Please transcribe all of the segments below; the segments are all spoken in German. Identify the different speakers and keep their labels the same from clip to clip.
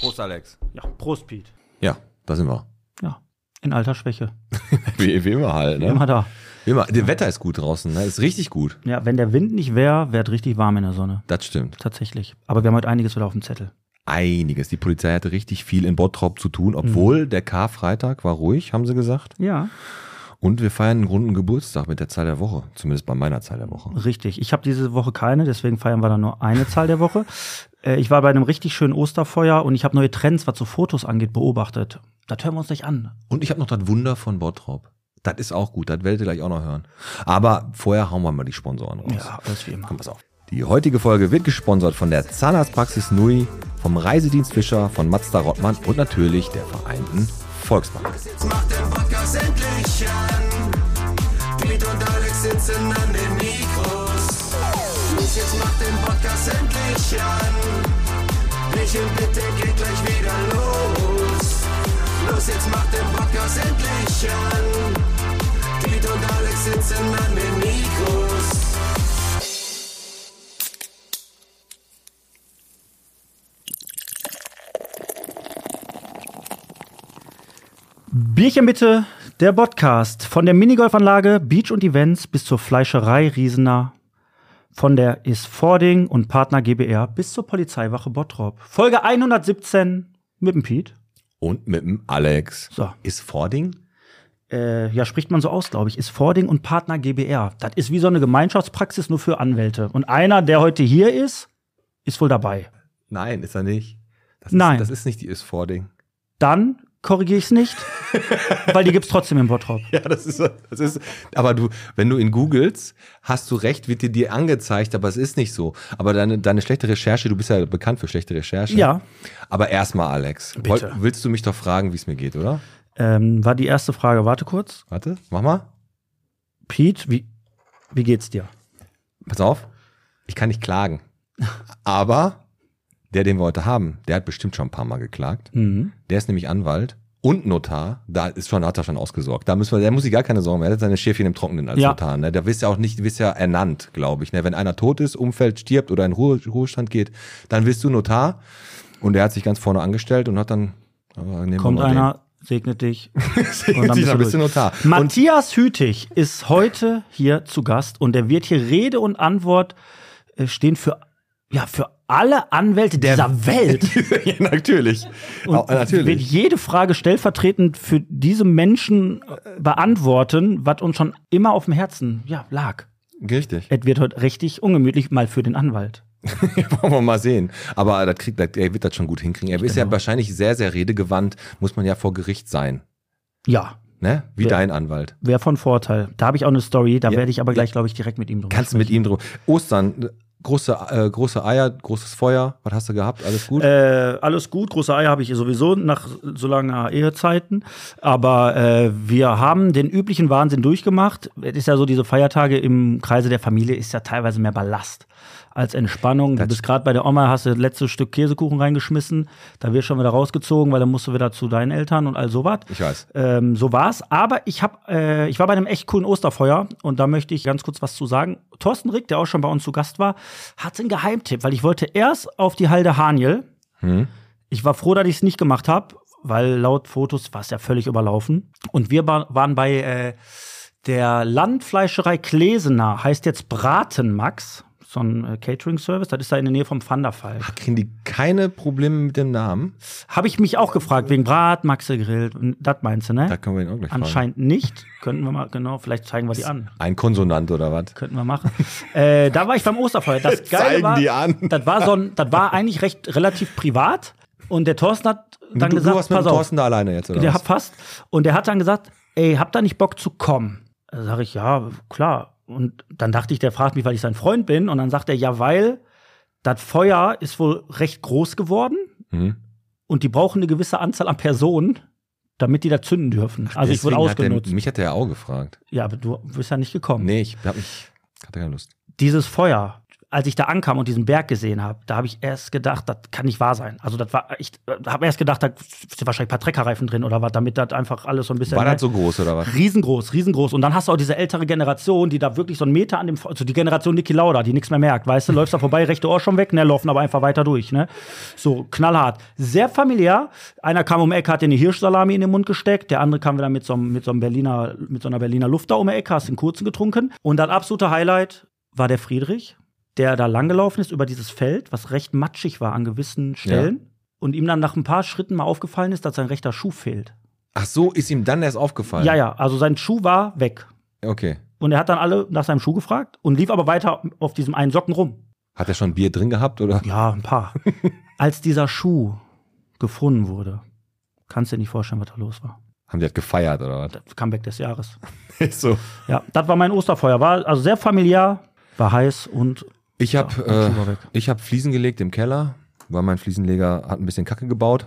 Speaker 1: Prost, Alex.
Speaker 2: Ja, Prost, Pete.
Speaker 3: Ja, da sind wir.
Speaker 2: Ja, in alter Schwäche.
Speaker 3: Wie, wie immer halt, ne?
Speaker 2: Immer da.
Speaker 3: Wie immer. Das Wetter ist gut draußen, ne? Ist richtig gut.
Speaker 2: Ja, wenn der Wind nicht wäre, wäre es richtig warm in der Sonne.
Speaker 3: Das stimmt.
Speaker 2: Tatsächlich. Aber wir haben heute einiges wieder auf dem Zettel.
Speaker 3: Einiges. Die Polizei hatte richtig viel in Bottrop zu tun, obwohl der Karfreitag war ruhig, haben sie gesagt.
Speaker 2: Ja.
Speaker 3: Und wir feiern einen runden Geburtstag mit der Zahl der Woche. Zumindest bei meiner Zahl der Woche.
Speaker 2: Richtig. Ich habe diese Woche keine, deswegen feiern wir dann nur eine Zahl der Woche. Äh, ich war bei einem richtig schönen Osterfeuer und ich habe neue Trends, was so Fotos angeht, beobachtet. Das hören wir uns gleich an.
Speaker 3: Und ich habe noch das Wunder von Bottrop. Das ist auch gut, das werdet ihr gleich auch noch hören. Aber vorher hauen wir mal die Sponsoren raus.
Speaker 2: Ja, alles wie immer.
Speaker 3: Komm, pass auf. Die heutige Folge wird gesponsert von der Zahnarztpraxis Nui, vom Reisedienst Fischer, von Mazda Rottmann und natürlich der Vereinten Volksbank.
Speaker 4: Jetzt macht der Podcast endlich an. Pete und Alex sitzen an den Mikros. Los, jetzt macht den Podcast endlich an. Michel, bitte geht gleich wieder los. Los, jetzt macht den Podcast endlich an. Pete und Alex sitzen an den Mikros.
Speaker 2: Bierchen bitte, der Podcast. Von der Minigolfanlage, Beach und Events bis zur Fleischerei Riesener. Von der IS Fording und Partner GBR bis zur Polizeiwache Bottrop. Folge 117 mit dem Piet.
Speaker 3: Und mit dem Alex.
Speaker 2: So.
Speaker 3: Ist Vording?
Speaker 2: Äh, ja, spricht man so aus, glaube ich. IS Fording und Partner GBR. Das ist wie so eine Gemeinschaftspraxis nur für Anwälte. Und einer, der heute hier ist, ist wohl dabei.
Speaker 3: Nein, ist er nicht. Das
Speaker 2: Nein.
Speaker 3: Ist, das ist nicht die Ist Vording.
Speaker 2: Dann korrigiere ich es nicht, weil die gibt's trotzdem im Bottrop.
Speaker 3: Ja, das ist, das ist, aber du, wenn du ihn googelst, hast du recht, wird dir die angezeigt, aber es ist nicht so. Aber deine, deine schlechte Recherche, du bist ja bekannt für schlechte Recherche.
Speaker 2: Ja.
Speaker 3: Aber erstmal, Alex,
Speaker 2: Bitte.
Speaker 3: woll- willst du mich doch fragen, wie es mir geht, oder?
Speaker 2: Ähm, war die erste Frage. Warte kurz.
Speaker 3: Warte, mach mal.
Speaker 2: Piet, wie, wie geht's dir?
Speaker 3: Pass auf. Ich kann nicht klagen. Aber der, den wir heute haben, der hat bestimmt schon ein paar Mal geklagt.
Speaker 2: Mhm.
Speaker 3: Der ist nämlich Anwalt und Notar. Da ist schon, hat er schon ausgesorgt. Da müssen wir, der muss sich gar keine Sorgen mehr. Er hat seine Schäfchen im Trockenen als
Speaker 2: Ja.
Speaker 3: Notar. Ne? Da wirst du ja auch nicht, du wirst ja ernannt, glaube ich. Ne? Wenn einer tot ist, umfällt, stirbt oder in Ruhe, Ruhestand geht, dann wirst du Notar. Und der hat sich ganz vorne angestellt und hat dann, aber nehmen wir
Speaker 2: Kommt
Speaker 3: mal
Speaker 2: einer, segnet dich.
Speaker 3: den.
Speaker 2: und dann bist du
Speaker 3: bist du
Speaker 2: durch.
Speaker 3: Notar. Und
Speaker 2: Matthias Hütig ist heute hier zu Gast und der wird hier Rede und Antwort äh, stehen für, ja, für alle Anwälte dieser Welt.
Speaker 3: ja, natürlich.
Speaker 2: Und
Speaker 3: Auch, natürlich.
Speaker 2: wird jede Frage stellvertretend für diese Menschen äh, beantworten, was uns schon immer auf dem Herzen ja, lag.
Speaker 3: Richtig.
Speaker 2: Es wird heute richtig ungemütlich, mal für den Anwalt.
Speaker 3: Wollen wir mal sehen. Aber das kriegt, das, er wird das schon gut hinkriegen. Er ist
Speaker 2: Genau.
Speaker 3: ja wahrscheinlich sehr, sehr redegewandt, muss man ja vor Gericht sein.
Speaker 2: Ja,
Speaker 3: Ne? Wie
Speaker 2: Ja.
Speaker 3: dein Anwalt.
Speaker 2: wäre von Vorteil. Da habe ich auch eine Story, da
Speaker 3: Ja.
Speaker 2: werde ich aber gleich, glaube ich, direkt mit ihm drüber
Speaker 3: Kannst du mit ihm drüber. Ostern, große, äh, große Eier, großes Feuer. Was hast du gehabt? Alles gut?
Speaker 2: Äh, alles gut, große Eier habe ich sowieso nach so langer Ehezeiten. Aber äh, wir haben den üblichen Wahnsinn durchgemacht. Es ist ja so, diese Feiertage im Kreise der Familie ist ja teilweise mehr Ballast als Entspannung. Du
Speaker 3: Das-
Speaker 2: bist gerade bei der Oma, hast das letzte Stück Käsekuchen reingeschmissen, da wirst du schon wieder rausgezogen, weil dann musst du wieder zu deinen Eltern und all sowas.
Speaker 3: ich weiß.
Speaker 2: Ähm, so war's. Aber ich hab, äh, ich war bei einem echt coolen Osterfeuer und da möchte ich ganz kurz was zu sagen. Thorsten Rick, der auch schon bei uns zu Gast war, hat einen Geheimtipp, weil ich wollte erst auf die Halde Haniel.
Speaker 3: Hm?
Speaker 2: Ich war froh, dass ich es nicht gemacht habe, weil laut Fotos war es ja völlig überlaufen. Und wir ba- waren bei äh, der Landfleischerei Klesener, heißt jetzt Braten Max, so ein äh, Catering-Service, das ist da in der Nähe vom Thunderfall.
Speaker 3: Ah, Kriegen die keine Probleme mit dem Namen?
Speaker 2: Habe ich mich auch gefragt, wegen Brat, Maxe Grill, das meinst du, ne?
Speaker 3: Da können wir ihn auch gleich fragen.
Speaker 2: Anscheinend nicht. Könnten wir mal, genau, vielleicht zeigen wir die an.
Speaker 3: Ein Konsonant oder was?
Speaker 2: Könnten wir machen. äh, da war ich beim Osterfeuer. Das Geile
Speaker 3: Zeigen
Speaker 2: war,
Speaker 3: die an.
Speaker 2: Das war, so ein, das war eigentlich recht relativ privat. Und der Thorsten hat dann
Speaker 3: du,
Speaker 2: gesagt,
Speaker 3: du warst mit dem
Speaker 2: pass auf,
Speaker 3: Thorsten da alleine jetzt, oder?
Speaker 2: der
Speaker 3: was?
Speaker 2: hat fast. Und der hat dann gesagt, ey, habt ihr nicht Bock zu kommen? Da sag ich, ja, klar. Und dann dachte ich, der fragt mich, weil ich sein Freund bin. Und dann sagt er, ja, weil das Feuer ist wohl recht groß geworden
Speaker 3: Hm?
Speaker 2: und die brauchen eine gewisse Anzahl an Personen, damit die da zünden dürfen. Also ich wurde
Speaker 3: Deswegen hat der-
Speaker 2: ausgenutzt.
Speaker 3: Mich hat er ja auch gefragt.
Speaker 2: Ja, aber du bist ja nicht gekommen.
Speaker 3: Nee, ich hab mich. Hatte keine Lust.
Speaker 2: Dieses Feuer als ich da ankam und diesen Berg gesehen habe, da habe ich erst gedacht, das kann nicht wahr sein. Also das war, ich habe erst gedacht, da sind wahrscheinlich ein paar Treckerreifen drin oder was, damit das einfach alles so ein bisschen. ne?
Speaker 3: War das so groß oder was?
Speaker 2: Riesengroß, riesengroß. Und dann hast du auch diese ältere Generation, die da wirklich so einen Meter an dem, also die Generation Niki Lauda, die nichts mehr merkt, weißt du, läufst da vorbei, rechte Ohr schon weg, ne, laufen aber einfach weiter durch, ne. So, knallhart. Sehr familiär. Einer kam um die Ecke, hat dir eine Hirschsalami in den Mund gesteckt, der andere kam wieder mit so einem, mit so einem Berliner, mit so einer Berliner Luft da um die Ecke, hast den kurzen getrunken. Und das absolute Highlight war der Friedrich, der da langgelaufen ist über dieses Feld, was recht matschig war an gewissen Stellen. Und ihm dann nach ein paar Schritten mal aufgefallen ist, dass sein rechter Schuh fehlt.
Speaker 3: Ach so, ist ihm dann erst aufgefallen.
Speaker 2: Ja, ja, also sein Schuh war weg.
Speaker 3: Okay.
Speaker 2: Und er hat dann alle nach seinem Schuh gefragt und lief aber weiter auf diesem einen Socken rum.
Speaker 3: Hat er schon Bier drin gehabt oder?
Speaker 2: Ja, ein paar. Als dieser Schuh gefunden wurde, kannst du dir nicht vorstellen, was da los war.
Speaker 3: Haben die das gefeiert oder was?
Speaker 2: Das Comeback des Jahres.
Speaker 3: Ist so.
Speaker 2: Ja, das war mein Osterfeuer. War also sehr familiär, war heiß und
Speaker 3: Ich habe
Speaker 2: Ja, Schuh war
Speaker 3: äh,
Speaker 2: weg.
Speaker 3: ich hab Fliesen gelegt im Keller, weil mein Fliesenleger hat ein bisschen Kacke gebaut.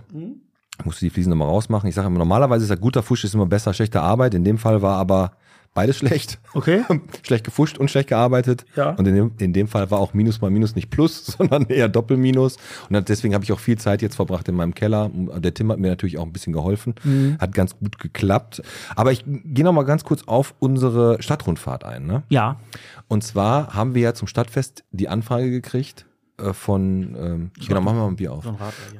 Speaker 3: Musste die Fliesen nochmal rausmachen. Ich sage immer, normalerweise ist ja guter Fusch ist immer besser, schlechte Arbeit. In dem Fall war aber beides schlecht.
Speaker 2: okay.
Speaker 3: schlecht gefuscht und schlecht gearbeitet.
Speaker 2: Ja.
Speaker 3: Und in dem, in dem Fall war auch Minus mal Minus nicht Plus, sondern eher Doppelminus. Und dann- deswegen habe ich auch viel Zeit jetzt verbracht in meinem Keller. Der Tim hat mir natürlich auch ein bisschen geholfen.
Speaker 2: Mhm.
Speaker 3: Hat ganz gut geklappt. Aber ich gehe nochmal ganz kurz auf unsere Stadtrundfahrt ein. Ne?
Speaker 2: Ja,
Speaker 3: Und zwar haben wir ja zum Stadtfest die Anfrage gekriegt äh, von, ähm, genau, machen wir mal ein Bier auf.
Speaker 2: ein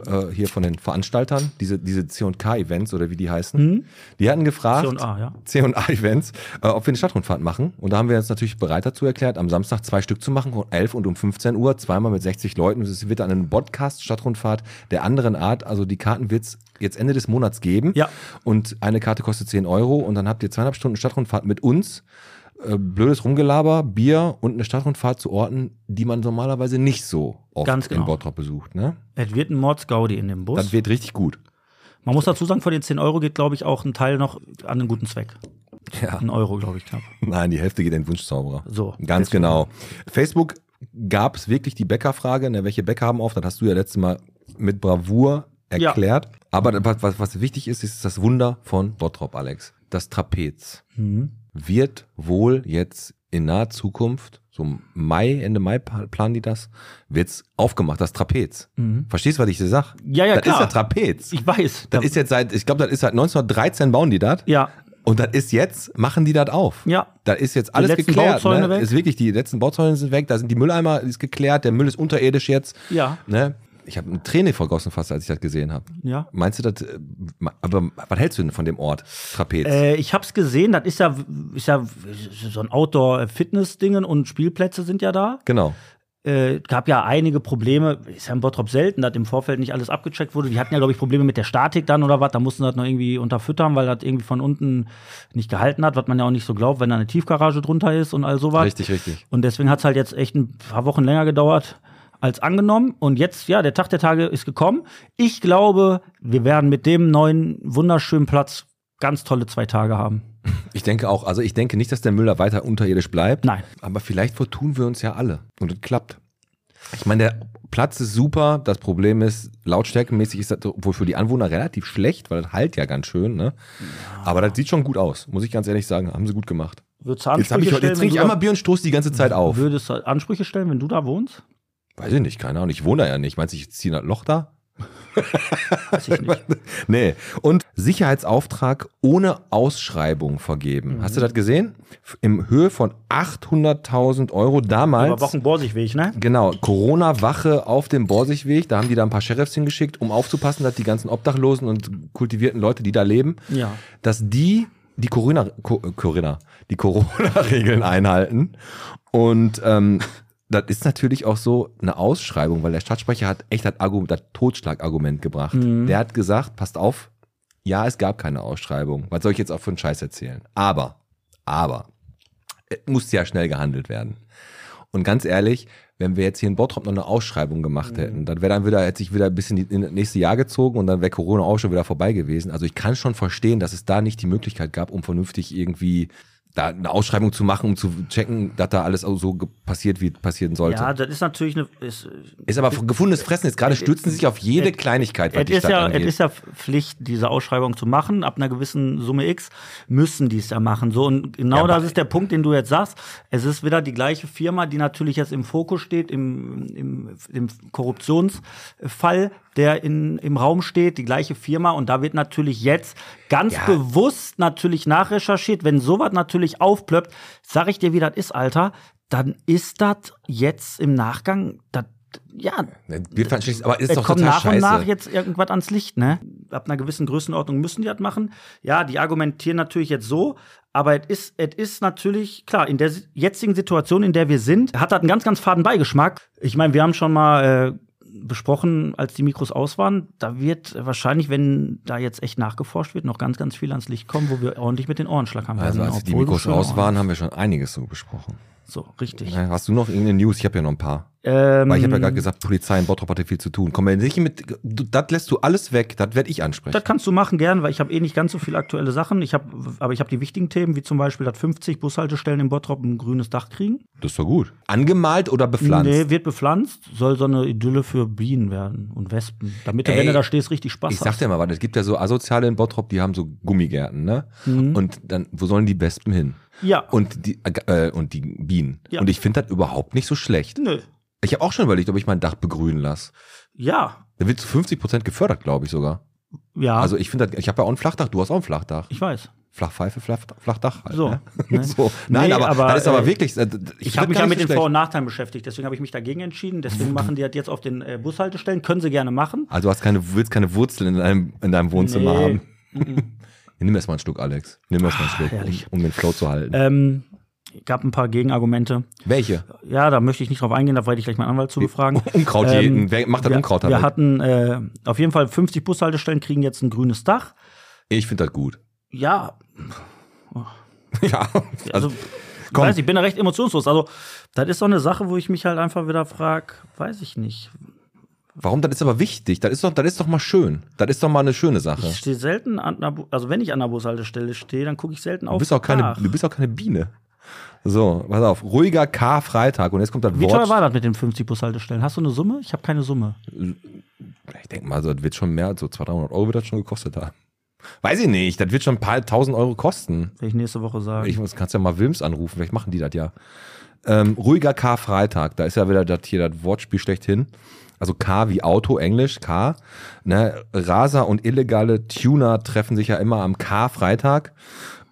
Speaker 2: Radler,
Speaker 3: äh, hier von den Veranstaltern, diese, diese C&K-Events oder wie die heißen. Die hatten gefragt,
Speaker 2: C&A, ja.
Speaker 3: C&A-Events, äh, ob wir eine Stadtrundfahrt machen. Und da haben wir uns natürlich bereit dazu erklärt, am Samstag zwei Stück zu machen, um 11 und um 15 Uhr, zweimal mit 60 Leuten. Und Es wird dann eine Podcast-Stadtrundfahrt der anderen Art. Also die Karten wird's jetzt Ende des Monats geben.
Speaker 2: Ja.
Speaker 3: Und eine Karte kostet 10 Euro. Und dann habt ihr zweieinhalb Stunden Stadtrundfahrt mit uns äh, blödes Rumgelaber, Bier und eine Stadtrundfahrt zu Orten, die man normalerweise nicht so oft
Speaker 2: Ganz genau.
Speaker 3: in Bottrop besucht. Ne?
Speaker 2: es wird ein Mordsgaudi in dem
Speaker 3: Das
Speaker 2: Bus.
Speaker 3: wird richtig gut.
Speaker 2: Man muss dazu sagen, von den 10 Euro geht, glaube ich, auch ein Teil noch an einen guten Zweck.
Speaker 3: Ja.
Speaker 2: Ein Euro, glaube ich, knapp.
Speaker 3: Nein, die Hälfte geht in den Wunschzauberer.
Speaker 2: So.
Speaker 3: Ganz
Speaker 2: Deswegen.
Speaker 3: genau. Facebook gab es wirklich die Bäckerfrage, ne, welche Bäcker haben auf, das hast du ja letztes Mal mit Bravour
Speaker 2: Ja.
Speaker 3: erklärt. Aber was, was, was wichtig ist, ist das Wunder von Bottrop, Alex. Das Trapez
Speaker 2: Mhm.
Speaker 3: wird wohl jetzt in naher Zukunft, so im Mai, Ende Mai pa- planen die das, wird's aufgemacht, das Trapez. Verstehst du, was ich dir sag?
Speaker 2: Mhm. Ja, ja,
Speaker 3: das
Speaker 2: klar.
Speaker 3: ist das Trapez.
Speaker 2: Ich weiß.
Speaker 3: das ist jetzt seit, ich glaube, das ist seit 1913 bauen die das.
Speaker 2: ja,
Speaker 3: Und das ist jetzt, machen die das auf.
Speaker 2: Ja.
Speaker 3: Da ist jetzt alles
Speaker 2: letzten
Speaker 3: geklärt.
Speaker 2: Bauzäune
Speaker 3: Ne?
Speaker 2: weg.
Speaker 3: Ist wirklich, die letzten Bauzäune sind weg, da sind die Mülleimer ist geklärt, der Müll ist unterirdisch jetzt.
Speaker 2: Ja.
Speaker 3: Ne? Ich habe eine Träne vergossen fast, als ich das gesehen habe.
Speaker 2: Ja.
Speaker 3: Meinst du das, äh, ma- aber was hältst du denn von dem Ort, Trapez?
Speaker 2: Äh, ich hab's gesehen, das ist ja, ist ja so ein Outdoor-Fitness-Dingen und Spielplätze sind ja da.
Speaker 3: Genau.
Speaker 2: Äh, gab ja einige Probleme, ist ja in Bottrop selten, dass im Vorfeld nicht alles abgecheckt wurde. Die hatten ja, glaube ich, Probleme mit der Statik dann oder was, da mussten sie das noch irgendwie unterfüttern, weil das irgendwie von unten nicht gehalten hat, was man ja auch nicht so glaubt, wenn da eine Tiefgarage drunter ist und all sowas.
Speaker 3: Richtig, richtig.
Speaker 2: Und deswegen hat's halt jetzt echt ein paar Wochen länger gedauert als angenommen. Und jetzt, ja, der Tag der Tage ist gekommen. Ich glaube, wir werden mit dem neuen, wunderschönen Platz ganz tolle zwei Tage haben.
Speaker 3: Ich denke auch, also ich denke nicht, dass der Müll da weiter unterirdisch bleibt.
Speaker 2: Nein.
Speaker 3: Aber vielleicht vertun wir uns ja alle. Und es klappt. Ich meine, der Platz ist super. Das Problem ist, lautstärkenmäßig ist das wohl für die Anwohner relativ schlecht, weil das halt ja ganz schön, ne? Aber das sieht schon gut aus, muss ich ganz ehrlich sagen. Haben sie gut gemacht.
Speaker 2: Würdest du
Speaker 3: Jetzt, hab ich, heute- jetzt
Speaker 2: wenn
Speaker 3: trinke ich
Speaker 2: du
Speaker 3: einmal Bier und stoße die ganze Zeit
Speaker 2: da,
Speaker 3: auf.
Speaker 2: würdest du Ansprüche stellen, wenn du da wohnst?
Speaker 3: Weiß ich nicht, keine Ahnung. Ich wohne da ja nicht. Meinst du, ich ziehe ein Loch da?
Speaker 2: Weiß ich nicht.
Speaker 3: Nee. Und Sicherheitsauftrag ohne Ausschreibung vergeben. Hast du das gesehen? F- Im Höhe von 800.000 Euro damals.
Speaker 2: Aber Wochen Borsigweg, ne?
Speaker 3: Genau, Corona-Wache auf dem Borsigweg. Da haben die da ein paar Sheriffs hingeschickt, um aufzupassen, dass die ganzen Obdachlosen und kultivierten Leute, die da leben,
Speaker 2: Ja.
Speaker 3: dass die die Corona, Co- äh, Corinna, die Corona-Regeln einhalten. Und ähm, das ist natürlich auch so eine Ausschreibung, weil der Stadtsprecher hat echt das, Argument, das Totschlagargument gebracht. Der hat gesagt, passt auf, ja, es gab keine Ausschreibung. Was soll ich jetzt auch für einen Scheiß erzählen? Aber, aber, es muss ja schnell gehandelt werden. Und ganz ehrlich, wenn wir jetzt hier in Bottrop noch eine Ausschreibung gemacht
Speaker 2: Mhm.
Speaker 3: hätten, dann wäre dann wieder, hätte sich wieder ein bisschen die- in das nächste Jahr gezogen und dann wäre Corona auch schon wieder vorbei gewesen. Also ich kann schon verstehen, dass es da nicht die Möglichkeit gab, um vernünftig irgendwie da eine Ausschreibung zu machen, um zu checken, dass da alles auch so ge- passiert, wie es passieren sollte.
Speaker 2: Ja, das ist natürlich eine. Ist, äh,
Speaker 3: ist aber gefundenes Fressen. Jetzt gerade stürzen sie sich auf jede Kleinigkeit, was
Speaker 2: es
Speaker 3: die
Speaker 2: ist,
Speaker 3: Stadt
Speaker 2: ja, es
Speaker 3: angeht.
Speaker 2: ist ja Pflicht, diese Ausschreibung zu machen. Ab einer gewissen Summe X müssen die es ja machen. So, und genau
Speaker 3: Ja,
Speaker 2: das
Speaker 3: aber-
Speaker 2: ist der Punkt, den du jetzt sagst. Es ist wieder die gleiche Firma, die natürlich jetzt im Fokus steht, im, im, im Korruptionsfall, der in, im Raum steht, die gleiche Firma. Und da wird natürlich jetzt ganz
Speaker 3: Ja.
Speaker 2: bewusst natürlich nachrecherchiert. Wenn sowas natürlich aufplöppt, sag ich dir, wie das ist, Alter, dann ist das jetzt im Nachgang, das, ja,
Speaker 3: Wir fanden schließlich- aber ist
Speaker 2: es
Speaker 3: doch
Speaker 2: kommt
Speaker 3: total
Speaker 2: Äh, nach
Speaker 3: scheiße.
Speaker 2: und nach jetzt irgendwas ans Licht, ne? Ab einer gewissen Größenordnung müssen die das machen. Ja, die argumentieren natürlich jetzt so, aber es ist, es ist natürlich, klar, in der si- jetzigen Situation, in der wir sind, hat das einen ganz, ganz faden Beigeschmack. Ich meine, wir haben schon mal äh, besprochen, als die Mikros aus waren, da wird wahrscheinlich, wenn da jetzt echt nachgeforscht wird, noch ganz, ganz viel ans Licht kommen, wo wir ordentlich mit den Ohren schlackern werden.
Speaker 3: also als die
Speaker 2: obwohl du
Speaker 3: Mikros
Speaker 2: schön
Speaker 3: aus
Speaker 2: Ohren-
Speaker 3: waren, haben wir schon einiges so besprochen.
Speaker 2: So, richtig.
Speaker 3: Ja, Hast du noch irgendeine News? Ich habe ja noch ein paar.
Speaker 2: Ähm,
Speaker 3: Weil ich habe ja gerade gesagt, Polizei in Bottrop hatte viel zu tun. Komm, wenn nicht mit, du- das lässt du alles weg, das werde ich ansprechen.
Speaker 2: Das kannst du machen gern, weil ich habe eh nicht ganz so viele aktuelle Sachen. Ich habe, aber ich habe die wichtigen Themen, wie zum Beispiel, dass 50 Bushaltestellen in Bottrop ein grünes Dach kriegen.
Speaker 3: Das ist doch gut. Angemalt oder bepflanzt?
Speaker 2: Nee, wird bepflanzt, soll so eine Idylle für Bienen werden und Wespen. Damit du,
Speaker 3: Ey,
Speaker 2: wenn du da stehst, richtig Spaß
Speaker 3: ich sag
Speaker 2: hast.
Speaker 3: dir mal, was, es gibt ja so Asoziale in Bottrop, die haben so Gummigärten, ne?
Speaker 2: Mhm.
Speaker 3: Und dann, wo sollen die Wespen hin?
Speaker 2: Ja.
Speaker 3: Und die, äh, und die Bienen.
Speaker 2: Ja.
Speaker 3: Und ich finde das überhaupt nicht so schlecht.
Speaker 2: Nö.
Speaker 3: Ich habe auch schon überlegt, ob ich mein Dach begrünen lasse.
Speaker 2: Ja.
Speaker 3: Da wird zu 50 Prozent gefördert, glaube ich sogar.
Speaker 2: Ja.
Speaker 3: Also ich finde, das- ich habe ja auch ein Flachdach, du hast auch ein Flachdach.
Speaker 2: ich weiß.
Speaker 3: Flachpfeife, Flach, Flachdach halt.
Speaker 2: So,
Speaker 3: Ne?
Speaker 2: ne?
Speaker 3: so. Nein,
Speaker 2: Nee,
Speaker 3: aber,
Speaker 2: aber,
Speaker 3: das ist aber
Speaker 2: äh,
Speaker 3: wirklich. äh,
Speaker 2: Ich,
Speaker 3: find
Speaker 2: habe mich
Speaker 3: gar
Speaker 2: ja
Speaker 3: nicht
Speaker 2: mit
Speaker 3: so
Speaker 2: den
Speaker 3: schlecht.
Speaker 2: Vor- und Nachteilen beschäftigt, deswegen habe ich mich dagegen entschieden. Deswegen machen die das jetzt auf den äh, Bushaltestellen. Können sie gerne machen.
Speaker 3: Also du hast keine, willst keine Wurzeln in deinem, in deinem Wohnzimmer
Speaker 2: Nee. Ah,
Speaker 3: haben. Nimm erst mal einen Schluck, Alex. Nimm erst mal einen Schluck,
Speaker 2: herrlich.
Speaker 3: um, um den Flow zu halten.
Speaker 2: Ähm, gab ein paar Gegenargumente.
Speaker 3: Welche? Um
Speaker 2: Ja, da möchte ich nicht drauf eingehen, da werde ich gleich meinen Anwalt zu befragen.
Speaker 3: Unkraut jeden. Wer macht das
Speaker 2: Ähm, wir,
Speaker 3: Unkraut halt.
Speaker 2: Wir
Speaker 3: damit?
Speaker 2: hatten äh, auf jeden Fall 50 Bushaltestellen kriegen jetzt ein grünes Dach.
Speaker 3: Ich finde das gut.
Speaker 2: Ja,
Speaker 3: ja.
Speaker 2: also,
Speaker 3: Also, komm.
Speaker 2: weiß ich, bin da recht emotionslos. Also, das ist so eine Sache, wo ich mich halt einfach wieder frage, weiß ich nicht.
Speaker 3: warum? Das ist aber wichtig. Das ist doch, das ist doch mal schön. Das ist doch mal eine schöne Sache.
Speaker 2: Ich stehe selten an einer, Bu- also wenn ich an einer Bushaltestelle stehe, dann gucke ich selten auf.
Speaker 3: Du bist auch keine,
Speaker 2: nach.
Speaker 3: du bist auch keine Biene. So, pass auf. Ruhiger Karfreitag. Und jetzt kommt das
Speaker 2: Wie
Speaker 3: Wort.
Speaker 2: teuer war das mit den 50 Bushaltestellen? Hast du eine Summe? Ich habe keine Summe.
Speaker 3: Ich denke mal, so, das wird schon mehr, als so 200, 300 Euro wird das schon gekostet haben. Weiß ich nicht. Das wird schon ein paar tausend Euro kosten.
Speaker 2: Werde ich nächste Woche sagen.
Speaker 3: Ich muss, kannst ja mal Wilms anrufen, vielleicht machen die das ja. Ähm, ruhiger Karfreitag, da ist ja wieder das hier das Wortspiel schlechthin. Also K wie Auto, Englisch, K. Ne? Raser und illegale Tuner treffen sich ja immer am Karfreitag.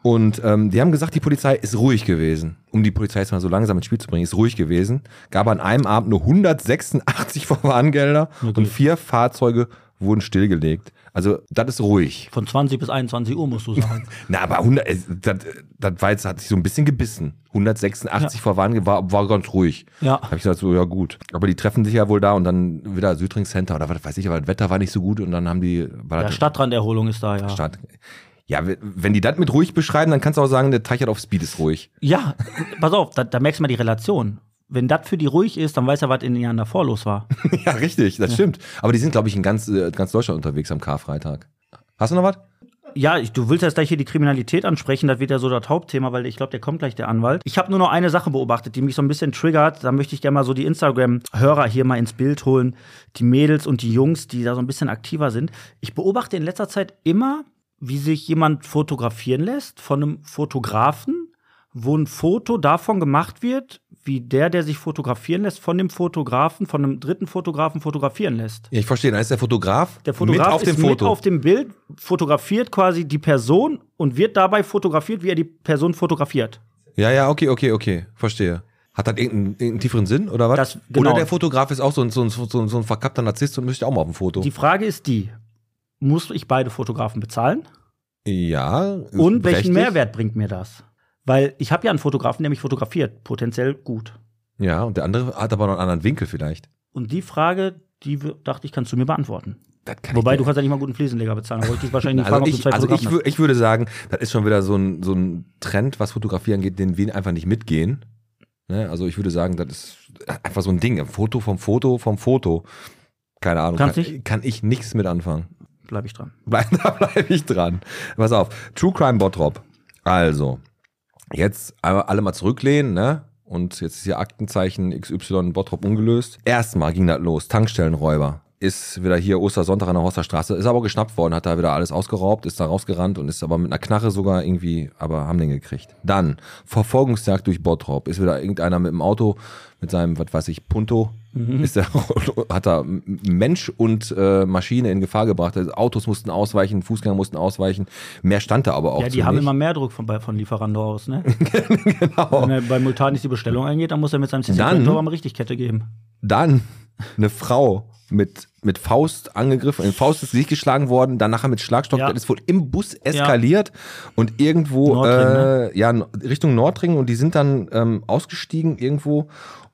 Speaker 3: Und ähm, die haben gesagt, die Polizei ist ruhig gewesen. Um die Polizei jetzt mal so langsam ins Spiel zu bringen, ist ruhig gewesen. Gab an einem Abend nur 186 Verwarngelder und vier Fahrzeuge wurden stillgelegt. Also das ist ruhig.
Speaker 2: Von 20 bis 21 Uhr musst du sagen.
Speaker 3: Na, aber 100, äh, das, das war jetzt, hat sich so ein bisschen gebissen. 186 vor waren, war, war ganz ruhig.
Speaker 2: Ja.
Speaker 3: Hab ich gesagt, so, ja gut. Aber die treffen sich ja wohl da und dann wieder Südring Center oder was weiß ich, aber das Wetter war nicht so gut und dann haben die, war
Speaker 2: ja,
Speaker 3: das
Speaker 2: Stadtranderholung ist da, ja.
Speaker 3: Stadt. Ja, we- wenn die das mit ruhig beschreiben, dann kannst du auch sagen, der Teich hat auf Speed ist ruhig.
Speaker 2: Ja, pass auf, da, da merkst du mal die Relation. Wenn das für die ruhig ist, dann weiß er, was in den Jahren davor los war.
Speaker 3: ja, richtig, das stimmt. Aber die sind, glaube ich, in ganz, äh, ganz Deutschland unterwegs am Karfreitag. Hast du noch was?
Speaker 2: Ja, ich, du willst jetzt gleich hier die Kriminalität ansprechen, das wird ja so das Hauptthema, weil ich glaube, der kommt gleich, der Anwalt. Ich habe nur noch eine Sache beobachtet, die mich so ein bisschen triggert. Da möchte ich gerne mal so die Instagram-Hörer hier mal ins Bild holen. Die Mädels und die Jungs, die da so ein bisschen aktiver sind. Ich beobachte in letzter Zeit immer, wie sich jemand fotografieren lässt von einem Fotografen, wo ein Foto davon gemacht wird, wie der, der sich fotografieren lässt, von dem Fotografen, von einem dritten Fotografen fotografieren lässt.
Speaker 3: Ja, ich verstehe, dann ist der Fotograf,
Speaker 2: Der Fotograf
Speaker 3: mit auf dem
Speaker 2: ist mit
Speaker 3: Foto.
Speaker 2: auf dem Bild, fotografiert quasi die Person und wird dabei fotografiert, wie er die Person fotografiert.
Speaker 3: Ja, ja, okay, okay, okay. Verstehe. Hat das irgendeinen, irgendeinen tieferen Sinn oder was?
Speaker 2: Das- genau.
Speaker 3: Oder der Fotograf ist auch so ein, so ein, so ein, so ein verkappter Narzisst und möchte auch mal auf dem Foto.
Speaker 2: Die Frage ist die, muss ich beide Fotografen bezahlen?
Speaker 3: ja.
Speaker 2: Und
Speaker 3: berechtigt.
Speaker 2: welchen Mehrwert bringt mir das? Weil ich habe ja einen Fotografen, der mich fotografiert, potenziell gut.
Speaker 3: Ja, und der andere hat aber noch einen anderen Winkel vielleicht.
Speaker 2: Und die Frage, die wir- dachte ich, kannst du mir beantworten.
Speaker 3: Das kann
Speaker 2: Wobei,
Speaker 3: ich
Speaker 2: du
Speaker 3: dir-
Speaker 2: kannst ja nicht mal einen guten Fliesenleger bezahlen. Da wollte ich dich wahrscheinlich nicht
Speaker 3: also
Speaker 2: fragen, ob du
Speaker 3: ich,
Speaker 2: zwei
Speaker 3: also ich,
Speaker 2: Fotografen
Speaker 3: wür- ich würde sagen, das ist schon wieder so ein, so ein Trend, was Fotografieren geht, den wir einfach nicht mitgehen. Ne? Also ich würde sagen, das ist einfach so ein Ding. Ein Foto vom Foto vom Foto. Keine Ahnung.
Speaker 2: Kannst
Speaker 3: kann,
Speaker 2: nicht?
Speaker 3: kann ich nichts mit anfangen.
Speaker 2: hast. Bleib ich dran.
Speaker 3: Bleib, da bleibe ich dran. Pass auf. True Crime Bottrop. Also, Jetzt einmal alle mal zurücklehnen, ne? Und jetzt ist hier Aktenzeichen XY Bottrop ungelöst. Erstmal ging das los. Tankstellenräuber. Ist wieder hier Ostersonntag an der Horster Straße. Ist aber geschnappt worden, hat da wieder alles ausgeraubt, ist da rausgerannt und ist aber mit einer Knarre sogar irgendwie, aber haben den gekriegt. Dann Verfolgungsjagd durch Bottrop. Ist wieder irgendeiner mit dem Auto, mit seinem, was weiß ich, Punto.
Speaker 2: Mhm.
Speaker 3: Ist der, hat da Mensch und äh, Maschine in Gefahr gebracht. Also Autos mussten ausweichen, Fußgänger mussten ausweichen. Mehr stand da aber auch
Speaker 2: Ja, die
Speaker 3: zu
Speaker 2: haben
Speaker 3: nicht.
Speaker 2: immer mehr Druck von, bei- von Lieferando aus, ne? genau. Wenn er bei Multanis die Bestellung eingeht, dann muss er mit seinem
Speaker 3: Dann-
Speaker 2: CC-Konto mal richtig Kette geben.
Speaker 3: Dann eine Frau mit, mit Faust angegriffen, in Faust ins Gesicht geschlagen worden, dann nachher mit Schlagstock,
Speaker 2: Ja.
Speaker 3: das ist wohl im Bus eskaliert und irgendwo
Speaker 2: Nordring, ne?
Speaker 3: äh, ja, in Richtung Nordring und die sind dann ähm, ausgestiegen irgendwo.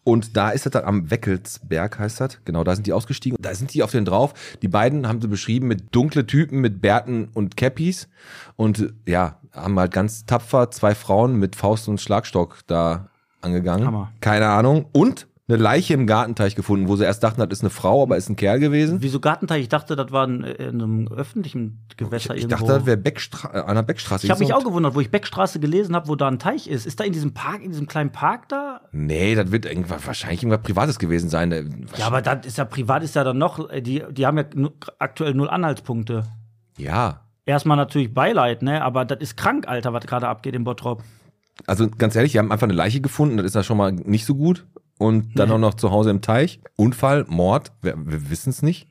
Speaker 3: Und da ist das dann am Weckelsberg, heißt das. Genau, da sind die ausgestiegen. Da sind die auf den drauf. Die beiden haben sie beschrieben mit dunkle Typen, mit Bärten und Cappies. Und äh, ja, haben halt ganz tapfer zwei Frauen mit Faust und Schlagstock da angegangen.
Speaker 2: Hammer.
Speaker 3: Keine Ahnung. Und eine Leiche im Gartenteich gefunden, wo sie erst dachten, das ist eine Frau, aber ist ein Kerl gewesen.
Speaker 2: Wieso Gartenteil? Ich dachte, das war ein, äh, in einem öffentlichen Gewässer
Speaker 3: Ich
Speaker 2: irgendwo.
Speaker 3: dachte, das wäre Beckstra äh, an der Beckstraße.
Speaker 2: ich habe mich auch
Speaker 3: gesund.
Speaker 2: gewundert, wo ich Beckstraße gelesen habe, wo da ein Teich ist. Ist da in diesem Park, in diesem kleinen Park da?
Speaker 3: Nee, das wird irgendwas, wahrscheinlich irgendwas Privates gewesen sein. Äh,
Speaker 2: Ja, aber das ist ja privat, ist ja dann noch, äh, die, die haben ja nu- aktuell null Anhaltspunkte.
Speaker 3: Ja.
Speaker 2: Erstmal natürlich Beileid, ne? Aber das ist krank, Alter, was gerade abgeht in Bottrop.
Speaker 3: Also ganz ehrlich, die haben einfach eine Leiche gefunden, das ist ja schon mal nicht so gut. Und dann
Speaker 2: Nee.
Speaker 3: auch noch zu Hause im Teich. Unfall, Mord, wir, wir wissen es nicht.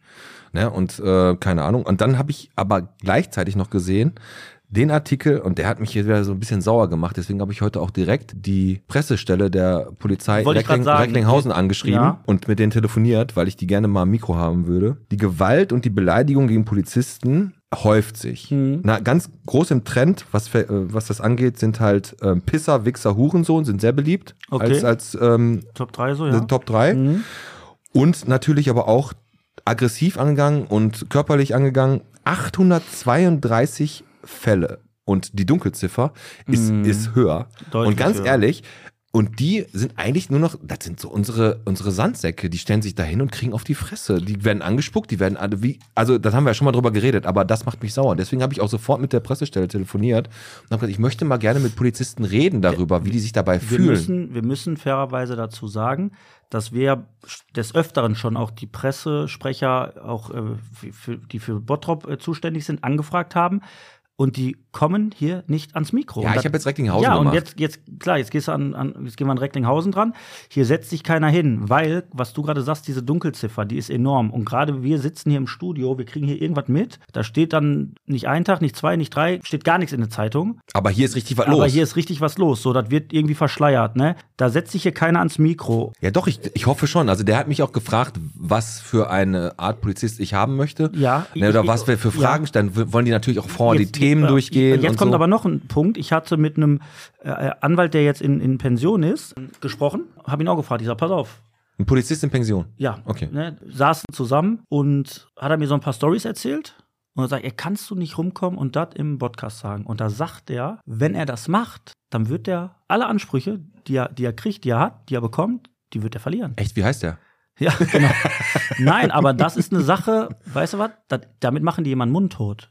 Speaker 3: Ne? Und äh, keine Ahnung. Und dann habe ich aber gleichzeitig noch gesehen, den Artikel, und der hat mich hier wieder so ein bisschen sauer gemacht, deswegen habe ich heute auch direkt die Pressestelle der Polizei
Speaker 2: Wollte ich grad
Speaker 3: Reckling,
Speaker 2: sagen.
Speaker 3: Recklinghausen angeschrieben
Speaker 2: Ja.
Speaker 3: und mit denen telefoniert, weil ich die gerne mal am Mikro haben würde. Die Gewalt und die Beleidigung gegen Polizisten häuft sich.
Speaker 2: Hm.
Speaker 3: Na, ganz groß im Trend, was, für- äh, was das angeht, sind halt ähm, Pisser, Wichser, Hurensohn, sind sehr beliebt
Speaker 2: Okay.
Speaker 3: als, als ähm,
Speaker 2: Top 3 so, ja. Mhm.
Speaker 3: sind Top 3. Und natürlich aber auch aggressiv angegangen und körperlich angegangen. 832 Fälle. Und die Dunkelziffer ist, ist höher.
Speaker 2: Mhm. Deutlich
Speaker 3: und ganz
Speaker 2: höher.
Speaker 3: ehrlich, und die sind eigentlich nur noch, das sind so unsere, unsere Sandsäcke, die stellen sich dahin und kriegen auf die Fresse. Die werden angespuckt, die werden alle wie, also das haben wir ja schon mal drüber geredet, aber das macht mich sauer. Deswegen habe ich auch sofort mit der Pressestelle telefoniert und habe gesagt, ich möchte mal gerne mit Polizisten reden darüber, wie die sich dabei
Speaker 2: wir
Speaker 3: fühlen.
Speaker 2: müssen, wir müssen fairerweise dazu sagen, dass wir ja des Öfteren schon auch die Pressesprecher, auch, äh, für- für, die für Bottrop äh, zuständig sind, angefragt haben. Und die kommen hier nicht ans Mikro.
Speaker 3: Ja,
Speaker 2: Und
Speaker 3: ich
Speaker 2: das-
Speaker 3: habe jetzt Recklinghausen
Speaker 2: Ja, und
Speaker 3: gemacht.
Speaker 2: jetzt, jetzt, klar, jetzt, gehst du an, an, jetzt gehen wir an Recklinghausen dran. Hier setzt sich keiner hin, weil, was du gerade sagst, diese Dunkelziffer, die ist enorm. Und gerade wir sitzen hier im Studio, wir kriegen hier irgendwas mit. Da steht dann nicht ein Tag, nicht zwei, nicht drei, steht gar nichts in der Zeitung.
Speaker 3: Aber hier ist richtig was
Speaker 2: Aber
Speaker 3: los.
Speaker 2: hier ist richtig was los. So, das wird irgendwie verschleiert, ne? Da setzt sich hier keiner ans Mikro.
Speaker 3: Ja, doch, ich, ich hoffe schon. Also der hat mich auch gefragt, was für eine Art Polizist ich haben möchte.
Speaker 2: Ja,
Speaker 3: Ne, oder
Speaker 2: ich-
Speaker 3: was wir für
Speaker 2: ja.
Speaker 3: Fragen stellen. W- Wollen die natürlich auch vorher die
Speaker 2: Jetzt-
Speaker 3: Themen
Speaker 2: äh,
Speaker 3: durchgehen.
Speaker 2: Jetzt
Speaker 3: und
Speaker 2: kommt
Speaker 3: so.
Speaker 2: aber noch ein Punkt. Ich hatte mit einem äh, Anwalt, der jetzt in, in Pension ist, gesprochen, habe ihn auch gefragt. Ich sag, pass auf.
Speaker 3: Ein Polizist in Pension.
Speaker 2: Ja,
Speaker 3: Okay.
Speaker 2: ne, saßen zusammen und hat er mir so ein paar Stories erzählt. Und er sagt, er kannst du nicht rumkommen und das im Podcast sagen. Und da sagt er, wenn er das macht, dann wird er alle Ansprüche, die er, die er kriegt, die er hat, die er bekommt, die wird er verlieren.
Speaker 3: Echt, wie heißt der?
Speaker 2: Ja, genau. Nein, aber das ist eine Sache, weißt du was? Da, damit machen die jemanden mundtot.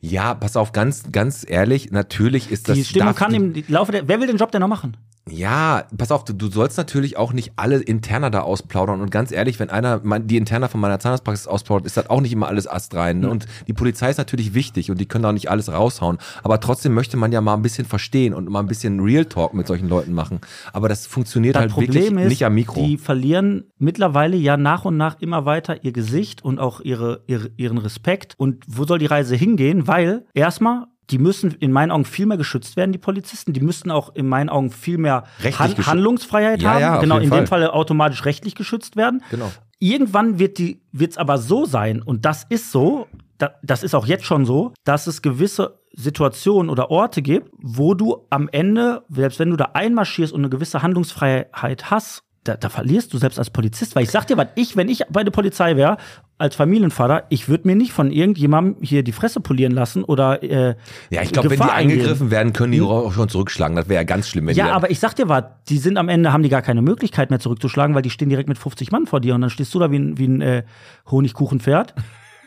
Speaker 3: Ja, pass auf, ganz, ganz ehrlich, natürlich ist das.
Speaker 2: Die Stimmung
Speaker 3: darf
Speaker 2: kann
Speaker 3: die-
Speaker 2: im Laufe der. Wer will den Job denn noch machen?
Speaker 3: Ja, pass auf, du, du sollst natürlich auch nicht alle Interner da ausplaudern. Und ganz ehrlich, wenn einer mein, die Interner von meiner Zahnarztpraxis ausplaudert, ist das auch nicht immer alles astrein.
Speaker 2: Hm.
Speaker 3: Ne? Und die Polizei ist natürlich wichtig und die können auch nicht alles raushauen. Aber trotzdem möchte man ja mal ein bisschen verstehen und mal ein bisschen Real Talk mit solchen Leuten machen. Aber das funktioniert
Speaker 2: Das
Speaker 3: halt
Speaker 2: Problem
Speaker 3: wirklich
Speaker 2: ist,
Speaker 3: nicht am Mikro.
Speaker 2: die verlieren mittlerweile ja nach und nach immer weiter ihr Gesicht und auch ihre, ihre, ihren Respekt. Und wo soll die Reise hingehen? Weil erstmal. Die müssen in meinen Augen viel mehr geschützt werden, die Polizisten. Die müssten auch in meinen Augen viel mehr
Speaker 3: Rechtlich
Speaker 2: Han
Speaker 3: geschützt.
Speaker 2: Handlungsfreiheit
Speaker 3: Ja,
Speaker 2: haben.
Speaker 3: ja, auf
Speaker 2: genau,
Speaker 3: jeden
Speaker 2: in dem
Speaker 3: Fall.
Speaker 2: Fall automatisch rechtlich geschützt werden.
Speaker 3: Genau.
Speaker 2: Irgendwann wird die wird's aber so sein und das ist so, da, das ist auch jetzt schon so, dass es gewisse Situationen oder Orte gibt, wo du am Ende, selbst wenn du da einmarschierst und eine gewisse Handlungsfreiheit hast, da, da verlierst du selbst als Polizist, weil ich sag dir, was ich, wenn ich bei der Polizei wäre, als Familienvater, ich würde mir nicht von irgendjemandem hier die Fresse polieren lassen oder äh,
Speaker 3: ja, ich glaube, wenn die
Speaker 2: Gefahr eingehen.
Speaker 3: angegriffen werden, können die auch schon zurückschlagen. Das wäre ja ganz schlimm, wenn die
Speaker 2: Ja,
Speaker 3: dann-
Speaker 2: aber ich sag dir was, die sind am Ende, haben die gar keine Möglichkeit mehr zurückzuschlagen, weil die stehen direkt mit 50 Mann vor dir und dann stehst du da wie ein, wie ein äh, Honigkuchenpferd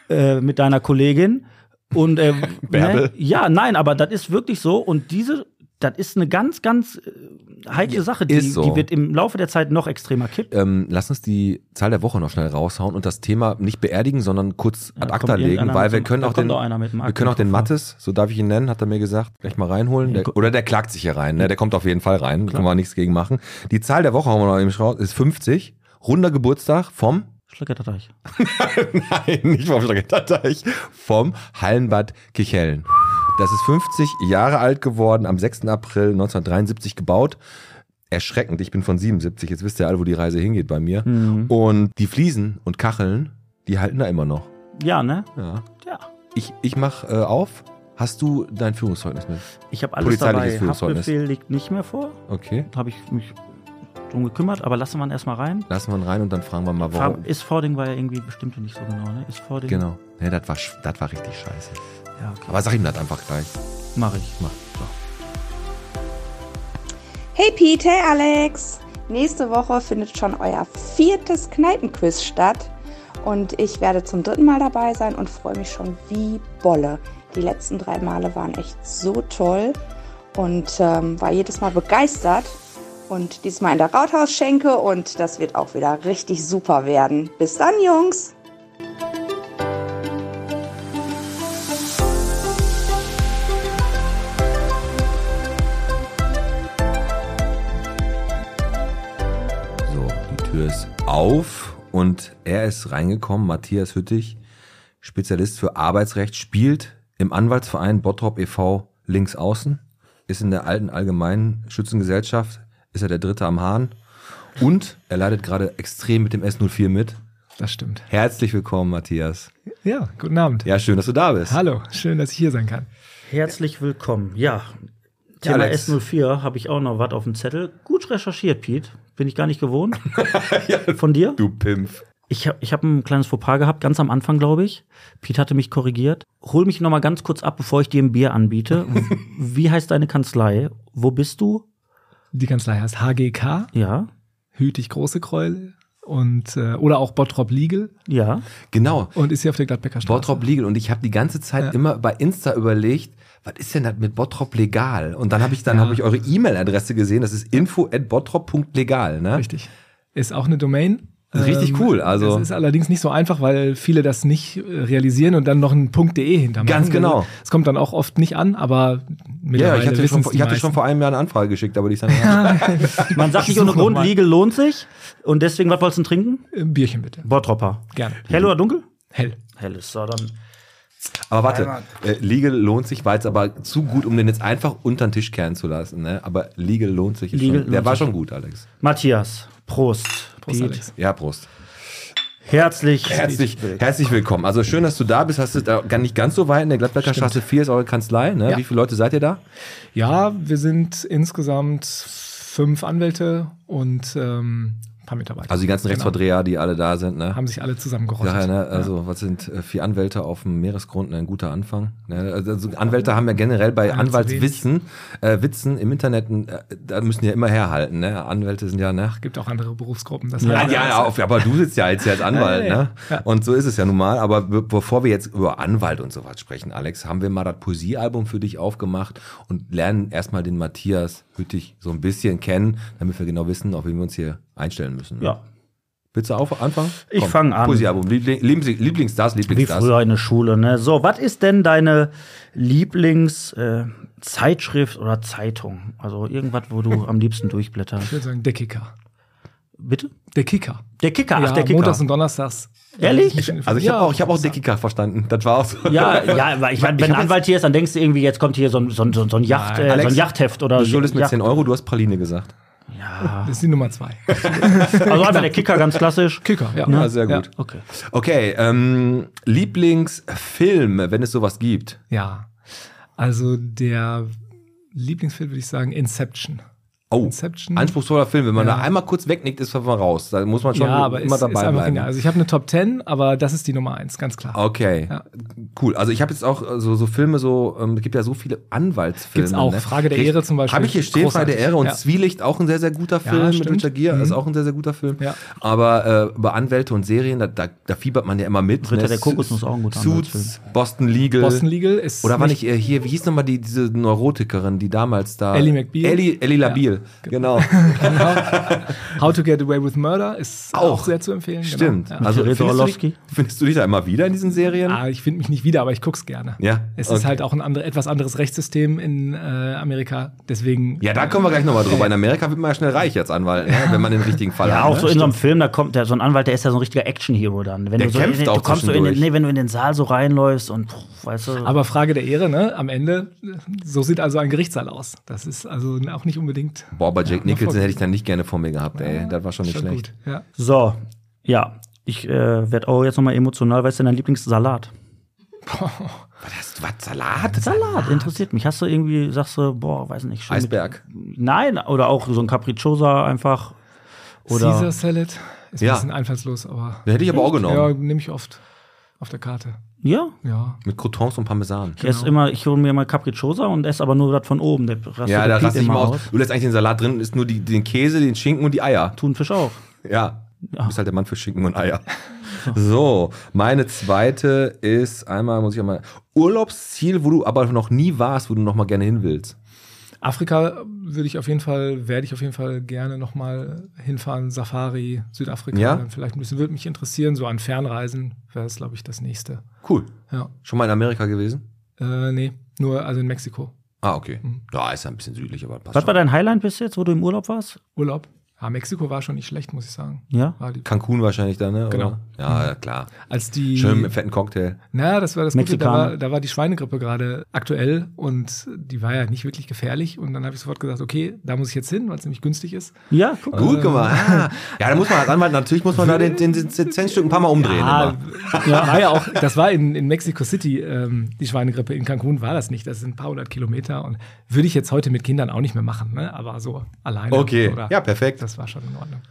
Speaker 2: äh, mit deiner Kollegin und äh,
Speaker 3: Bärbel.
Speaker 2: Ne? Ja, nein, aber das ist wirklich so und diese das ist eine ganz, ganz äh, heikle Sache, die,
Speaker 3: ist so.
Speaker 2: die wird im Laufe der Zeit noch extremer kippen.
Speaker 3: Ähm, lass uns die Zahl der Woche noch schnell raushauen und das Thema nicht beerdigen, sondern kurz ad
Speaker 2: kommt
Speaker 3: acta legen,
Speaker 2: irgendeiner
Speaker 3: weil
Speaker 2: mit
Speaker 3: wir
Speaker 2: dem-
Speaker 3: können
Speaker 2: da
Speaker 3: auch
Speaker 2: kommt
Speaker 3: den,
Speaker 2: doch einer mit dem
Speaker 3: wir können auch den
Speaker 2: Aktenkoffer.
Speaker 3: Mattes, so darf ich ihn nennen, hat er mir gesagt, gleich mal reinholen. Der, oder der klagt sich hier rein, ne? der kommt auf jeden Fall rein, da können wir auch nichts gegen machen. Die Zahl der Woche haben wir noch eben raus, ist 50, runder Geburtstag vom,
Speaker 2: Schlackerteich.
Speaker 3: nein, nicht vom Schlagerteich, vom Hallenbad Kichellen. Das ist 50 Jahre alt geworden, am 6. April 1973 gebaut. Erschreckend, ich bin von 77, jetzt wisst ihr alle, wo die Reise hingeht bei mir.
Speaker 2: Mhm.
Speaker 3: Und die Fliesen und Kacheln, die halten da immer noch.
Speaker 2: Ja, ne?
Speaker 3: Ja.
Speaker 2: Ja.
Speaker 3: Ich, ich mach äh, auf. Hast du dein Führungszeugnis mit?
Speaker 2: Ich habe alles
Speaker 3: Polizeiliches
Speaker 2: dabei.
Speaker 3: Führungszeugnis.
Speaker 2: Haftbefehl liegt nicht mehr vor.
Speaker 3: Okay.
Speaker 2: Da habe ich mich drum gekümmert, aber lassen wir ihn erstmal rein.
Speaker 3: Lassen wir ihn rein und dann fragen wir mal, warum.
Speaker 2: Farb- Ist Fording war ja irgendwie bestimmte nicht so genau, ne? Ist Fording.
Speaker 3: Genau. Ne, das war, sch- das war richtig scheiße.
Speaker 2: Ja, okay.
Speaker 3: Aber sag ihm das einfach gleich.
Speaker 2: Mach ich.
Speaker 3: Mach.
Speaker 1: Hey Pete, hey Alex! Nächste Woche findet schon euer viertes Kneipenquiz statt und ich werde zum dritten Mal dabei sein und freue mich schon wie Bolle. Die letzten drei Male waren echt so toll und ähm, war jedes Mal begeistert und diesmal in der Rathausschenke und das wird auch wieder richtig super werden. Bis dann, Jungs!
Speaker 3: So, die Tür ist auf und er ist reingekommen, Matthias Hüttig, Spezialist für Arbeitsrecht, spielt im Anwaltsverein Bottrop e.V. links außen, ist in der alten allgemeinen Schützengesellschaft, ist er der Dritte am Hahn und er leidet gerade extrem mit dem S04 mit.
Speaker 5: Das stimmt.
Speaker 3: Herzlich willkommen, Matthias.
Speaker 5: Ja, guten Abend.
Speaker 3: Ja, schön, dass du da bist.
Speaker 5: Hallo, schön, dass ich hier sein kann.
Speaker 2: Herzlich willkommen. Ja, Thema
Speaker 3: Alex.
Speaker 2: S04 habe ich auch noch was auf dem Zettel. Gut recherchiert, Pete. Bin ich gar nicht gewohnt. Von dir?
Speaker 3: Du Pimpf.
Speaker 2: Ich habe ich hab ein kleines Fauxpas gehabt, ganz am Anfang, glaube ich. Pete hatte mich korrigiert. Hol mich noch mal ganz kurz ab, bevor ich dir ein Bier anbiete. Wie heißt deine Kanzlei? Wo bist du?
Speaker 5: Die Kanzlei heißt HGK,
Speaker 2: Ja,
Speaker 5: Hütig Große Keule und äh, oder auch Bottrop Legal
Speaker 2: ja.
Speaker 3: Genau.
Speaker 5: und ist hier auf der Gladbecker Straße.
Speaker 3: Bottrop Legal und ich habe die ganze Zeit
Speaker 5: Ja.
Speaker 3: immer bei Insta überlegt, was ist denn das mit Bottrop legal? Und dann habe ich dann
Speaker 5: Ja.
Speaker 3: habe ich eure E-Mail-Adresse gesehen, das ist info@bottrop.legal, ne?
Speaker 5: Richtig. Ist auch eine Domain. Ähm,
Speaker 3: Ist richtig cool, also-
Speaker 5: Es ist allerdings nicht so einfach, weil viele das nicht äh, realisieren und dann noch ein .de hintermachen.
Speaker 3: Ganz genau.
Speaker 5: Also, Es kommt dann auch oft nicht an, aber
Speaker 3: Ja,
Speaker 5: mittlerweile
Speaker 3: ich hatte, schon,
Speaker 5: wissen's
Speaker 3: vor- ich
Speaker 5: die
Speaker 3: hatte schon
Speaker 5: meisten.
Speaker 3: vor einem Jahr eine Anfrage geschickt, aber die ist dann
Speaker 2: Man sagt nicht
Speaker 5: such
Speaker 2: ohne
Speaker 5: noch
Speaker 2: Grund,
Speaker 5: mal.
Speaker 2: Legal lohnt sich. Und deswegen, was wolltest du denn trinken?
Speaker 5: Äh, Bierchen bitte.
Speaker 2: Bottropper.
Speaker 5: Gerne.
Speaker 2: Hell oder dunkel?
Speaker 5: Hell.
Speaker 2: Helles, so dann.
Speaker 3: Aber warte, äh, Legal lohnt sich, war jetzt aber zu gut, um den jetzt einfach unter den Tisch kehren zu lassen, ne? Aber Legal lohnt sich. Ist
Speaker 2: Legal
Speaker 3: schon, der
Speaker 2: lohnt
Speaker 3: war
Speaker 2: sich.
Speaker 3: schon gut, Alex.
Speaker 2: Matthias, Prost.
Speaker 5: Prost,
Speaker 2: Piet.
Speaker 5: Alex.
Speaker 3: Ja, Prost.
Speaker 2: Herzlich.
Speaker 3: Herzlich, herzlich willkommen. Also schön, dass du da bist. Hast du da gar nicht ganz so weit in der Gladbecker Straße 4 ist eure Kanzlei, ne?
Speaker 5: Ja.
Speaker 3: Wie viele Leute seid ihr da?
Speaker 5: Ja, wir sind insgesamt fünf Anwälte und ähm, ein paar Mitarbeiter.
Speaker 3: Also die ganzen
Speaker 5: Genau.
Speaker 3: Rechtsverdreher, die alle da sind, ne?
Speaker 5: haben sich alle zusammengerottet.
Speaker 3: Daher, ne, also was sind äh, vier Anwälte auf dem Meeresgrund? Ne, Ein guter Anfang. Ne, also Anwälte haben ja generell bei
Speaker 5: Haben zu
Speaker 3: Anwaltswissen, äh, Witzen im Internet, äh, da müssen die ja immer herhalten. Ne? Anwälte sind ja, ne?
Speaker 5: gibt auch andere Berufsgruppen. Das
Speaker 3: Ja,
Speaker 5: heißt,
Speaker 3: ja, auf, aber du sitzt ja jetzt hier als Anwalt,
Speaker 5: Ja, ja, ja.
Speaker 3: ne?
Speaker 5: Ja.
Speaker 3: Und so ist es ja nun mal. Aber be bevor wir jetzt über Anwalt und sowas sprechen, Alex, haben wir mal das Poesiealbum für dich aufgemacht und lernen erstmal den Matthias Hüttig so ein bisschen kennen, damit wir genau wissen, auf wen wir uns hier einstellen müssen. ne?
Speaker 2: Ja,
Speaker 3: Willst du auf, anfangen?
Speaker 2: Ich
Speaker 3: Komm,
Speaker 2: fang an.
Speaker 3: Poesiealbum, Liebling, Lieblings- Lieblingsstars,
Speaker 2: wie
Speaker 3: Lieblingsstars.
Speaker 2: früher in der Schule, ne? So, was ist denn deine Lieblingszeitschrift äh, Zeitschrift oder Zeitung? Also irgendwas, wo du am liebsten
Speaker 5: Ich
Speaker 2: durchblätterst.
Speaker 5: würde sagen, der Kicker.
Speaker 2: Bitte?
Speaker 5: Der Kicker.
Speaker 2: Der Kicker, ach,
Speaker 5: ja,
Speaker 2: der Kicker.
Speaker 5: Montags und Donnerstags.
Speaker 2: Ehrlich?
Speaker 3: Also ich habe auch, ich hab auch Dickicker verstanden. Das war auch so.
Speaker 2: ja, ja, weil ich, mein, wenn
Speaker 3: hab jetzt-
Speaker 2: Anwalt hier ist, dann denkst du irgendwie, jetzt kommt hier so ein, so ein, so ein, so ein, Yacht, äh, so
Speaker 3: Alex,
Speaker 2: ein Yachtheft oder
Speaker 3: Du schuldest mir
Speaker 2: Yacht-
Speaker 3: 10 Euro, du hast Praline gesagt.
Speaker 2: Ja.
Speaker 5: Das ist die Nummer zwei.
Speaker 2: Also einfach der Kicker ganz klassisch.
Speaker 5: Kicker, ja.
Speaker 3: Ja, sehr gut.
Speaker 2: Okay.
Speaker 3: Okay, ähm, Lieblingsfilm, wenn es sowas gibt.
Speaker 5: Ja. Also der Lieblingsfilm würde ich sagen Inception.
Speaker 3: Oh,
Speaker 5: Inception.
Speaker 3: anspruchsvoller Film. Wenn man
Speaker 5: Ja.
Speaker 3: da einmal kurz wegnickt, ist man raus. Da muss man schon
Speaker 5: ja, aber
Speaker 3: immer
Speaker 5: ist, ist
Speaker 3: dabei
Speaker 5: einfach
Speaker 3: bleiben. ne?
Speaker 5: genial. Also ich habe eine Top 10, aber das ist die Nummer 1, ganz klar.
Speaker 3: Okay,
Speaker 5: Ja.
Speaker 3: cool. Also ich habe jetzt auch so, so Filme, so ähm, es gibt ja so viele Anwaltsfilme.
Speaker 5: Gibt's auch. Frage der Ehre zum Beispiel.
Speaker 3: Habe ich hier stehen, Frage
Speaker 5: Großartig.
Speaker 3: der Ehre und
Speaker 5: Ja.
Speaker 3: Zwielicht, auch ein sehr, sehr guter Film mit
Speaker 5: stimmt. Mhm.
Speaker 3: Richard Gere, ist auch ein sehr, sehr guter Film.
Speaker 5: Ja.
Speaker 3: Aber äh, über Anwälte und Serien, da, da, da fiebert man ja immer mit. ne?
Speaker 2: Ritter der Kokosnuss, auch ein guter
Speaker 3: Suits,
Speaker 2: Anwaltsfilm.
Speaker 3: Boston Legal.
Speaker 5: Boston Legal ist
Speaker 3: Oder war
Speaker 5: nicht-
Speaker 3: nicht äh, hier, wie hieß nochmal die, diese Neurotikerin, die damals da.
Speaker 5: Ellie McBeal?
Speaker 3: Ellie, Ellie
Speaker 5: Ja.
Speaker 3: Labil, genau.
Speaker 5: How to Get Away with Murder ist auch,
Speaker 3: Äh. Auch.
Speaker 5: sehr zu empfehlen. genau.
Speaker 3: Stimmt.
Speaker 5: Ja.
Speaker 3: Also
Speaker 2: Therese
Speaker 3: findest du, dich,
Speaker 2: Orlowski.
Speaker 3: findest du dich da immer wieder in diesen Serien?
Speaker 5: Ah, ich finde mich nicht wieder, aber ich guck's gerne.
Speaker 3: Ja,
Speaker 5: Es
Speaker 3: okay.
Speaker 5: ist halt auch ein andere, etwas anderes Rechtssystem in äh, Amerika. Deswegen.
Speaker 3: Ja, da kommen wir gleich nochmal drüber. In Amerika wird man ja schnell reich als Anwalt, ne? wenn man den richtigen Fall
Speaker 2: Ja,
Speaker 3: hat.
Speaker 2: auch
Speaker 3: ne?
Speaker 2: so in so einem Film, da kommt der, so ein Anwalt, der ist ja so ein richtiger Action-Hero dann. Wenn
Speaker 3: Der
Speaker 2: du so
Speaker 3: kämpft
Speaker 2: in den,
Speaker 3: auch
Speaker 2: du kommst so in den,
Speaker 3: zwischendurch.
Speaker 2: nee, wenn du in den Saal so reinläufst und pff, weißt du.
Speaker 5: Aber Frage der Ehre, ne? Am Ende, so sieht also ein Gerichtssaal aus. Das ist also auch nicht unbedingt
Speaker 3: Boah, bei Jack
Speaker 5: Ja,
Speaker 3: Nicholson
Speaker 5: voll.
Speaker 3: hätte ich dann nicht gerne vor mir gehabt, ey. Das war schon nicht
Speaker 5: schon
Speaker 3: schlecht.
Speaker 5: gut. Ja.
Speaker 2: so, ja. Ich äh, werde auch jetzt nochmal emotional. Was ist denn dein Lieblingssalat?
Speaker 3: Was, was, Salat?
Speaker 2: Salat interessiert mich. Hast du irgendwie, sagst du, boah, weiß nicht. schön mit-
Speaker 3: Eisberg.
Speaker 2: Nein, oder auch so ein Capricciosa einfach. Oder
Speaker 5: Caesar Salad ist
Speaker 3: Ja.
Speaker 5: ein bisschen einfallslos, aber
Speaker 3: Den hätte ich aber auch genommen.
Speaker 5: ja, nehme ich oft auf der Karte.
Speaker 2: ja,
Speaker 5: Ja.
Speaker 3: Mit Croutons und Parmesan.
Speaker 2: ich esse immer, ich hole mir mal Capricciosa und esse aber nur das von oben. Der Rest
Speaker 3: Ja,
Speaker 2: der
Speaker 3: da
Speaker 2: piept
Speaker 3: raste ich mal aus. Du lässt eigentlich den Salat drin, ist nur die, den Käse, den Schinken und die Eier.
Speaker 2: Thunfisch auch.
Speaker 3: Ja. Du bist halt der Mann für Schinken und Eier. So, meine zweite ist einmal, muss ich einmal. Urlaubsziel, wo du aber noch nie warst, wo du noch mal gerne hin willst.
Speaker 5: Afrika würde ich auf jeden Fall, werde ich auf jeden Fall gerne nochmal hinfahren. Safari, Südafrika,
Speaker 3: Ja?
Speaker 5: dann vielleicht ein bisschen, würde mich interessieren. So an Fernreisen wäre es, glaube ich, das nächste.
Speaker 3: Cool.
Speaker 5: Ja.
Speaker 3: Schon mal in Amerika gewesen?
Speaker 5: Äh, nee, nur also in Mexiko.
Speaker 3: Ah, okay. Da ist er ein bisschen südlich, aber passt.
Speaker 2: Mhm. Was war
Speaker 3: Schon.
Speaker 2: dein Highlight bis jetzt, wo du im Urlaub warst?
Speaker 5: Urlaub. Ja, Mexiko war schon nicht schlecht, muss ich sagen.
Speaker 2: Ja.
Speaker 5: War die,
Speaker 3: Cancun wahrscheinlich dann, ne?
Speaker 5: Genau.
Speaker 3: Oder? Ja, ja, klar.
Speaker 5: als die.
Speaker 3: Schön mit fetten Cocktail.
Speaker 5: Na, das war das Gute. Da
Speaker 2: Mexikaner.
Speaker 5: war, da war die Schweinegrippe gerade aktuell und die war ja nicht wirklich gefährlich. Und dann habe ich sofort gesagt, okay, da muss ich jetzt hin, weil es nämlich günstig ist.
Speaker 2: Ja, guck mal.
Speaker 3: Gut gemacht. Ah. Ja, da muss man als Anwalt natürlich muss man da den, den, den Zentstück ein paar Mal umdrehen.
Speaker 5: Ah,
Speaker 3: immer.
Speaker 5: ja, war ja auch, das war in, in Mexico City, ähm, die Schweinegrippe. In Cancun war das nicht. Das sind ein paar hundert Kilometer und würde ich jetzt heute mit Kindern auch nicht mehr machen, ne? aber so alleine.
Speaker 3: Okay, ja, perfekt.
Speaker 5: Das war schon in Ordnung.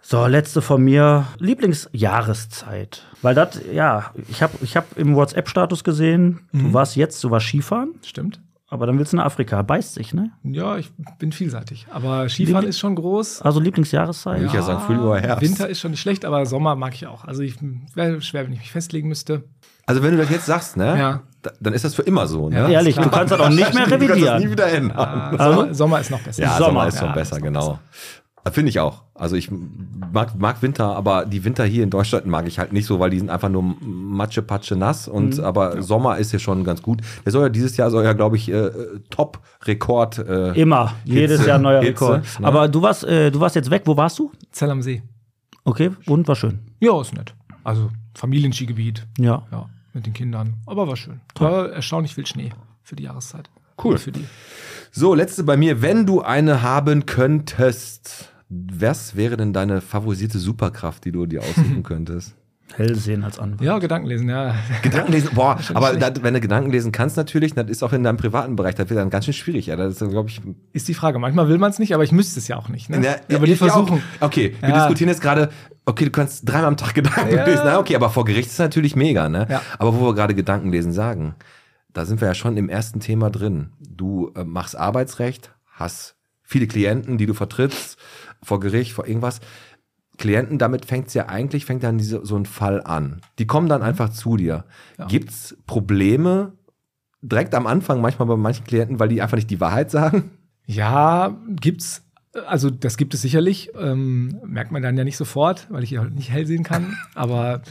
Speaker 2: So, letzte von mir. Lieblingsjahreszeit. Weil das, ja, ich habe ich hab im WhatsApp-Status gesehen, du warst jetzt, du warst Skifahren,
Speaker 5: Stimmt.
Speaker 2: aber dann willst du nach Afrika. Beißt sich, ne?
Speaker 5: Ja, ich bin vielseitig. Aber Skifahren
Speaker 2: Liebli-
Speaker 5: ist schon groß.
Speaker 2: Also Lieblingsjahreszeit.
Speaker 3: Würde ich ja sagen, Frühling oder Herbst.
Speaker 5: Winter ist schon nicht schlecht, aber Sommer mag ich auch. Also ich wäre schwer, wenn ich mich festlegen müsste.
Speaker 3: Also wenn du das jetzt sagst, ne?
Speaker 5: Ja.
Speaker 3: da- Dann ist das für immer so, ne?
Speaker 5: Ja,
Speaker 2: Ehrlich,
Speaker 5: klar.
Speaker 2: du kannst das auch nicht mehr
Speaker 3: Du kannst das nie
Speaker 2: revidieren.
Speaker 3: wieder ändern.
Speaker 5: Ah,
Speaker 2: Also-
Speaker 5: Sommer, Sommer ist noch besser.
Speaker 3: Ja,
Speaker 2: Sommer.
Speaker 3: Sommer, ist schon
Speaker 5: Ja,
Speaker 3: besser,
Speaker 5: ist noch
Speaker 3: genau. Finde ich auch. Also ich mag, mag Winter, aber die Winter hier in Deutschland mag ich halt nicht so, weil die sind einfach nur Matsche, Patsche, nass. Und
Speaker 5: Mhm.
Speaker 3: aber Sommer ist hier schon ganz gut. Der soll ja dieses Jahr soll ja, glaube ich, äh, äh, Top-Rekord. Äh,
Speaker 2: Immer, jedes
Speaker 3: Hitze,
Speaker 2: Jahr neuer
Speaker 3: Hitze,
Speaker 2: Rekord.
Speaker 3: ne?
Speaker 2: Aber du warst, äh, du warst jetzt weg, wo warst du?
Speaker 5: Zell am See.
Speaker 2: Okay, und war schön.
Speaker 5: Ja, ist nett. Also Familienskigebiet.
Speaker 2: Ja.
Speaker 5: Ja, mit den Kindern. Aber war schön. War erstaunlich viel Schnee für die Jahreszeit.
Speaker 3: Cool.
Speaker 5: Und Für die.
Speaker 3: So, letzte bei mir. Wenn du eine haben könntest, was wäre denn deine favorisierte Superkraft, die du dir aussuchen könntest?
Speaker 2: Hellsehen als Anwalt.
Speaker 5: Ja, Gedankenlesen, ja.
Speaker 3: Gedanken lesen, boah, aber das, wenn du Gedanken lesen kannst natürlich, das ist auch in deinem privaten Bereich, das wird dann ganz schön schwierig. Ja, das ist, glaube ich,
Speaker 5: Ist die Frage. Manchmal will man es nicht, aber ich müsste es ja auch nicht. Ne?
Speaker 3: Ja,
Speaker 5: aber die
Speaker 3: ich auch.
Speaker 5: versuchen.
Speaker 3: Okay, wir
Speaker 5: Ja.
Speaker 3: diskutieren jetzt gerade, okay, du kannst dreimal am Tag Gedanken lesen. Na, okay, aber vor Gericht ist natürlich mega, ne?
Speaker 5: Ja.
Speaker 3: Aber wo wir gerade Gedanken lesen sagen, da sind wir ja schon im ersten Thema drin. Du äh, machst Arbeitsrecht, hast viele Klienten, die du vertrittst, vor Gericht, vor irgendwas. Klienten, damit fängt's ja eigentlich, fängt dann diese, so ein Fall an. Die kommen dann einfach zu dir. Gibt's Probleme direkt am Anfang manchmal bei manchen Klienten, weil die einfach nicht die Wahrheit sagen?
Speaker 5: Ja, gibt's. Also das gibt es sicherlich. Ähm, merkt man dann ja nicht sofort, weil ich ja nicht hell sehen kann. aber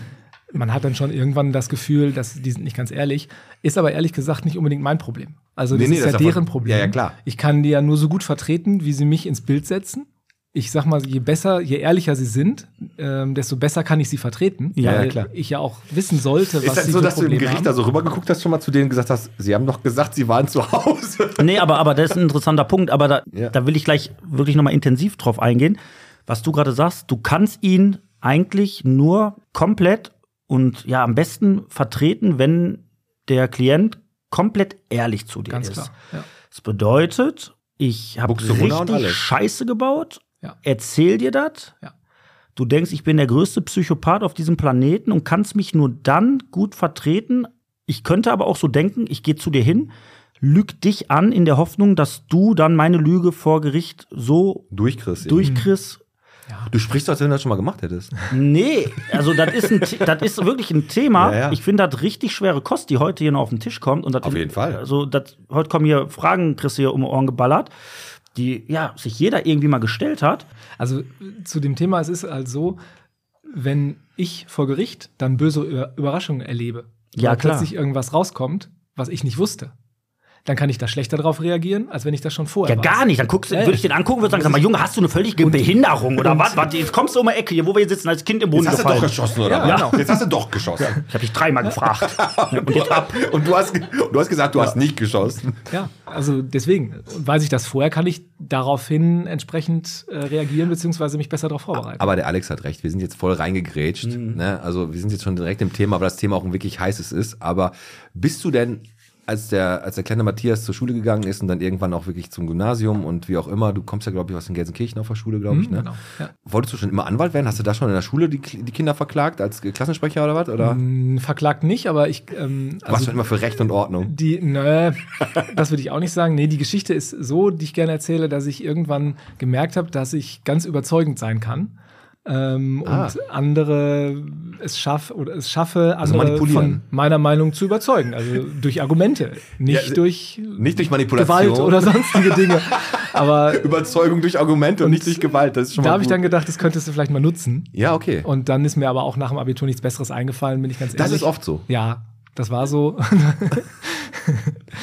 Speaker 5: man hat dann schon irgendwann das Gefühl, dass die sind nicht ganz ehrlich. Ist aber ehrlich gesagt nicht unbedingt mein Problem. Also das
Speaker 3: Nee, nee,
Speaker 5: ist
Speaker 3: das
Speaker 5: ja
Speaker 3: ist ja
Speaker 5: deren
Speaker 3: voll- Ja,
Speaker 5: Problem.
Speaker 3: ja, klar.
Speaker 5: Ich kann die ja nur so gut vertreten, wie sie mich ins Bild setzen. Ich sag mal, je besser, je ehrlicher sie sind, ähm, desto besser kann ich sie vertreten.
Speaker 2: Ja,
Speaker 5: weil
Speaker 3: ja, klar.
Speaker 5: Ich ja auch wissen sollte, was
Speaker 3: Ist das
Speaker 5: sie
Speaker 3: so,
Speaker 5: für
Speaker 3: dass du im
Speaker 5: Probleme
Speaker 3: Gericht
Speaker 5: haben.
Speaker 3: da so rübergeguckt hast, schon mal zu denen gesagt hast, sie haben doch gesagt, sie waren zu Hause?
Speaker 2: Nee, aber, aber das ist ein interessanter Punkt, aber da,
Speaker 3: Ja.
Speaker 2: da will ich gleich wirklich nochmal intensiv drauf eingehen. Was du gerade sagst, du kannst ihn eigentlich nur komplett und ja am besten vertreten, wenn der Klient komplett ehrlich zu dir
Speaker 5: Ganz
Speaker 2: ist.
Speaker 5: klar. Ja.
Speaker 2: Das bedeutet, ich habe
Speaker 3: Buxtehude und
Speaker 2: richtig
Speaker 3: alles.
Speaker 2: Scheiße gebaut,
Speaker 5: Ja.
Speaker 2: erzähl dir das.
Speaker 5: Ja.
Speaker 2: Du denkst, ich bin der größte Psychopath auf diesem Planeten und kannst mich nur dann gut vertreten. Ich könnte aber auch so denken, ich gehe zu dir hin, lüg dich an in der Hoffnung, dass du dann meine Lüge vor Gericht so
Speaker 3: Durch Chris. eben.
Speaker 2: durchkriegst.
Speaker 3: Du sprichst, als wenn du das schon mal gemacht hättest.
Speaker 2: Nee, also das ist, ein, The- das ist wirklich ein Thema.
Speaker 3: Ja, ja.
Speaker 2: Ich finde das richtig schwere Kost, die heute hier noch auf den Tisch kommt. Und das
Speaker 3: Auf jeden Fall.
Speaker 2: Also das, heute kommen hier Fragen, kriegst du hier um die Ohren geballert, die ja sich jeder irgendwie mal gestellt hat.
Speaker 5: Also äh, zu dem Thema, es ist halt so, wenn ich vor Gericht dann böse Ü- Überraschungen erlebe,
Speaker 2: Ja,
Speaker 5: weil
Speaker 2: klar.
Speaker 5: plötzlich irgendwas rauskommt, was ich nicht wusste, dann kann ich da schlechter drauf reagieren, als wenn ich das schon vorher
Speaker 2: Ja,
Speaker 5: weiß.
Speaker 2: gar nicht. Dann guckst,
Speaker 5: Äh.
Speaker 2: würde ich den angucken und sagen, sag mal, Junge, hast du eine völlige Behinderung oder was? Was? Jetzt kommst du um die Ecke hier, wo wir hier sitzen, als Kind im Boden gefallen.
Speaker 3: geschossen, oder?
Speaker 5: Ja,
Speaker 3: was? Jetzt hast du doch geschossen.
Speaker 2: Ich habe dich dreimal gefragt. und jetzt ab.
Speaker 3: Und du hast, du hast gesagt, du hast nicht geschossen.
Speaker 5: Ja, also deswegen, und weiß ich das vorher, kann ich daraufhin entsprechend äh, reagieren, beziehungsweise mich besser darauf vorbereiten.
Speaker 3: Aber der Alex hat recht, wir sind jetzt voll reingegrätscht.
Speaker 5: Mhm.
Speaker 3: Ne? Also wir sind jetzt schon direkt im Thema, weil das Thema auch ein wirklich heißes ist. Aber bist du denn, als der, als der kleine Matthias zur Schule gegangen ist und dann irgendwann auch wirklich zum Gymnasium und wie auch immer, du kommst ja, glaube ich, aus den Gelsenkirchen auf der Schule, glaube ich. Ne?
Speaker 5: genau, ja.
Speaker 3: Wolltest du schon immer Anwalt werden? Hast du da schon in der Schule die, die Kinder verklagt als Klassensprecher oder was? Oder
Speaker 5: Hm, Verklagt nicht, aber ich. Ähm,
Speaker 3: warst du immer für Recht und Ordnung?
Speaker 5: Die, nö, das würde ich auch nicht sagen. Nee, die Geschichte ist so, die ich gerne erzähle, dass ich irgendwann gemerkt habe, dass ich ganz überzeugend sein kann. Ähm,
Speaker 3: Ah.
Speaker 5: Und andere es schaffe oder es schaffe,
Speaker 3: Also
Speaker 5: andere
Speaker 3: manipulieren.
Speaker 5: von meiner Meinung zu überzeugen. Also durch Argumente. Nicht
Speaker 3: Ja,
Speaker 5: durch
Speaker 3: Nicht durch Manipulation.
Speaker 5: Gewalt oder sonstige Dinge. Aber
Speaker 3: Überzeugung durch Argumente und, nicht durch Gewalt. Das ist schon
Speaker 5: da
Speaker 3: mal
Speaker 5: habe ich
Speaker 3: gut.
Speaker 5: dann gedacht, das könntest du vielleicht mal nutzen.
Speaker 3: Ja, okay.
Speaker 5: Und dann ist mir aber auch nach dem Abitur nichts Besseres eingefallen, bin ich ganz ehrlich.
Speaker 3: Das ist oft so.
Speaker 5: Ja, das war so.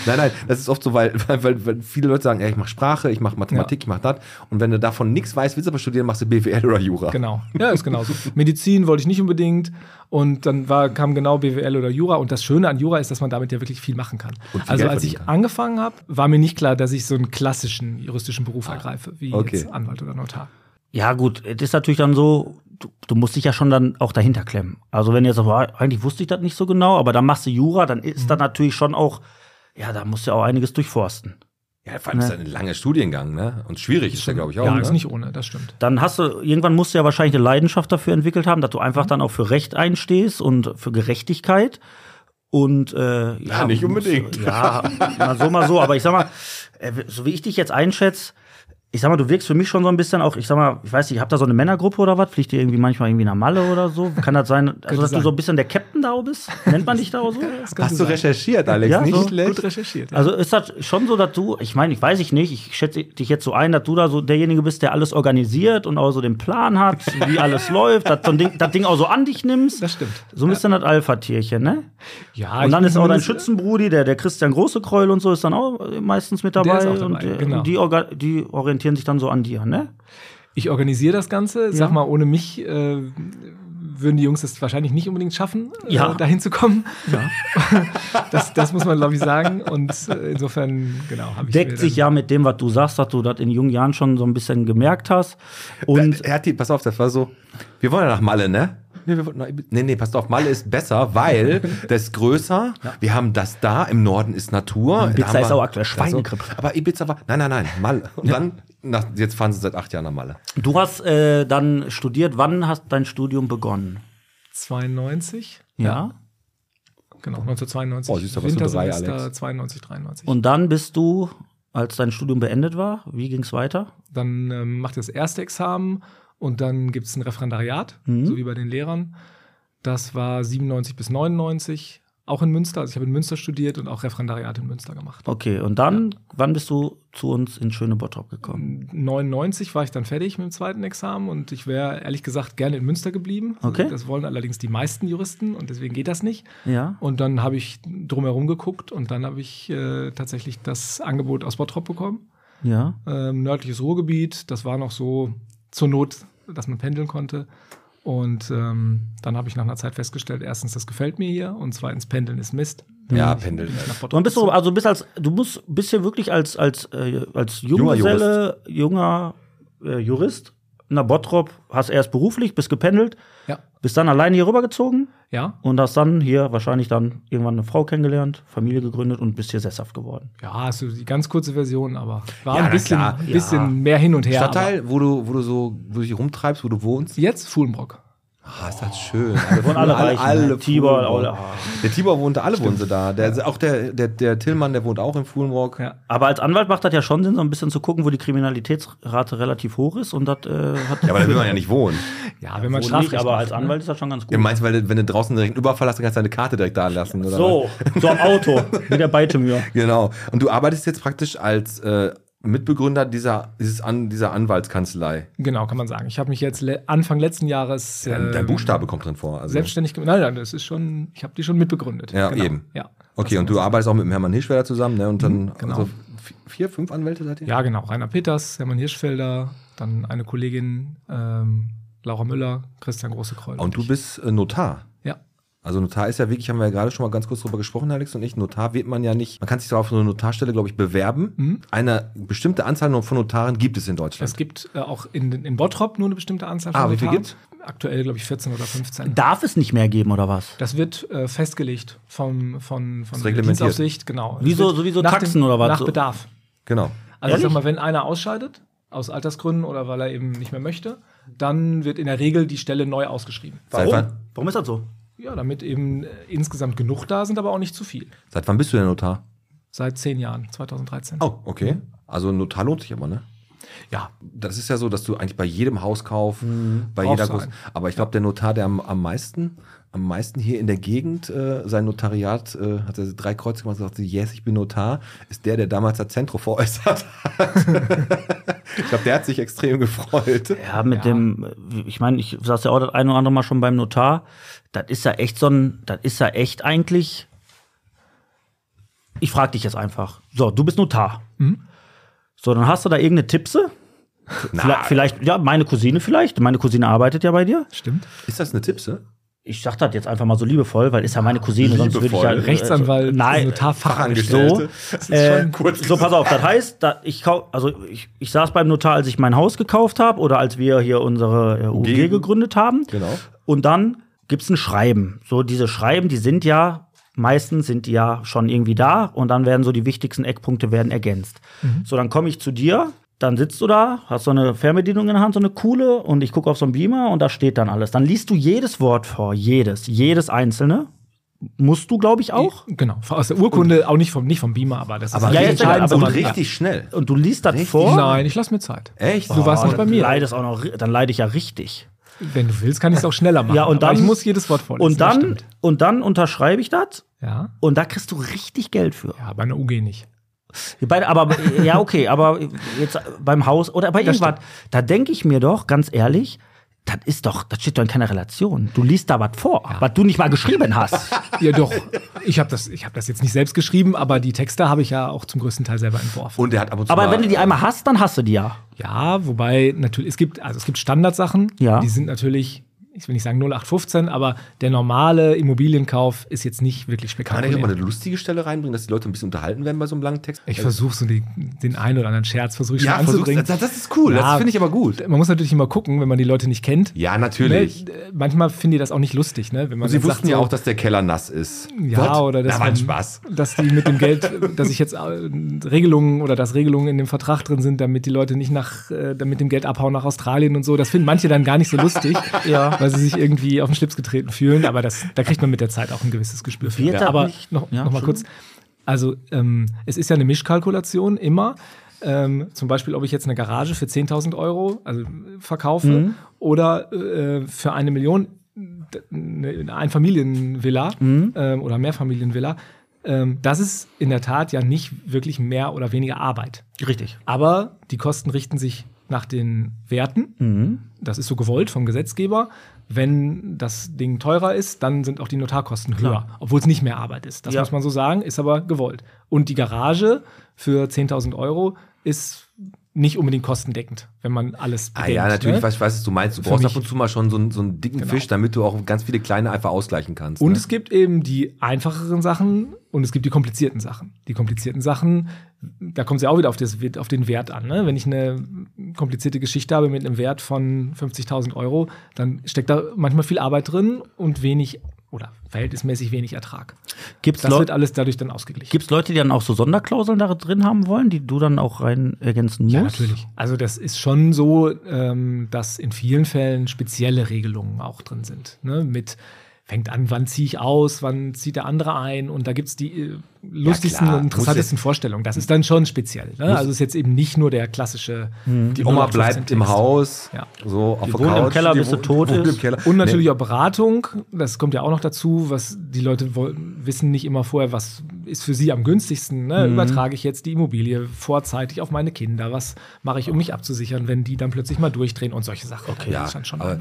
Speaker 3: Nein, nein, das ist oft so, weil, weil, weil weil viele Leute sagen, ey, ich mache Sprache, ich mache Mathematik, ich mache das. Und wenn du davon nichts weißt, willst du aber studieren, machst du BWL oder Jura.
Speaker 5: Genau. Ja, ist genauso. Medizin wollte ich nicht unbedingt. Und dann war, kam genau BWL oder Jura. Und das Schöne an Jura ist, dass man damit ja wirklich viel machen kann.
Speaker 3: Und viel
Speaker 5: also
Speaker 3: Geld
Speaker 5: als ich
Speaker 3: verdienen kann.
Speaker 5: angefangen habe, war mir nicht klar, dass ich so einen klassischen juristischen Beruf ergreife, wie
Speaker 3: Ah, okay.
Speaker 5: jetzt Anwalt oder Notar.
Speaker 2: Ja, gut, es ist natürlich dann so, du, du musst dich ja schon dann auch dahinter klemmen. Also, wenn du jetzt sagst, "Ah, eigentlich wusste ich das nicht so genau, aber dann machst du Jura, dann ist das natürlich schon auch, ja, da musst du ja auch einiges durchforsten.
Speaker 3: Ja, vor allem ist das ein langer Studiengang, ne? Und schwierig ist der, glaube ich, auch.
Speaker 5: ja,
Speaker 3: ne?
Speaker 5: ist nicht ohne, das stimmt.
Speaker 2: Dann hast du, irgendwann musst du ja wahrscheinlich eine Leidenschaft dafür entwickelt haben, dass du einfach dann auch für Recht einstehst und für Gerechtigkeit. Und äh, ja,
Speaker 3: nicht
Speaker 2: muss-
Speaker 3: unbedingt.
Speaker 2: Ja, mal so, mal so. Aber ich sag mal, äh, so wie ich dich jetzt einschätze, ich sag mal, du wirkst für mich schon so ein bisschen auch, ich sag mal, ich weiß nicht, habt da so eine Männergruppe oder was? Fliegt ihr irgendwie manchmal irgendwie nach Malle oder so? Kann das sein, also dass du
Speaker 5: sein.
Speaker 2: so ein bisschen der Captain da bist? Nennt man dich da auch so?
Speaker 5: Das
Speaker 3: Hast
Speaker 5: könnte
Speaker 3: du
Speaker 5: sein. Also,
Speaker 3: recherchiert, Alex?
Speaker 2: Ja,
Speaker 3: nicht
Speaker 2: so.
Speaker 3: schlecht.
Speaker 5: Gut recherchiert. Ja.
Speaker 2: Also ist das schon so, dass du, ich meine, ich weiß ich nicht, ich schätze dich jetzt so ein, dass du da so derjenige bist, der alles organisiert und auch so den Plan hat, wie alles läuft, dass so ein Ding, das Ding auch so an dich nimmst.
Speaker 5: Das stimmt.
Speaker 2: So ein bisschen das Alpha-Tierchen, ne?
Speaker 5: Ja,
Speaker 2: und
Speaker 5: ich
Speaker 2: dann
Speaker 5: bin
Speaker 2: ist auch dein
Speaker 5: zumindest-
Speaker 2: Schützenbrudi, der, der Christian Großekreul und so, ist dann auch äh, meistens mit dabei.
Speaker 5: Der ist auch dabei,
Speaker 2: und äh,
Speaker 5: genau.
Speaker 2: die, orga- die orientieren sich dann so an dir, ne?
Speaker 5: Ich organisiere das Ganze. Sag mal, ohne mich äh, würden die Jungs das wahrscheinlich nicht unbedingt schaffen,
Speaker 2: Ja.
Speaker 5: äh, dahin zu kommen. das, das muss man, glaube ich, sagen. Und äh, insofern, genau, habe ich. mir
Speaker 2: Deckt sich
Speaker 5: dann-
Speaker 2: ja mit dem, was du sagst, dass du das in jungen Jahren schon so ein bisschen gemerkt hast. Und
Speaker 3: Er hat die, pass auf, das war so, wir wollen ja nach Malle, ne? Nee, wir wollten nach Ibiza. nee, nee, passt auf, Malle ist besser, weil das ist größer, wir haben das da, im Norden ist Natur.
Speaker 2: Ibiza
Speaker 3: da haben
Speaker 2: ist
Speaker 3: wir-
Speaker 2: auch aktuell
Speaker 3: das so.
Speaker 2: Schweinegrippe.
Speaker 3: Aber Ibiza war, nein, nein, nein, Malle. Und dann, nach, jetzt fahren sie seit acht Jahren nach Malle.
Speaker 2: du hast äh, dann studiert, wann hast dein Studium begonnen?
Speaker 5: 92.
Speaker 2: Ja.
Speaker 5: Genau, 1992.
Speaker 3: Oh, siehst du, warst du
Speaker 5: Wintersemester
Speaker 3: drei, Alex.
Speaker 5: 92, 93.
Speaker 2: Und dann bist du, als dein Studium beendet war, wie ging es weiter?
Speaker 5: Dann ähm, macht ihr das erste Examen und dann gibt es ein Referendariat, so wie bei den Lehrern. Das war 97 bis 99, auch in Münster. Also ich habe in Münster studiert und auch Referendariat in Münster gemacht.
Speaker 2: Okay, und dann, wann bist du zu uns in schöne Bottrop gekommen?
Speaker 5: 99 war ich dann fertig mit dem zweiten Examen und ich wäre ehrlich gesagt gerne in Münster geblieben.
Speaker 2: Okay.
Speaker 5: Das wollen allerdings die meisten Juristen und deswegen geht das nicht.
Speaker 3: Mm.
Speaker 2: Ja.
Speaker 5: Und dann habe ich drumherum geguckt und dann habe ich äh, tatsächlich das Angebot aus Bottrop bekommen.
Speaker 2: Ja.
Speaker 5: ähm, nördliches Ruhrgebiet. Das war noch so zur Not, dass man pendeln konnte. Und ähm, dann habe ich nach einer Zeit festgestellt, erstens, das gefällt mir hier und zweitens, pendeln ist Mist.
Speaker 3: Ja, halt.
Speaker 5: Ich-
Speaker 3: pendeln.
Speaker 5: ich nach
Speaker 2: Du
Speaker 5: Bottrop
Speaker 2: bist du, also bist als, du musst, bist hier wirklich als, als, äh, als
Speaker 3: Junger
Speaker 2: Junggeselle, junger, äh, Jurist nach Bottrop, hast erst beruflich, bist gependelt,
Speaker 5: Ja.
Speaker 2: bist dann alleine hier rübergezogen
Speaker 5: Ja.
Speaker 2: und hast dann hier wahrscheinlich dann irgendwann eine Frau kennengelernt, Familie gegründet und bist hier sesshaft geworden.
Speaker 5: Ja, also die ganz kurze Version, aber war
Speaker 3: Ja, na
Speaker 5: ein bisschen,
Speaker 3: klar, ja.
Speaker 5: bisschen mehr hin und her. aber
Speaker 3: Stadtteil, wo du, wo du so, wo du dich rumtreibst, wo du wohnst.
Speaker 5: Jetzt Fuhlenbrock.
Speaker 3: Ah, ist das schön. Alle,
Speaker 2: Wohnen alle Reichen, ne? Tibor,
Speaker 3: Tibor,
Speaker 2: alle-
Speaker 3: alle.
Speaker 2: ah.
Speaker 3: Der Tibor wohnte, alle wohnten da. Der, auch der, der, der Tillmann, der wohnt auch in Fuhlenrock.
Speaker 5: Ja.
Speaker 2: Aber als Anwalt macht das ja schon Sinn, so ein bisschen zu gucken, wo die Kriminalitätsrate relativ hoch ist und das äh, hat.
Speaker 3: Ja, aber da will man ja nicht wohnen.
Speaker 5: Ja, wenn man
Speaker 2: Wohl nicht,
Speaker 5: Strafrecht
Speaker 2: aber
Speaker 5: macht,
Speaker 2: als
Speaker 5: ne?
Speaker 2: Anwalt ist das schon ganz
Speaker 3: Du
Speaker 2: gut.
Speaker 3: meinst, weil du- wenn du draußen direkt einen Überfall hast, dann kannst du deine Karte direkt da lassen, oder?
Speaker 2: so, so am Auto, wie der Beitemür.
Speaker 3: was? Genau. Und du arbeitest jetzt praktisch als äh, Mitbegründer dieser, dieses An, dieser Anwaltskanzlei.
Speaker 5: Genau, kann man sagen. Ich habe mich jetzt le Anfang letzten Jahres
Speaker 3: Der, der
Speaker 5: ähm,
Speaker 3: Buchstabe kommt drin vor. Also.
Speaker 5: selbstständig gemacht. Nein, nein, das ist schon, ich habe die schon mitbegründet. Genau.
Speaker 3: Ja, eben.
Speaker 5: Ja.
Speaker 3: Okay, und du arbeitest auch mit dem Hermann Hirschwerder zusammen, ne? Und dann
Speaker 5: genau.
Speaker 3: also vi- vier, fünf Anwälte seid ihr?
Speaker 5: Ja, genau. Rainer Peters, Hermann Hirschfelder, dann eine Kollegin, ähm, Laura Müller, Christian Großekreuz.
Speaker 3: Und du bist äh, Notar.
Speaker 5: Ja.
Speaker 3: Also Notar ist ja wirklich, haben wir ja gerade schon mal ganz kurz drüber gesprochen, Alex und ich. Notar wird man ja nicht, man kann sich darauf so eine Notarstelle, glaube ich, bewerben. Eine bestimmte Anzahl von Notaren gibt es in Deutschland.
Speaker 5: Es gibt äh, auch in, in Bottrop nur eine bestimmte Anzahl von
Speaker 3: Ah, wie viel
Speaker 5: Notaren. Aktuell, glaube ich, 14 oder 15.
Speaker 2: Darf es nicht mehr geben oder was?
Speaker 5: Das wird äh, festgelegt vom, von, von
Speaker 3: Ist
Speaker 5: der
Speaker 3: reglementiert.
Speaker 5: Dienstaufsicht, genau.
Speaker 2: Wie
Speaker 5: Es
Speaker 2: so-
Speaker 5: wird
Speaker 2: so wie so
Speaker 5: nach
Speaker 2: Taxen oder was?
Speaker 5: Nach
Speaker 2: So-
Speaker 5: Bedarf.
Speaker 3: Genau.
Speaker 5: Also ich sag
Speaker 2: Ehrlich?
Speaker 5: mal, wenn einer ausscheidet, aus Altersgründen oder weil er eben nicht mehr möchte, dann wird in der Regel die Stelle neu ausgeschrieben.
Speaker 3: Seit wann,
Speaker 2: Warum ist das so?
Speaker 5: Ja, damit eben äh, insgesamt genug da sind, aber auch nicht zu viel.
Speaker 3: seit wann bist du denn Notar?
Speaker 5: Seit zehn Jahren, 2013.
Speaker 3: Oh, okay. Also ein Notar lohnt sich aber, ne?
Speaker 5: Ja,
Speaker 3: Das ist ja so, dass du eigentlich bei jedem Hauskauf, bei
Speaker 5: auch
Speaker 3: jeder
Speaker 5: so
Speaker 3: großen.
Speaker 5: ein.
Speaker 3: Aber ich glaube, der Notar, der am, am meisten, am meisten hier in der Gegend äh, sein Notariat, äh, hat er drei Kreuze gemacht und gesagt, yes, ich bin Notar, ist der, der damals das Zentro veräußert hat. ich glaube, der hat sich extrem gefreut.
Speaker 2: Ja, mit dem, äh, ich meine, ich saß ja auch das ein oder andere Mal schon beim Notar. Das ist ja echt so ein, das ist ja echt eigentlich. Ich frage dich jetzt einfach. So, du bist Notar. So, dann hast du da irgendeine Tippse? Vielleicht, vielleicht, ja, meine Cousine vielleicht. Meine Cousine arbeitet ja bei dir.
Speaker 5: stimmt.
Speaker 3: Ist das eine ne? Tippse?
Speaker 2: Ich sag das jetzt einfach mal so liebevoll, weil ist ja meine Cousine, sonst würde ich ja. äh,
Speaker 3: Liebevoll.
Speaker 5: Rechtsanwalt,
Speaker 2: nein,
Speaker 5: Notarfachangestellte.
Speaker 2: Ah, so.
Speaker 3: Angestellte.
Speaker 2: Äh,
Speaker 5: schon
Speaker 3: kurz
Speaker 2: so, pass auf, das heißt, da, ich, kau- also ich, ich saß beim Notar, als ich mein Haus gekauft habe oder als wir hier unsere äh, UG
Speaker 3: Gegen-
Speaker 2: gegründet haben.
Speaker 3: Genau.
Speaker 2: Und dann gibt's ein Schreiben. So, diese Schreiben, die sind ja, meistens sind die ja schon irgendwie da und dann werden so die wichtigsten Eckpunkte werden ergänzt. So, dann komme ich zu dir, dann sitzt du da, hast so eine Fernbedienung in der Hand, so eine coole, und ich gucke auf so einen Beamer und da steht dann alles. Dann liest du jedes Wort vor, jedes, jedes einzelne. Musst du, glaube ich, auch.
Speaker 5: Genau, aus der Urkunde, auch nicht vom, nicht vom Beamer, aber das
Speaker 3: Aber
Speaker 5: ist
Speaker 2: Ja,
Speaker 5: nicht
Speaker 2: jetzt egal,
Speaker 5: entscheidend,
Speaker 2: aber
Speaker 3: und
Speaker 5: sondern-
Speaker 3: richtig schnell.
Speaker 2: Und du liest das
Speaker 3: Richtig?
Speaker 2: vor.
Speaker 5: Nein, ich lass mir Zeit.
Speaker 3: Echt?
Speaker 5: Du warst
Speaker 2: Oh,
Speaker 5: nicht bei
Speaker 2: dann
Speaker 5: mir.
Speaker 2: leidest auch noch, ri- dann leide ich ja richtig.
Speaker 5: Wenn du willst, kann ich es auch schneller machen.
Speaker 2: Ja, und
Speaker 5: aber
Speaker 2: dann-
Speaker 5: ich muss jedes Wort vorlesen.
Speaker 2: Und
Speaker 5: das
Speaker 2: dann,
Speaker 5: stimmt.
Speaker 2: und dann unterschreibe ich das
Speaker 5: Ja,
Speaker 2: und da kriegst du richtig Geld für.
Speaker 5: ja, bei einer UG nicht.
Speaker 2: Bei, aber ja, okay, aber jetzt beim Haus oder bei
Speaker 5: Das
Speaker 2: irgendwas, da denke ich mir doch, ganz ehrlich, das ist doch, das steht doch in keiner Relation. Du liest da was vor, was du nicht mal geschrieben hast.
Speaker 5: Ja, doch. Ich habe das, ich hab das jetzt nicht selbst geschrieben, aber die Texte habe ich ja auch zum größten Teil selber entworfen.
Speaker 3: Und der hat ab und zu
Speaker 2: aber
Speaker 3: mal-
Speaker 2: wenn du die einmal hast, dann hast du die ja.
Speaker 5: Ja, wobei natürlich, es gibt, also es gibt Standardsachen,
Speaker 2: Ja.
Speaker 5: die sind natürlich, ich will nicht sagen 0815, aber der normale Immobilienkauf ist jetzt nicht wirklich
Speaker 3: Kann man nicht nochmal
Speaker 5: spektakulär.
Speaker 3: eine lustige Stelle reinbringen, dass die Leute ein bisschen unterhalten werden bei so einem langen Text?
Speaker 5: Ich versuche so die, den einen oder anderen Scherz versuche ich
Speaker 3: ja,
Speaker 5: schon
Speaker 3: versuch's.
Speaker 5: anzubringen.
Speaker 3: das, das ist cool,
Speaker 5: Ja.
Speaker 3: das finde ich aber gut.
Speaker 5: Man muss natürlich immer gucken, wenn man die Leute nicht kennt.
Speaker 3: Ja, natürlich.
Speaker 5: Ne, äh, Manchmal finden die das auch nicht lustig, ne? Wenn man
Speaker 3: Und sie
Speaker 5: dann sagt
Speaker 3: wussten ja
Speaker 5: so,
Speaker 3: auch, dass der Keller nass ist.
Speaker 5: ja,
Speaker 3: What?
Speaker 5: oder dass
Speaker 3: Da war ein
Speaker 5: man-
Speaker 3: Spaß.
Speaker 5: dass die mit dem Geld, dass ich jetzt äh, Regelungen oder dass Regelungen in dem Vertrag drin sind, damit die Leute nicht nach, äh, damit dem Geld abhauen nach Australien und so. Das finden manche dann gar nicht so lustig,
Speaker 2: Ja.
Speaker 5: weil sie sich irgendwie auf den Schlips getreten fühlen. Aber das, da kriegt man mit der Zeit auch ein gewisses Gespür für.
Speaker 2: Wird das
Speaker 5: Aber
Speaker 2: nicht-
Speaker 5: noch,
Speaker 2: Ja,
Speaker 5: noch mal
Speaker 2: Entschuldigung.
Speaker 5: kurz. Also ähm, es ist ja eine Mischkalkulation immer. Ähm, zum Beispiel, ob ich jetzt eine Garage für 10.000 Euro also, äh, verkaufe oder äh, für eine Million d- eine Einfamilienvilla ähm, oder Mehrfamilienvilla. Ähm, das ist in der Tat ja nicht wirklich mehr oder weniger Arbeit.
Speaker 2: Richtig.
Speaker 5: Aber die Kosten richten sich nach den Werten.
Speaker 2: Mhm.
Speaker 5: Das ist so gewollt vom Gesetzgeber. Wenn das Ding teurer ist, dann sind auch die Notarkosten höher, obwohl es nicht mehr Arbeit ist. Das
Speaker 2: Ja.
Speaker 5: muss man so sagen, ist aber gewollt. Und die Garage für 10.000 Euro ist nicht unbedingt kostendeckend, wenn man alles
Speaker 3: Ah
Speaker 5: bedenkt,
Speaker 3: ja, natürlich,
Speaker 5: ne?
Speaker 3: ich weiß, ich weiß, was du meinst. Du
Speaker 5: Für
Speaker 3: brauchst
Speaker 5: mich-
Speaker 3: ab und zu mal schon so einen, so einen dicken
Speaker 5: Genau.
Speaker 3: Fisch, damit du auch ganz viele kleine einfach ausgleichen kannst.
Speaker 5: Und
Speaker 3: ne?
Speaker 5: es gibt eben die einfacheren Sachen und es gibt die komplizierten Sachen. Die komplizierten Sachen, da kommt es ja auch wieder auf, das, auf den Wert an. Ne? Wenn ich eine komplizierte Geschichte habe mit einem Wert von 50.000 Euro, dann steckt da manchmal viel Arbeit drin und wenig oder verhältnismäßig wenig Ertrag.
Speaker 2: Gibt es
Speaker 5: Das wird
Speaker 2: Le
Speaker 5: alles dadurch dann ausgeglichen.
Speaker 2: gibt's Leute, die dann auch so Sonderklauseln da drin haben wollen, die du dann auch rein ergänzen musst?
Speaker 5: Also das ist schon so, ähm, dass in vielen Fällen spezielle Regelungen auch drin sind. Ne? Mit fängt an, wann ziehe ich aus, wann zieht der andere ein und da gibt es die äh, lustigsten
Speaker 3: klar.
Speaker 5: und interessantesten Vorstellungen. Das ist dann schon speziell. Ne? Also ist jetzt eben nicht nur der klassische
Speaker 3: Hm. die Oma bleibt im Haus,
Speaker 5: Ja.
Speaker 3: so auf
Speaker 2: Die
Speaker 3: der
Speaker 2: wohnt im
Speaker 3: Couch.
Speaker 2: Keller,
Speaker 3: die
Speaker 2: bis sie
Speaker 3: wo-
Speaker 2: tot
Speaker 3: wohnt
Speaker 2: ist.
Speaker 3: Im Keller.
Speaker 5: Und natürlich auch Beratung, das kommt ja auch noch dazu, was die Leute woll- wissen nicht immer vorher, was ist für sie am günstigsten.
Speaker 3: Mhm.
Speaker 5: Ne? Übertrage ich jetzt die Immobilie vorzeitig auf meine Kinder? Was mache ich, um mich abzusichern, wenn die dann plötzlich mal durchdrehen und solche Sachen? Okay,
Speaker 3: ja, aber-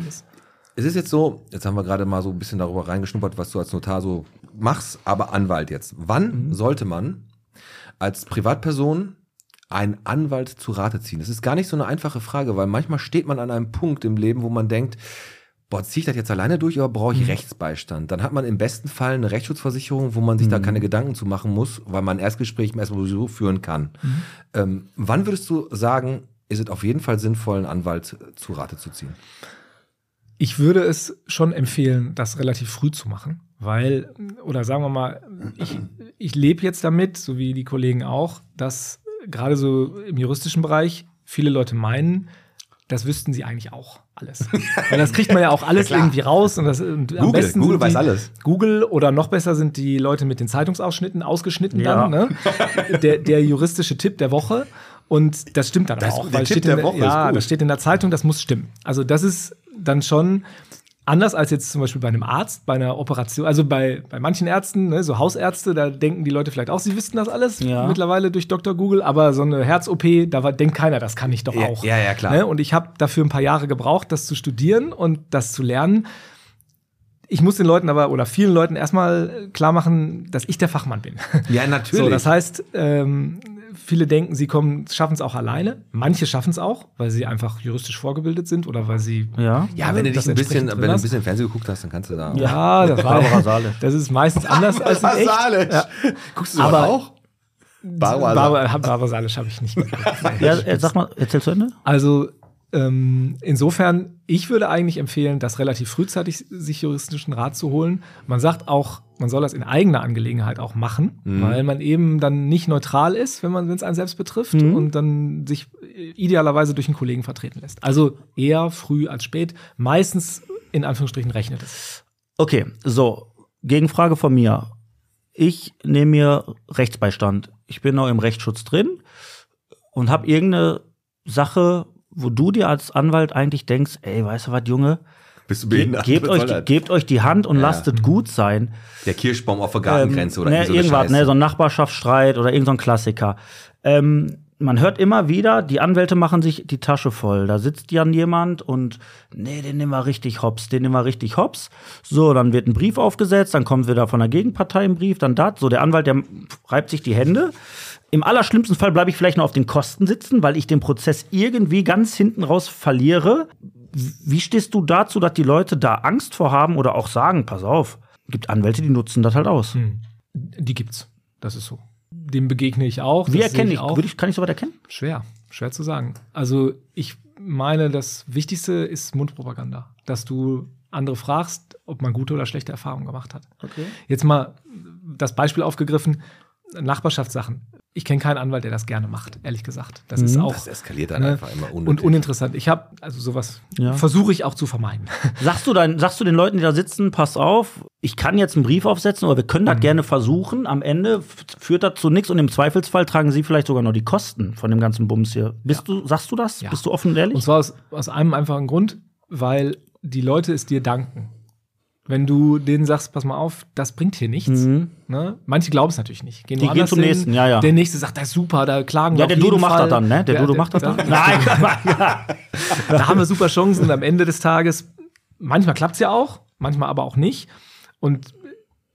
Speaker 3: Es ist jetzt so, jetzt haben wir gerade mal so ein bisschen darüber reingeschnuppert, was du als Notar so machst, aber Anwalt jetzt. Wann sollte man als Privatperson einen Anwalt zu Rate ziehen? Das ist gar nicht so eine einfache Frage, weil manchmal steht man an einem Punkt im Leben, wo man denkt, boah, ziehe ich das jetzt alleine durch oder brauche ich Rechtsbeistand? Dann hat man im besten Fall eine Rechtsschutzversicherung, wo man sich da keine Gedanken zu machen muss, weil man ein Erstgespräch erstmal sowieso führen kann. Ähm, wann würdest du sagen, ist es auf jeden Fall sinnvoll, einen Anwalt zu Rate zu ziehen?
Speaker 5: Ich würde es schon empfehlen, das relativ früh zu machen, weil, oder sagen wir mal, ich, ich lebe jetzt damit, so wie die Kollegen auch, dass gerade so im juristischen Bereich viele Leute meinen, das wüssten sie eigentlich auch alles. Weil das kriegt man ja auch alles irgendwie raus und das und am
Speaker 3: Google,
Speaker 5: besten
Speaker 3: Google
Speaker 5: sind
Speaker 3: weiß
Speaker 5: die,
Speaker 3: alles.
Speaker 5: Google oder noch besser sind die Leute mit den Zeitungsausschnitten ausgeschnitten
Speaker 2: Ja.
Speaker 5: dann, ne? der, der juristische Tipp der Woche. Und das stimmt dann
Speaker 3: Das-
Speaker 5: auch.
Speaker 3: der Tipp
Speaker 5: in
Speaker 3: der Woche ist
Speaker 5: ja,
Speaker 3: gut.
Speaker 5: das steht in der Zeitung, das muss stimmen. Also das ist dann schon anders als jetzt zum Beispiel bei einem Arzt, bei einer Operation, also bei, bei manchen Ärzten, ne, so Hausärzte, da denken die Leute vielleicht auch, sie wüssten das alles
Speaker 2: Ja.
Speaker 5: mittlerweile durch Dr. Google, aber so eine Herz-OP, da war, denkt keiner, das kann ich doch
Speaker 3: Ja,
Speaker 5: auch.
Speaker 3: ja, ja, klar.
Speaker 5: Ne? Und ich habe dafür ein paar Jahre gebraucht, das zu studieren und das zu lernen. Ich muss den Leuten aber oder vielen Leuten erstmal äh, klar machen, dass ich der Fachmann bin.
Speaker 3: Ja, natürlich.
Speaker 5: So, das heißt, ähm, viele denken, sie kommen, schaffen es auch alleine. Manche schaffen es auch, weil sie einfach juristisch vorgebildet sind oder weil sie
Speaker 2: Ja.
Speaker 3: ja, wenn du dich
Speaker 5: Ne, das
Speaker 3: ein bisschen,
Speaker 5: entsprechend drin
Speaker 3: wenn du ein
Speaker 5: hast.
Speaker 3: bisschen Fernsehen geguckt hast, dann kannst du da.
Speaker 5: ja, das war
Speaker 2: Barbara Salisch.
Speaker 5: Das ist meistens anders als in echt. Ja.
Speaker 3: Guckst du
Speaker 5: Aber-
Speaker 3: das auch? Barbara
Speaker 5: Barbara, Barbara Salisch habe ich nicht gesehen.
Speaker 2: Ja, äh, sag mal, erzähl zu Ende.
Speaker 5: Also ähm, insofern, ich würde eigentlich empfehlen, das relativ frühzeitig sich juristischen Rat zu holen. Man sagt auch, man soll das in eigener Angelegenheit auch machen,
Speaker 2: Mhm.
Speaker 5: weil man eben dann nicht neutral ist, wenn man es einen selbst betrifft
Speaker 2: Mhm.
Speaker 5: und dann sich äh, idealerweise durch einen Kollegen vertreten lässt. Also eher früh als spät. Meistens in Anführungsstrichen rechnet es.
Speaker 2: Okay, so, Gegenfrage von mir. Ich nehme mir Rechtsbeistand. Ich bin noch im Rechtsschutz drin und habe irgendeine Sache, wo du dir als Anwalt eigentlich denkst, ey, weißt du was, Junge,
Speaker 3: also, Bist du
Speaker 2: Ge
Speaker 3: behindert?
Speaker 2: gebt,
Speaker 3: Was
Speaker 2: euch
Speaker 3: soll
Speaker 2: die,
Speaker 3: das?
Speaker 2: gebt euch die Hand und
Speaker 3: Ja.
Speaker 2: lasst es gut sein.
Speaker 3: Der Kirschbaum auf der Gartengrenze
Speaker 5: Ähm,
Speaker 3: oder
Speaker 2: ne,
Speaker 3: irgend so eine
Speaker 2: irgendwas,
Speaker 3: Scheiße.
Speaker 2: ne, so ein Nachbarschaftsstreit oder irgendein so ein Klassiker. Ähm, man hört immer wieder, die Anwälte machen sich die Tasche voll. Da sitzt dann jemand und nee, den nehmen wir richtig hops, den nehmen wir richtig hops. So, dann wird ein Brief aufgesetzt, dann kommt wieder von der Gegenpartei ein Brief, dann das. So, der Anwalt, der reibt sich die Hände. Im allerschlimmsten Fall bleibe ich vielleicht noch auf den Kosten sitzen, weil ich den Prozess irgendwie ganz hinten raus verliere. Wie stehst du dazu, dass die Leute da Angst vor haben oder auch sagen, pass auf, gibt Anwälte, die nutzen das halt aus.
Speaker 5: Hm. Die gibt's. Das ist so. Dem begegne ich auch.
Speaker 2: Wie
Speaker 5: das sehe
Speaker 2: erkenne ich,
Speaker 5: auch.
Speaker 2: Würde ich, kann ich soweit erkennen?
Speaker 5: Schwer, schwer zu sagen. Also ich meine, das Wichtigste ist Mundpropaganda, dass du andere fragst, ob man gute oder schlechte Erfahrungen gemacht hat.
Speaker 2: Okay.
Speaker 5: Jetzt mal das Beispiel aufgegriffen, Nachbarschaftssachen. Ich kenne keinen Anwalt, der das gerne macht, ehrlich gesagt. Das ist auch
Speaker 3: Mhm. Das eskaliert dann
Speaker 5: Ne?
Speaker 3: einfach immer
Speaker 5: und
Speaker 3: unnötig.
Speaker 5: uninteressant. Ich habe also sowas
Speaker 2: Ja.
Speaker 5: versuche ich auch zu vermeiden.
Speaker 2: Sagst du, dein, sagst du den Leuten, die da sitzen, pass auf, ich kann jetzt einen Brief aufsetzen oder wir können
Speaker 5: Mhm.
Speaker 2: das gerne versuchen. Am Ende f- führt das zu nichts und im Zweifelsfall tragen sie vielleicht sogar noch die Kosten von dem ganzen Bums hier. Bist du, sagst du das?
Speaker 5: Ja.
Speaker 2: Bist du offen und ehrlich?
Speaker 5: Und zwar aus, aus einem einfachen Grund, weil die Leute es dir danken. Wenn du denen sagst, pass mal auf, das bringt hier nichts.
Speaker 2: Mhm.
Speaker 5: Ne? Manche glauben es natürlich nicht. Gehen
Speaker 2: Die
Speaker 5: woanders
Speaker 2: gehen zum
Speaker 5: hin.
Speaker 2: nächsten, ja, ja.
Speaker 5: Der nächste sagt, das ist super, da klagen wir
Speaker 2: Ja, der
Speaker 5: auf jeden
Speaker 2: Dodo macht
Speaker 5: Fall.
Speaker 2: das dann, ne? Der Dodo macht das dann. Nein,
Speaker 5: Da haben wir super Chancen und am Ende des Tages, manchmal klappt es ja auch, manchmal aber auch nicht. Und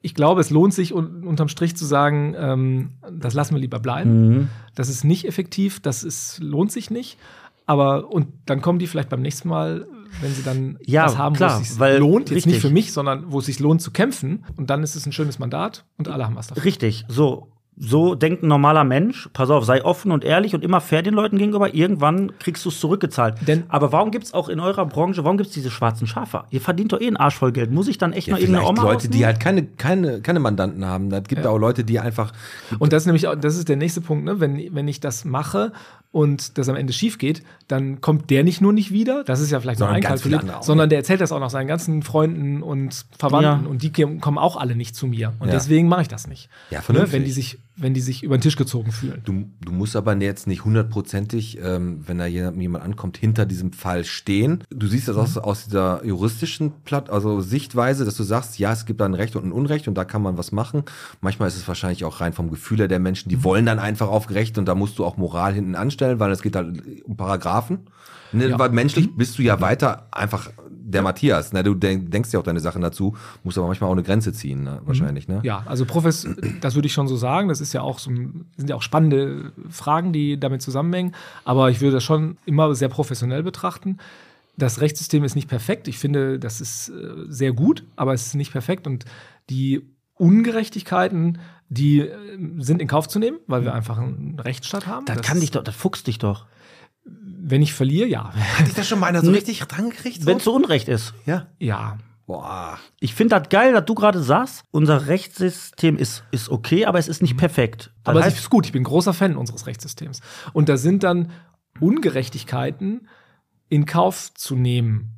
Speaker 5: ich glaube, es lohnt sich un unterm Strich zu sagen, ähm, das lassen wir lieber bleiben.
Speaker 2: Mhm.
Speaker 5: Das ist nicht effektiv, das ist, lohnt sich nicht. Aber und dann kommen die vielleicht beim nächsten Mal, wenn sie dann
Speaker 2: Ja,
Speaker 5: was haben,
Speaker 2: klar,
Speaker 5: wo es sich
Speaker 2: weil-
Speaker 5: lohnt, jetzt
Speaker 2: richtig.
Speaker 5: nicht für mich, sondern wo es sich lohnt zu kämpfen. Und dann ist es ein schönes Mandat und alle haben was davon.
Speaker 2: Richtig, so. So denkt ein normaler Mensch. Pass auf, sei offen und ehrlich und immer fair den Leuten gegenüber. Irgendwann kriegst du es zurückgezahlt.
Speaker 5: Denn-
Speaker 2: Aber warum gibt es auch in eurer Branche, warum gibt es diese schwarzen Schafe? Ihr verdient doch eh einen Arsch voll Geld. Muss ich dann echt
Speaker 3: Ja,
Speaker 2: noch irgendeine
Speaker 3: vielleicht
Speaker 2: Oma
Speaker 3: Leute, die
Speaker 2: rausnehmen?
Speaker 3: halt keine, keine, keine Mandanten haben. Das gibt
Speaker 5: Ja.
Speaker 3: auch Leute, die einfach.
Speaker 5: Und das ist nämlich auch, das ist der nächste Punkt, ne? wenn, wenn ich das mache und das am Ende schief geht, dann kommt der nicht nur nicht wieder, das ist ja vielleicht noch
Speaker 3: Sondern ganz
Speaker 5: einkalkuliert,
Speaker 3: viele andere auch
Speaker 5: sondern der erzählt das auch noch seinen ganzen Freunden und Verwandten
Speaker 2: Ja.
Speaker 5: und die ke- kommen auch alle nicht zu mir. Und
Speaker 3: Ja.
Speaker 5: deswegen mache ich das nicht.
Speaker 3: Ja,
Speaker 5: ne?
Speaker 3: vernünftig.
Speaker 5: Wenn die sich, wenn die sich über den Tisch gezogen fühlen.
Speaker 3: Du, du musst aber jetzt nicht hundertprozentig, ähm, wenn da jemand, jemand ankommt, hinter diesem Fall stehen. Du siehst das
Speaker 5: Mhm.
Speaker 3: aus, aus dieser juristischen Platt, also Sichtweise, dass du sagst, ja, es gibt da ein Recht und ein Unrecht und da kann man was machen. Manchmal ist es wahrscheinlich auch rein vom Gefühl her der Menschen,
Speaker 5: Mhm.
Speaker 3: die wollen dann einfach auf Recht und da musst du auch Moral hinten anstellen, weil es geht halt um Paragraphen. Ne,
Speaker 5: Ja. Mhm.
Speaker 3: Weil menschlich bist du ja weiter einfach der Matthias. Ne? Du denk, denkst ja auch deine Sachen dazu, musst aber manchmal auch eine Grenze ziehen, ne? wahrscheinlich. Ne?
Speaker 5: Mhm. Ja, also Profes, das würde ich schon so sagen. Das ist ja auch so, ein- sind ja auch spannende Fragen, die damit zusammenhängen. Aber ich würde das schon immer sehr professionell betrachten. Das Rechtssystem ist nicht perfekt. Ich finde, das ist äh, sehr gut, aber es ist nicht perfekt. Und die Ungerechtigkeiten, die äh, sind in Kauf zu nehmen, weil wir einfach einen Rechtsstaat haben.
Speaker 2: Mhm.
Speaker 3: halt
Speaker 2: Das kann dich doch, das fuchst dich doch.
Speaker 5: Wenn ich verliere, ja.
Speaker 3: Hat dich das schon mal einer so
Speaker 2: Nee.
Speaker 3: richtig dran gekriegt?
Speaker 2: Wenn es so Unrecht ist.
Speaker 3: ja.
Speaker 5: ja.
Speaker 3: Boah.
Speaker 2: Ich finde das geil, dass du gerade sagst, unser Rechtssystem ist, ist okay, aber es ist nicht perfekt. Das
Speaker 5: Aber es
Speaker 2: heißt,
Speaker 5: ist gut, ich bin großer Fan unseres Rechtssystems. Und da sind dann Ungerechtigkeiten in Kauf zu nehmen.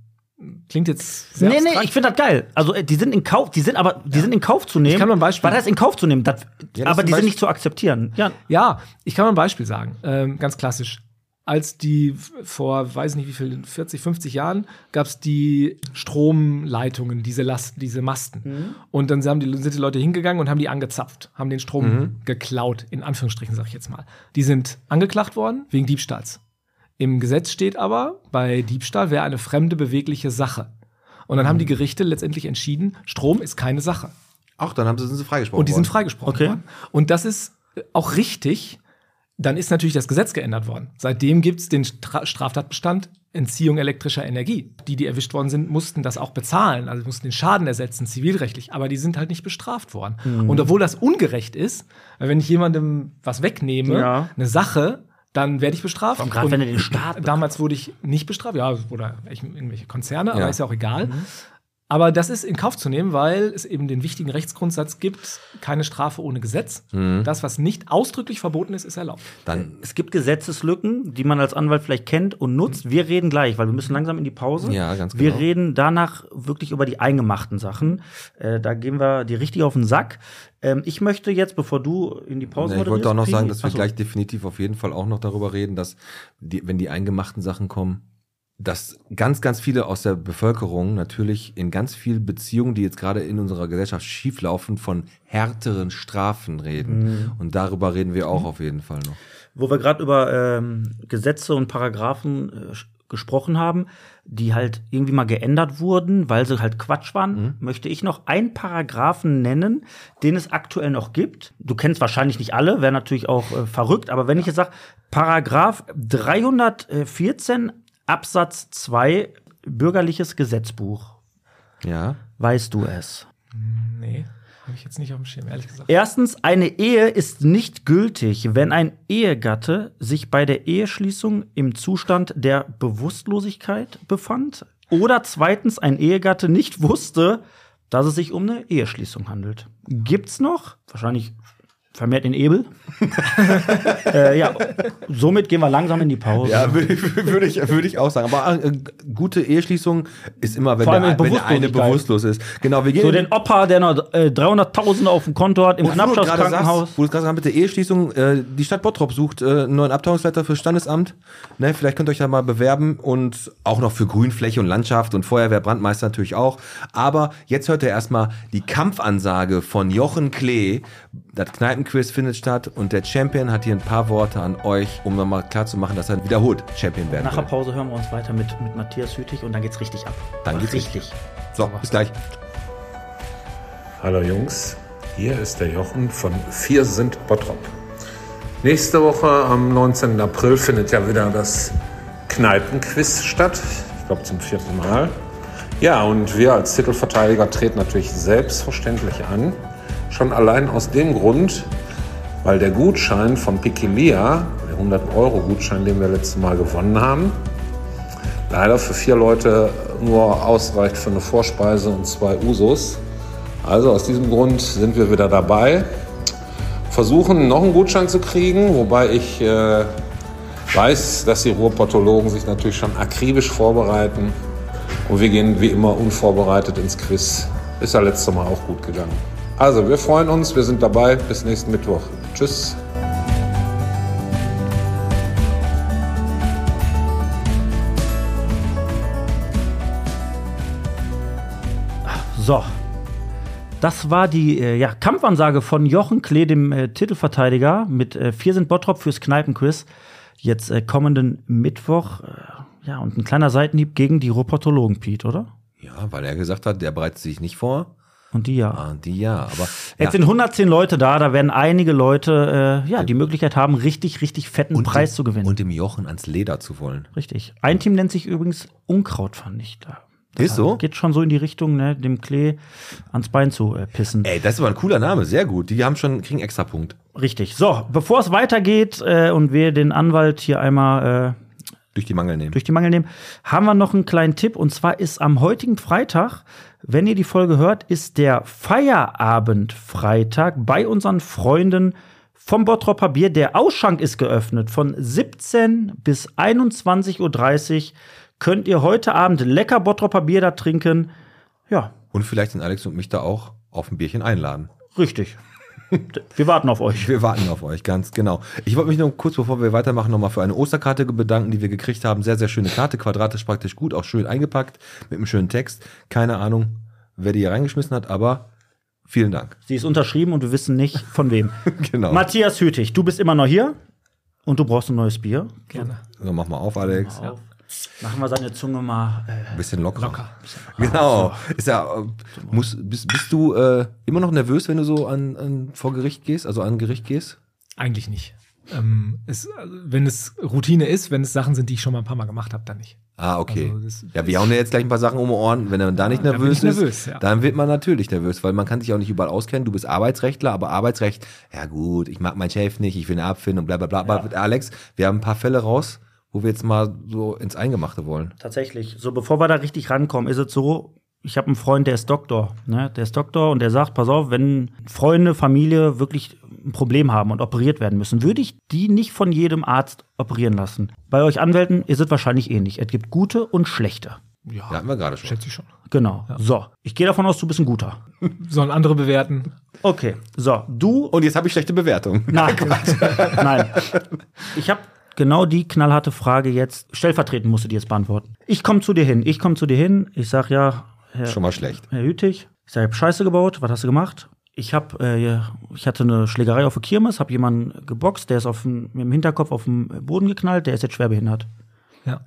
Speaker 5: Klingt jetzt sehr
Speaker 2: nee, nee,
Speaker 5: abstrakt.
Speaker 2: ich finde das geil. Also äh, die sind in Kauf, die sind aber, die sind in Kauf zu nehmen.
Speaker 5: kann mal ein Beispiel-
Speaker 2: Was heißt in Kauf zu nehmen? Das,
Speaker 3: Ja, das ist
Speaker 2: aber
Speaker 3: ein
Speaker 2: die sind
Speaker 3: Beispiel.
Speaker 2: nicht zu akzeptieren. Ja,
Speaker 5: Ja, ich kann mal ein Beispiel sagen, ähm, ganz klassisch. Als die f- vor, weiß nicht wie viel, 40, 50 Jahren gab es die Stromleitungen, diese, Last, diese Masten. Und dann haben die, sind die Leute hingegangen und haben die angezapft, haben den Strom geklaut, in Anführungsstrichen sage ich jetzt mal. Die sind angeklagt worden wegen Diebstahls. Im Gesetz steht aber, bei Diebstahl wäre eine fremde bewegliche Sache. Und dann haben die Gerichte letztendlich entschieden, Strom ist keine Sache.
Speaker 3: Auch dann haben sie, sind sie freigesprochen.
Speaker 5: Und die sind
Speaker 3: worden.
Speaker 5: freigesprochen
Speaker 2: Okay.
Speaker 5: worden. Und das ist äh, auch richtig. Dann ist natürlich das Gesetz geändert worden. Seitdem gibt es den Stra Straftatbestand Entziehung elektrischer Energie. Die, die erwischt worden sind, mussten das auch bezahlen. Also mussten den Schaden ersetzen, zivilrechtlich. Aber die sind halt nicht bestraft worden.
Speaker 2: Mhm.
Speaker 5: Und obwohl das ungerecht ist, weil wenn ich jindem was wegnehme,
Speaker 2: Ja.
Speaker 5: eine Sache, dann werde ich bestraft.
Speaker 2: Und gerade
Speaker 5: Und
Speaker 2: wenn du den Staat.
Speaker 5: Damals wurde ich nicht bestraft, ja, oder ich- irgendwelche Konzerne, aber
Speaker 3: Ja.
Speaker 5: ist ja auch egal.
Speaker 2: Mhm.
Speaker 5: Aber das ist in Kauf zu nehmen, weil es eben den wichtigen Rechtsgrundsatz gibt, keine Strafe ohne Gesetz.
Speaker 3: Mhm.
Speaker 5: Das, was nicht ausdrücklich verboten ist, ist erlaubt.
Speaker 3: Dann,
Speaker 2: Es gibt Gesetzeslücken, die man als Anwalt vielleicht kennt und nutzt. Wir reden gleich, weil wir müssen langsam in die Pause.
Speaker 3: Ja, ganz
Speaker 2: Wir
Speaker 3: genau.
Speaker 2: reden danach wirklich über die eingemachten Sachen. Äh, da gehen wir die richtig auf den Sack. Ähm, ich möchte jetzt, bevor du in die Pause
Speaker 3: ja, ich wollte auch noch
Speaker 2: moderierst,
Speaker 3: sagen,
Speaker 2: Pini-
Speaker 3: dass wir
Speaker 2: Achso.
Speaker 3: gleich definitiv auf jeden Fall auch noch darüber reden, dass die, wenn die eingemachten Sachen kommen, dass ganz, ganz viele aus der Bevölkerung natürlich in ganz vielen Beziehungen, die jetzt gerade in unserer Gesellschaft schieflaufen, von härteren Strafen reden.
Speaker 2: Mhm.
Speaker 3: Und darüber reden wir auch auf jeden Fall noch.
Speaker 2: wo wir gerade über ähm, Gesetze und Paragraphen äh, sch- gesprochen haben, die halt irgendwie mal geändert wurden, weil sie halt Quatsch waren, möchte ich noch einen Paragraphen nennen, den es aktuell noch gibt. Du kennst wahrscheinlich nicht alle, wäre natürlich auch äh, verrückt, aber wenn ich jetzt sage, Paragraph 314 Absatz 2 Bürgerliches Gesetzbuch,
Speaker 3: Ja.
Speaker 2: weißt du es?
Speaker 5: Nee, habe ich jetzt nicht auf dem Schirm, ehrlich gesagt.
Speaker 2: Erstens, eine Ehe ist nicht gültig, wenn ein Ehegatte sich bei der Eheschließung im Zustand der Bewusstlosigkeit befand. Oder zweitens, ein Ehegatte nicht wusste, dass es sich um eine Eheschließung handelt. Gibt's noch? Wahrscheinlich vermehrt in Ebel. äh, ja, somit gehen wir langsam in die Pause.
Speaker 3: Ja, würde würd ich, würd ich auch sagen. Aber äh, gute Eheschließung ist immer, wenn,
Speaker 2: Vor allem
Speaker 3: der, wenn der eine
Speaker 2: Bewusstlosigkeit.
Speaker 3: bewusstlos ist. Genau, wir gehen
Speaker 2: So den Opa, der noch äh, 300.000 auf dem Konto hat im
Speaker 3: Und wo du gerade
Speaker 2: Knappschaftskrankenhaus.
Speaker 3: sagst, wo du gerade sagst, mit der Eheschließung, äh, die Stadt Bottrop sucht äh, einen neuen Abteilungsleiter fürs Standesamt. Ne, vielleicht könnt ihr euch da mal bewerben und auch noch für Grünfläche und Landschaft und Feuerwehr, Brandmeister natürlich auch. Aber jetzt hört ihr erstmal die Kampfansage von Jochen Klee. Das Kneipenquiz findet statt und der Champion hat hier ein paar Worte an euch, um nochmal klarzumachen, dass er wiederholt Champion werden
Speaker 2: Nach der
Speaker 3: will.
Speaker 2: Pause hören wir uns weiter mit, mit Matthias Hütig und dann geht's richtig ab.
Speaker 3: Dann geht's
Speaker 2: richtig.
Speaker 3: So, bis gleich.
Speaker 6: Hallo Jungs, hier ist der Jochen von Wir sind Bottrop. Nächste Woche am 19. April findet ja wieder das Kneipenquiz statt. Ich glaube zum vierten Mal. Ja, und wir als Titelverteidiger treten natürlich selbstverständlich an. Schon allein aus dem Grund, weil der Gutschein von Pikilia, der 100-Euro-Gutschein, den wir letztes Mal gewonnen haben, leider für vier Leute nur ausreicht für eine Vorspeise und zwei Usos. Also aus diesem Grund sind wir wieder dabei. Versuchen noch einen Gutschein zu kriegen, wobei ich äh, weiß, dass die Ruhrpottologen sich natürlich schon akribisch vorbereiten. Und wir gehen wie immer unvorbereitet ins Quiz. Ist ja letztes Mal auch gut gegangen. Also wir freuen uns, wir sind dabei. Bis nächsten Mittwoch. Tschüss.
Speaker 2: So. Das war die äh, ja, Kampfansage von Jochen Klee, dem äh, Titelverteidiger, mit äh, Vier sind Bottrop fürs Kneipenquiz. Jetzt äh, kommenden Mittwoch. Äh, ja, und ein kleiner Seitenhieb gegen die Reportologen, Pete, oder?
Speaker 3: Ja, weil er gesagt hat, der bereitet sich nicht vor.
Speaker 2: Und die ja.
Speaker 3: Ah, die ja, aber
Speaker 2: Jetzt sind 110 Leute da, da werden einige Leute äh, ja, die Möglichkeit haben, richtig, richtig fetten
Speaker 3: Und
Speaker 2: Preis
Speaker 3: dem-
Speaker 2: zu gewinnen.
Speaker 3: Und dem Jochen ans Leder zu wollen.
Speaker 2: richtig. Ein Team nennt sich übrigens Unkrautvernichter.
Speaker 3: Ist so?
Speaker 2: Geht schon so in die Richtung, ne, dem Klee ans Bein zu äh, pissen.
Speaker 3: Ey, das ist aber ein cooler Name, sehr gut. Die haben schon, kriegen extra Punkt.
Speaker 2: Richtig. So, bevor es weitergeht äh, und wir den Anwalt hier einmal äh,
Speaker 3: Durch die Mangel nehmen.
Speaker 2: durch die Mangel nehmen, haben wir noch einen kleinen Tipp. Und zwar ist am heutigen Freitag, wenn ihr die Folge hört, ist der Feierabendfreitag bei unseren Freunden vom Bottropper Bier. Der Ausschank ist geöffnet von 17 bis 21.30 Uhr. Könnt ihr heute Abend lecker Bottropper Bier da trinken? Ja,
Speaker 3: und vielleicht den Alex und mich da auch auf ein Bierchen einladen.
Speaker 2: richtig. wir warten auf euch.
Speaker 3: Wir warten auf euch, ganz genau. Ich wollte mich nur kurz, bevor wir weitermachen, nochmal für eine Osterkarte bedanken, die wir gekriegt haben. Sehr, sehr schöne Karte, quadratisch praktisch gut, auch schön eingepackt, mit einem schönen Text. Keine Ahnung, wer die hier reingeschmissen hat, aber vielen Dank.
Speaker 2: Sie ist unterschrieben und wir wissen nicht von wem.
Speaker 3: Genau.
Speaker 2: Matthias Hütig, du bist immer noch hier und du brauchst ein neues Bier.
Speaker 5: Gerne.
Speaker 3: So, mach mal auf, Alex.
Speaker 2: Machen wir seine Zunge mal. Äh,
Speaker 3: Ein bisschen lockerer. Locker. Genau. Ist ja, äh, muss, bist, bist du äh, immer noch nervös, wenn du so an, an vor Gericht gehst, also an Gericht gehst?
Speaker 5: Eigentlich nicht. Ähm, es, also, wenn es Routine ist, wenn es Sachen sind, die ich schon mal ein paar Mal gemacht habe, dann nicht.
Speaker 3: Ah, okay.
Speaker 5: Also, das-
Speaker 3: ja, wir hauen ja jetzt gleich ein paar Sachen um die Ohren. Wenn man da nicht
Speaker 5: Ja, da bin
Speaker 3: nervös
Speaker 5: ich
Speaker 3: ist,
Speaker 5: nervös, ja.
Speaker 3: dann wird man natürlich nervös, weil man kann sich auch nicht überall auskennen. Du bist Arbeitsrechtler, aber Arbeitsrecht, ja gut, ich mag meinen Chef nicht, ich will ihn abfinden und bla bla bla. Aber Alex, wir haben ein paar Fälle raus, wo wir jetzt mal so ins Eingemachte wollen.
Speaker 2: tatsächlich. So, bevor wir da richtig rankommen, ist es so. Ich habe einen Freund, der ist Doktor. Ne? Der ist Doktor und der sagt: Pass auf, wenn Freunde, Familie wirklich ein Problem haben und operiert werden müssen, würde ich die nicht von jedem Arzt operieren lassen. Bei euch Anwälten ist es wahrscheinlich ähnlich. Es gibt gute und schlechte.
Speaker 3: Ja, hatten wir gerade schon.
Speaker 5: Schätze ich schon.
Speaker 2: Genau. So, ich gehe davon aus, du bist ein guter.
Speaker 5: Sollen andere bewerten?
Speaker 2: Okay, so, du
Speaker 3: Und jetzt habe ich schlechte Bewertung.
Speaker 2: Nein, nein. Ich habe genau die knallharte Frage jetzt stellvertretend musst du die jetzt beantworten. Ich komme zu dir hin, ich komme zu dir hin, ich sag ja, Herr,
Speaker 3: Schon mal schlecht.
Speaker 2: Herr Hütig, ich sag, ich hab Scheiße gebaut, was hast du gemacht? Ich hab, äh, ich hatte eine Schlägerei auf der Kirmes, hab jemanden geboxt, der ist auf dem, mit dem Hinterkopf auf den Boden geknallt, der ist jetzt schwer behindert.
Speaker 5: Ja.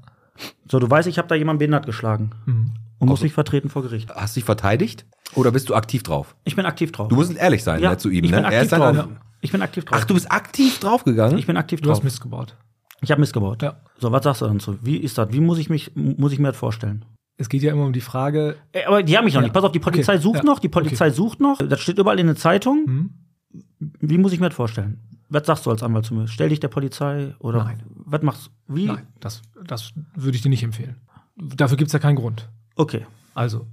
Speaker 2: So, du weißt, ich habe da jemanden behindert geschlagen
Speaker 3: Mhm.
Speaker 2: und muss mich vertreten vor Gericht.
Speaker 3: Hast du dich verteidigt oder bist du aktiv drauf?
Speaker 2: Ich bin aktiv drauf.
Speaker 3: Du musst ehrlich sein ne, zu ihm.
Speaker 2: ich
Speaker 3: Ne?
Speaker 2: bin aktiv
Speaker 3: dann
Speaker 2: drauf.
Speaker 3: ein-
Speaker 2: Ich bin aktiv drauf.
Speaker 3: Ach, du bist aktiv draufgegangen?
Speaker 2: ich bin aktiv
Speaker 5: Du
Speaker 2: drauf.
Speaker 5: hast missgebaut.
Speaker 2: Ich habe missgebaut.
Speaker 5: Ja.
Speaker 2: So, was sagst du dann zu? Wie ist das? Wie muss ich, mich, muss ich mir das vorstellen?
Speaker 5: Es geht ja immer um die Frage,
Speaker 2: Äh, aber die haben mich noch
Speaker 5: Ja.
Speaker 2: nicht. Pass auf, die Polizei
Speaker 5: Okay. Hm.
Speaker 2: sucht
Speaker 5: Ja.
Speaker 2: noch, die Polizei sucht noch. Das steht überall in den Zeitungen. Wie muss ich mir das vorstellen? Was sagst du als Anwalt zu mir? Stell dich der Polizei oder
Speaker 5: Nein.
Speaker 2: was machst du? Wie?
Speaker 5: nein, das, das würde ich dir nicht empfehlen. Dafür gibt es ja keinen Grund.
Speaker 2: Okay.
Speaker 5: Also,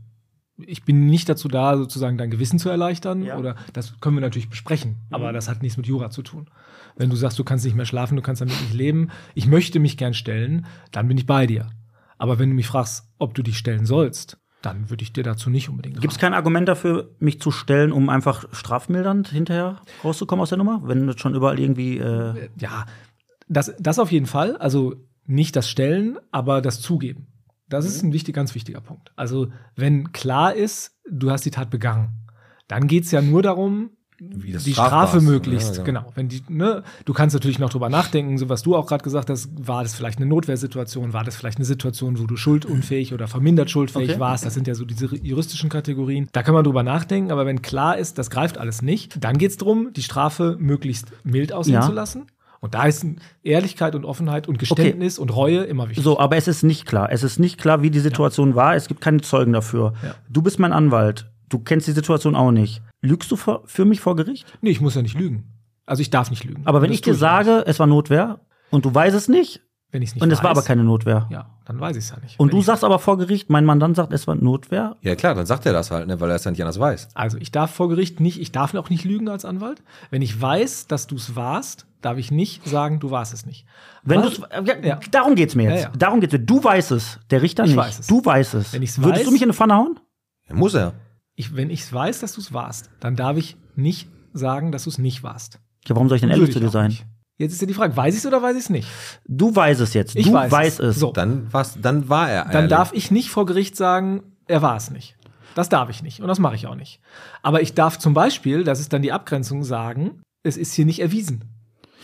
Speaker 5: ich bin nicht dazu da, sozusagen dein Gewissen zu erleichtern.
Speaker 2: Ja.
Speaker 5: Oder das können wir natürlich besprechen, aber das hat nichts mit Jura zu tun. Wenn du sagst, du kannst nicht mehr schlafen, du kannst damit nicht leben, ich möchte mich gern stellen, dann bin ich bei dir. Aber wenn du mich fragst, ob du dich stellen sollst, dann würde ich dir dazu nicht unbedingt
Speaker 2: Gibt es
Speaker 5: raten.
Speaker 2: kein Argument dafür, mich zu stellen, um einfach strafmildernd hinterher rauszukommen aus der Nummer? Wenn das schon überall irgendwie. Äh,
Speaker 5: Ja, das, das auf jeden Fall. Also nicht das Stellen, aber das Zugeben. Das ist ein wichtig, ganz wichtiger Punkt. Also, wenn klar ist, du hast die Tat begangen, dann geht es ja nur darum,
Speaker 3: Wie das
Speaker 5: die
Speaker 3: strafbar
Speaker 5: Strafe
Speaker 3: ist, ne?
Speaker 5: möglichst.
Speaker 3: Ja,
Speaker 5: genau. Wenn die, ne, du kannst natürlich noch drüber nachdenken, so was du auch gerade gesagt hast, war das vielleicht eine Notwehrsituation, war das vielleicht eine Situation, wo du schuldunfähig oder vermindert schuldfähig
Speaker 2: Okay.
Speaker 5: warst. Das sind ja so diese juristischen Kategorien. Da kann man drüber nachdenken, aber wenn klar ist, das greift alles nicht, dann geht es darum, die Strafe möglichst mild aussehen
Speaker 2: Ja.
Speaker 5: zu lassen. Und da ist Ehrlichkeit und Offenheit und Geständnis und Reue immer wichtig.
Speaker 2: So, aber es ist nicht klar. Es ist nicht klar, wie die Situation war. Es gibt keine Zeugen dafür.
Speaker 5: Ja.
Speaker 2: Du bist mein Anwalt. Du kennst die Situation auch nicht. Lügst du vor, für mich vor Gericht?
Speaker 5: Nee, ich muss ja nicht lügen. Also ich darf nicht lügen.
Speaker 2: Aber wenn
Speaker 5: Das
Speaker 2: ich dir
Speaker 5: tue
Speaker 2: sage, es war Notwehr und du weißt es nicht
Speaker 5: nicht. wenn ich's nicht
Speaker 2: und es war
Speaker 5: weiß,
Speaker 2: aber keine Notwehr.
Speaker 5: Ja, dann weiß ich es ja nicht.
Speaker 2: Und
Speaker 5: Wenn
Speaker 2: du
Speaker 5: ich-
Speaker 2: sagst aber vor Gericht, mein Mandant sagt, es war Notwehr.
Speaker 3: Ja klar, dann sagt er das halt, ne, weil er es ja nicht anders weiß.
Speaker 5: Also ich darf vor Gericht nicht, ich darf auch nicht lügen als Anwalt. Wenn ich weiß, dass du es warst, darf ich nicht sagen, du warst es nicht.
Speaker 2: Wenn
Speaker 5: Was?
Speaker 2: du's, äh, ja,
Speaker 5: Ja.
Speaker 2: Darum geht's mir jetzt.
Speaker 5: Ja, ja.
Speaker 2: Darum geht's mir. Du weißt es. Der Richter
Speaker 5: Ich
Speaker 2: nicht.
Speaker 5: weiß es.
Speaker 2: Du weißt es.
Speaker 5: Wenn ich's
Speaker 2: Würdest
Speaker 5: weiß-
Speaker 2: du mich in eine Pfanne hauen?
Speaker 3: Ja, muss er.
Speaker 5: ich, wenn ich weiß, dass du es warst, dann darf ich nicht sagen, dass du es nicht warst.
Speaker 2: Ja, warum soll ich denn
Speaker 5: Würde
Speaker 2: ehrlich
Speaker 5: ich
Speaker 2: zu dir
Speaker 5: auch
Speaker 2: sein?
Speaker 5: nicht. Jetzt ist ja die Frage, weiß ich es oder weiß ich es nicht?
Speaker 2: Du weißt es jetzt.
Speaker 5: Ich
Speaker 2: du
Speaker 5: weiß
Speaker 2: weißt es.
Speaker 5: So, dann,
Speaker 3: Dann, war's, dann war er ehrlich.
Speaker 5: darf ich nicht vor Gericht sagen, er war es nicht. Das darf ich nicht und das mache ich auch nicht. Aber ich darf zum Beispiel, das ist dann die Abgrenzung, sagen, es ist hier nicht erwiesen,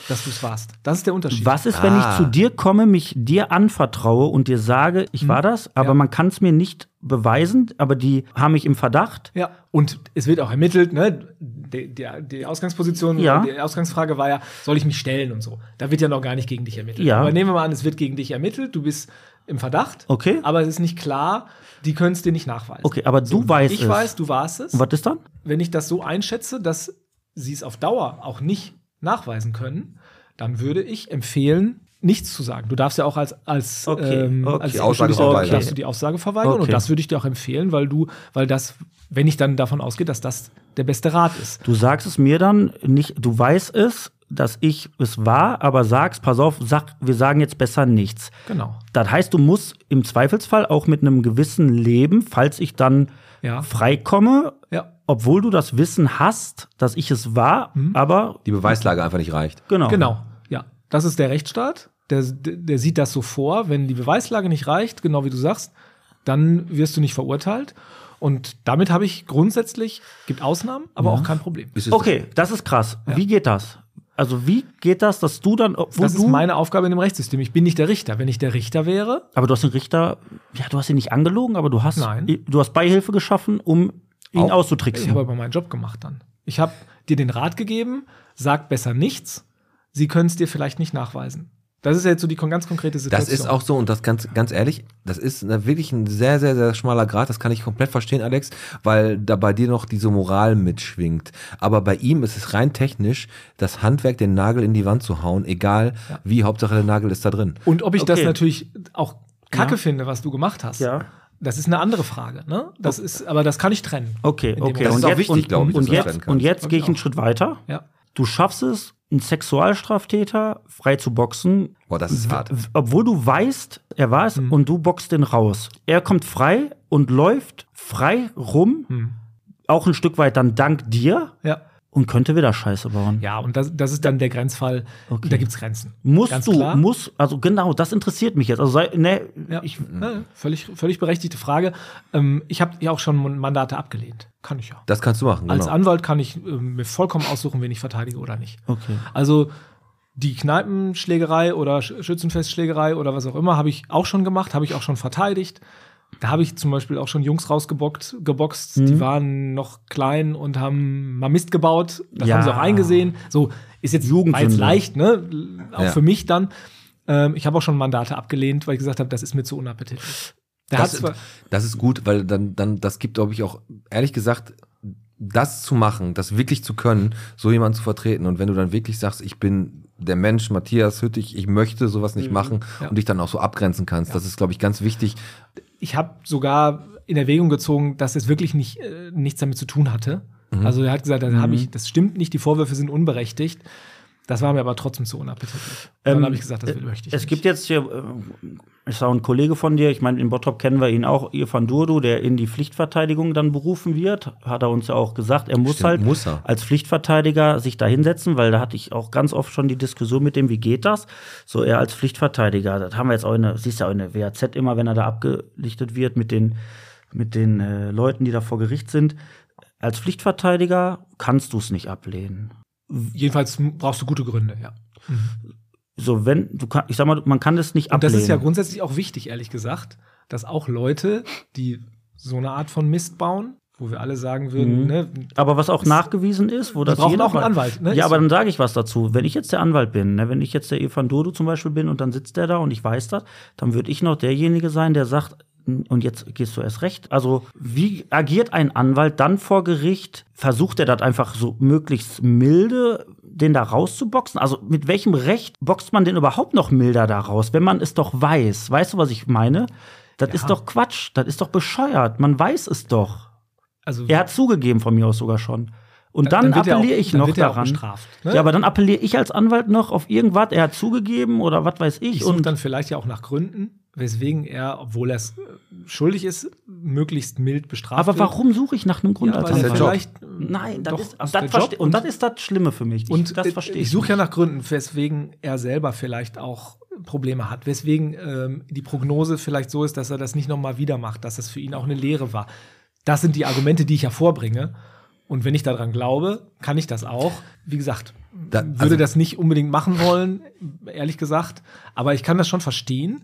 Speaker 5: dass du es warst. Das ist der Unterschied.
Speaker 2: Was ist, wenn ich
Speaker 3: Ah.
Speaker 2: zu dir komme, mich dir anvertraue und dir sage, ich war das, aber
Speaker 5: Hm. Ja.
Speaker 2: man kann es mir nicht beweisen, aber die haben mich im Verdacht.
Speaker 5: Ja, und es wird auch ermittelt, ne? Die, die, die Ausgangsposition,
Speaker 2: Ja.
Speaker 5: die Ausgangsfrage war ja, soll ich mich stellen und so. Da wird ja noch gar nicht gegen dich ermittelt.
Speaker 2: Ja.
Speaker 5: Aber nehmen wir mal an, es wird gegen dich ermittelt, du bist im Verdacht,
Speaker 2: Okay.
Speaker 5: aber es ist nicht klar, die können es dir nicht nachweisen.
Speaker 2: Okay, aber du weißt
Speaker 5: ich
Speaker 2: es.
Speaker 5: weiß, du warst es.
Speaker 2: Und was ist dann?
Speaker 5: Wenn ich das so einschätze, dass sie es auf Dauer auch nicht nachweisen können, dann würde ich empfehlen, nichts zu sagen. Du darfst ja auch als als ähm,
Speaker 2: Okay, okay.
Speaker 5: als
Speaker 3: Die Aussage
Speaker 5: Jurist auch-
Speaker 3: verweigern.
Speaker 5: darfst du die Aussage verweigern
Speaker 2: Okay.
Speaker 5: und das würde ich dir auch empfehlen, weil du weil das wenn ich dann davon ausgehe, dass das der beste Rat ist.
Speaker 2: Du sagst es mir dann nicht, du weißt es, dass ich es war, aber sagst, pass auf, sag, wir sagen jetzt besser nichts.
Speaker 5: Genau.
Speaker 2: Das heißt, du musst im Zweifelsfall auch mit einem gewissen Leben, falls ich dann
Speaker 5: Ja.
Speaker 2: freikomme,
Speaker 5: Ja.
Speaker 2: obwohl du das Wissen hast, dass ich es war, aber
Speaker 3: die Beweislage einfach nicht reicht.
Speaker 2: genau.
Speaker 5: Mhm. Genau. Ja. Das ist der Rechtsstaat. Der, der der sieht das so vor, wenn die Beweislage nicht reicht, genau wie du sagst, dann wirst du nicht verurteilt. Und damit habe ich grundsätzlich, gibt Ausnahmen, aber auch kein Problem.
Speaker 3: Ist es-
Speaker 2: Okay, das ist krass. Wie geht das? Also wie geht das, dass du dann, obwohl
Speaker 5: das
Speaker 2: du,
Speaker 5: ist meine Aufgabe in dem Rechtssystem. Ich bin nicht der Richter. Wenn ich der Richter wäre,
Speaker 2: aber du hast den Richter, ja, du hast ihn nicht angelogen, aber du hast,
Speaker 5: Nein.
Speaker 2: du hast Beihilfe geschaffen, um ihn
Speaker 3: Auch-
Speaker 5: ich
Speaker 2: auszutricksen.
Speaker 5: habe aber meinen Job gemacht dann. Ich habe dir den Rat gegeben, sag besser nichts. Sie können es dir vielleicht nicht nachweisen. Das ist ja jetzt so die kon- ganz konkrete Situation.
Speaker 3: Das ist auch so und das ganz, ganz ehrlich, das ist eine, wirklich ein sehr, sehr, sehr schmaler Grad. Das kann ich komplett verstehen, Alex, weil da bei dir noch diese Moral mitschwingt. Aber bei ihm ist es rein technisch, das Handwerk, den Nagel in die Wand zu hauen, egal wie, Hauptsache der Nagel ist da drin.
Speaker 5: Und ob ich das
Speaker 2: Okay.
Speaker 5: natürlich auch kacke
Speaker 2: Ja.
Speaker 5: finde, was du gemacht hast,
Speaker 2: Ja.
Speaker 5: das ist eine andere Frage. Ne? Das ist, aber das kann ich trennen.
Speaker 2: Okay,
Speaker 5: In dem
Speaker 2: okay.
Speaker 5: Moment.
Speaker 3: Das ist auch wichtig,
Speaker 2: und,
Speaker 3: glaub ich, dass du
Speaker 2: und
Speaker 3: das
Speaker 2: jetzt,
Speaker 3: trennen
Speaker 2: und
Speaker 3: kannst.
Speaker 2: jetzt gehe ich einen
Speaker 5: auch.
Speaker 2: Schritt weiter.
Speaker 5: Ja.
Speaker 2: Du schaffst es, einen Sexualstraftäter frei zu boxen,
Speaker 3: Boah, das ist hart.
Speaker 2: w- obwohl du weißt, er war
Speaker 5: Mhm.
Speaker 2: es und du boxt den raus. Er kommt frei und läuft frei rum,
Speaker 5: Mhm.
Speaker 2: auch ein Stück weit dann dank dir
Speaker 5: Ja.
Speaker 2: und könnte wieder Scheiße bauen.
Speaker 5: Ja, und das, das ist dann der Grenzfall.
Speaker 2: Okay.
Speaker 5: Da gibt es Grenzen.
Speaker 2: Musst
Speaker 5: Ganz
Speaker 2: du,
Speaker 5: klar.
Speaker 2: muss, also genau, das interessiert mich jetzt. Also sei, ne,
Speaker 5: Ja,
Speaker 2: ich,
Speaker 5: ja, völlig, völlig berechtigte Frage. Ähm, ich habe ja auch schon Mandate abgelehnt. Kann ich ja.
Speaker 3: Das kannst du machen,
Speaker 5: Als
Speaker 3: genau.
Speaker 5: Anwalt kann ich ähm, mir vollkommen aussuchen, wen ich verteidige oder nicht.
Speaker 2: okay.
Speaker 5: Also die Kneipenschlägerei oder Sch- Schützenfestschlägerei oder was auch immer habe ich auch schon gemacht, habe ich auch schon verteidigt. Da habe ich zum Beispiel auch schon Jungs rausgebockt, geboxt,
Speaker 3: Mhm.
Speaker 5: die waren noch klein und haben mal Mist gebaut. Das
Speaker 2: Ja.
Speaker 5: haben sie auch eingesehen. So ist jetzt war jetzt
Speaker 2: Jugendsünde.
Speaker 5: leicht, ne? Auch
Speaker 3: Ja.
Speaker 5: für mich dann. Ähm, ich habe auch schon Mandate abgelehnt, weil ich gesagt habe, das ist mir zu unappetitlich. Der hat
Speaker 3: Das,
Speaker 5: zwar,
Speaker 3: das ist gut, weil dann, dann, das gibt, glaube ich, auch, ehrlich gesagt, das zu machen, das wirklich zu können, so jemanden zu vertreten. Und wenn du dann wirklich sagst, ich bin der Mensch Matthias Hüttich, ich möchte sowas nicht machen
Speaker 5: Ja.
Speaker 3: und dich dann auch so abgrenzen kannst, das ist, glaube ich, ganz wichtig.
Speaker 5: ich habe sogar in Erwägung gezogen, dass es wirklich nicht, äh, nichts damit zu tun hatte.
Speaker 2: Mhm.
Speaker 5: Also er hat gesagt, das, hab ich, das stimmt nicht, die Vorwürfe sind unberechtigt. Das war mir aber trotzdem zu unappetitlich. Dann
Speaker 2: Ähm,
Speaker 5: habe ich gesagt, das möchte ich
Speaker 2: Es
Speaker 5: nicht.
Speaker 2: gibt jetzt hier, äh, ist auch ein Kollege von dir, ich meine, in Bottrop kennen wir ihn auch, Irfan Durdu, der in die Pflichtverteidigung dann berufen wird, hat er uns ja auch gesagt, er muss
Speaker 3: Stimmt,
Speaker 2: halt
Speaker 3: muss er.
Speaker 2: als Pflichtverteidiger sich da hinsetzen, weil da hatte ich auch ganz oft schon die Diskussion mit dem, wie geht das? So, er als Pflichtverteidiger, das haben wir jetzt auch in der, siehst ja auch in der WAZ immer, wenn er da abgelichtet wird mit den, mit den äh, Leuten, die da vor Gericht sind, Als Pflichtverteidiger kannst du es nicht ablehnen.
Speaker 5: Jedenfalls brauchst du gute Gründe, ja.
Speaker 2: So, wenn du kann, ich sag mal, man kann das nicht
Speaker 5: Und
Speaker 2: ablehnen.
Speaker 5: das ist ja grundsätzlich auch wichtig, ehrlich gesagt, dass auch Leute, die so eine Art von Mist bauen, wo wir alle sagen würden,
Speaker 2: Mhm.
Speaker 5: ne,
Speaker 2: aber was auch nachgewiesen ist, wo das
Speaker 5: brauchen
Speaker 2: jeder
Speaker 5: auch einen
Speaker 2: weiß.
Speaker 5: Anwalt, ne?
Speaker 2: Ja,
Speaker 5: Ist
Speaker 2: aber
Speaker 5: so.
Speaker 2: dann sage ich was dazu. Wenn ich jetzt der Anwalt bin, ne, wenn ich jetzt der Evan Dodo zum Beispiel bin und dann sitzt der da und ich weiß das, dann würde ich noch derjenige sein, der sagt, und jetzt gehst du erst recht. Also, wie agiert ein Anwalt dann vor Gericht? Versucht er das einfach so möglichst milde, den da rauszuboxen? Also, mit welchem Recht boxt man den überhaupt noch milder da raus, wenn man es doch weiß? Weißt du, was ich meine? Das ist doch Quatsch. Das ist doch bescheuert. Man weiß es doch.
Speaker 5: also
Speaker 2: Er hat zugegeben von mir aus sogar schon. Und dann,
Speaker 5: wird er auch-
Speaker 2: appelliere ich
Speaker 5: dann
Speaker 2: noch
Speaker 5: wird er auch
Speaker 2: daran.
Speaker 5: bestraft, ne?
Speaker 2: Ja, aber dann appelliere ich als Anwalt noch auf irgendwas. Er hat zugegeben oder was weiß ich.
Speaker 5: ich suche
Speaker 2: und
Speaker 5: dann vielleicht ja auch nach Gründen, weswegen er, obwohl er es äh, schuldig ist, möglichst mild bestraft
Speaker 2: aber
Speaker 5: wird.
Speaker 2: warum suche ich nach einem Grund
Speaker 5: Ja,
Speaker 2: als
Speaker 5: weil er
Speaker 3: der
Speaker 2: Anwalt?
Speaker 3: Job.
Speaker 5: vielleicht äh,
Speaker 2: Nein, das
Speaker 5: doch,
Speaker 2: ist,
Speaker 5: ist
Speaker 2: das
Speaker 5: der
Speaker 2: verste-
Speaker 5: Job
Speaker 2: und,
Speaker 5: und-
Speaker 2: das ist das Schlimme für mich. Ich,
Speaker 5: Und
Speaker 2: das
Speaker 5: äh,
Speaker 2: verstehe
Speaker 5: ich suche ja
Speaker 2: nicht.
Speaker 5: nach Gründen, weswegen er selber vielleicht auch Probleme hat, weswegen ähm, die Prognose vielleicht so ist, dass er das nicht nochmal wieder macht, dass das für ihn auch eine Lehre war. Das sind die Argumente, die ich ja vorbringe. Und wenn ich daran glaube, kann ich das auch. Wie gesagt,
Speaker 3: Da-
Speaker 5: würde
Speaker 3: also-
Speaker 5: das nicht unbedingt machen wollen, ehrlich gesagt. Aber ich kann das schon verstehen.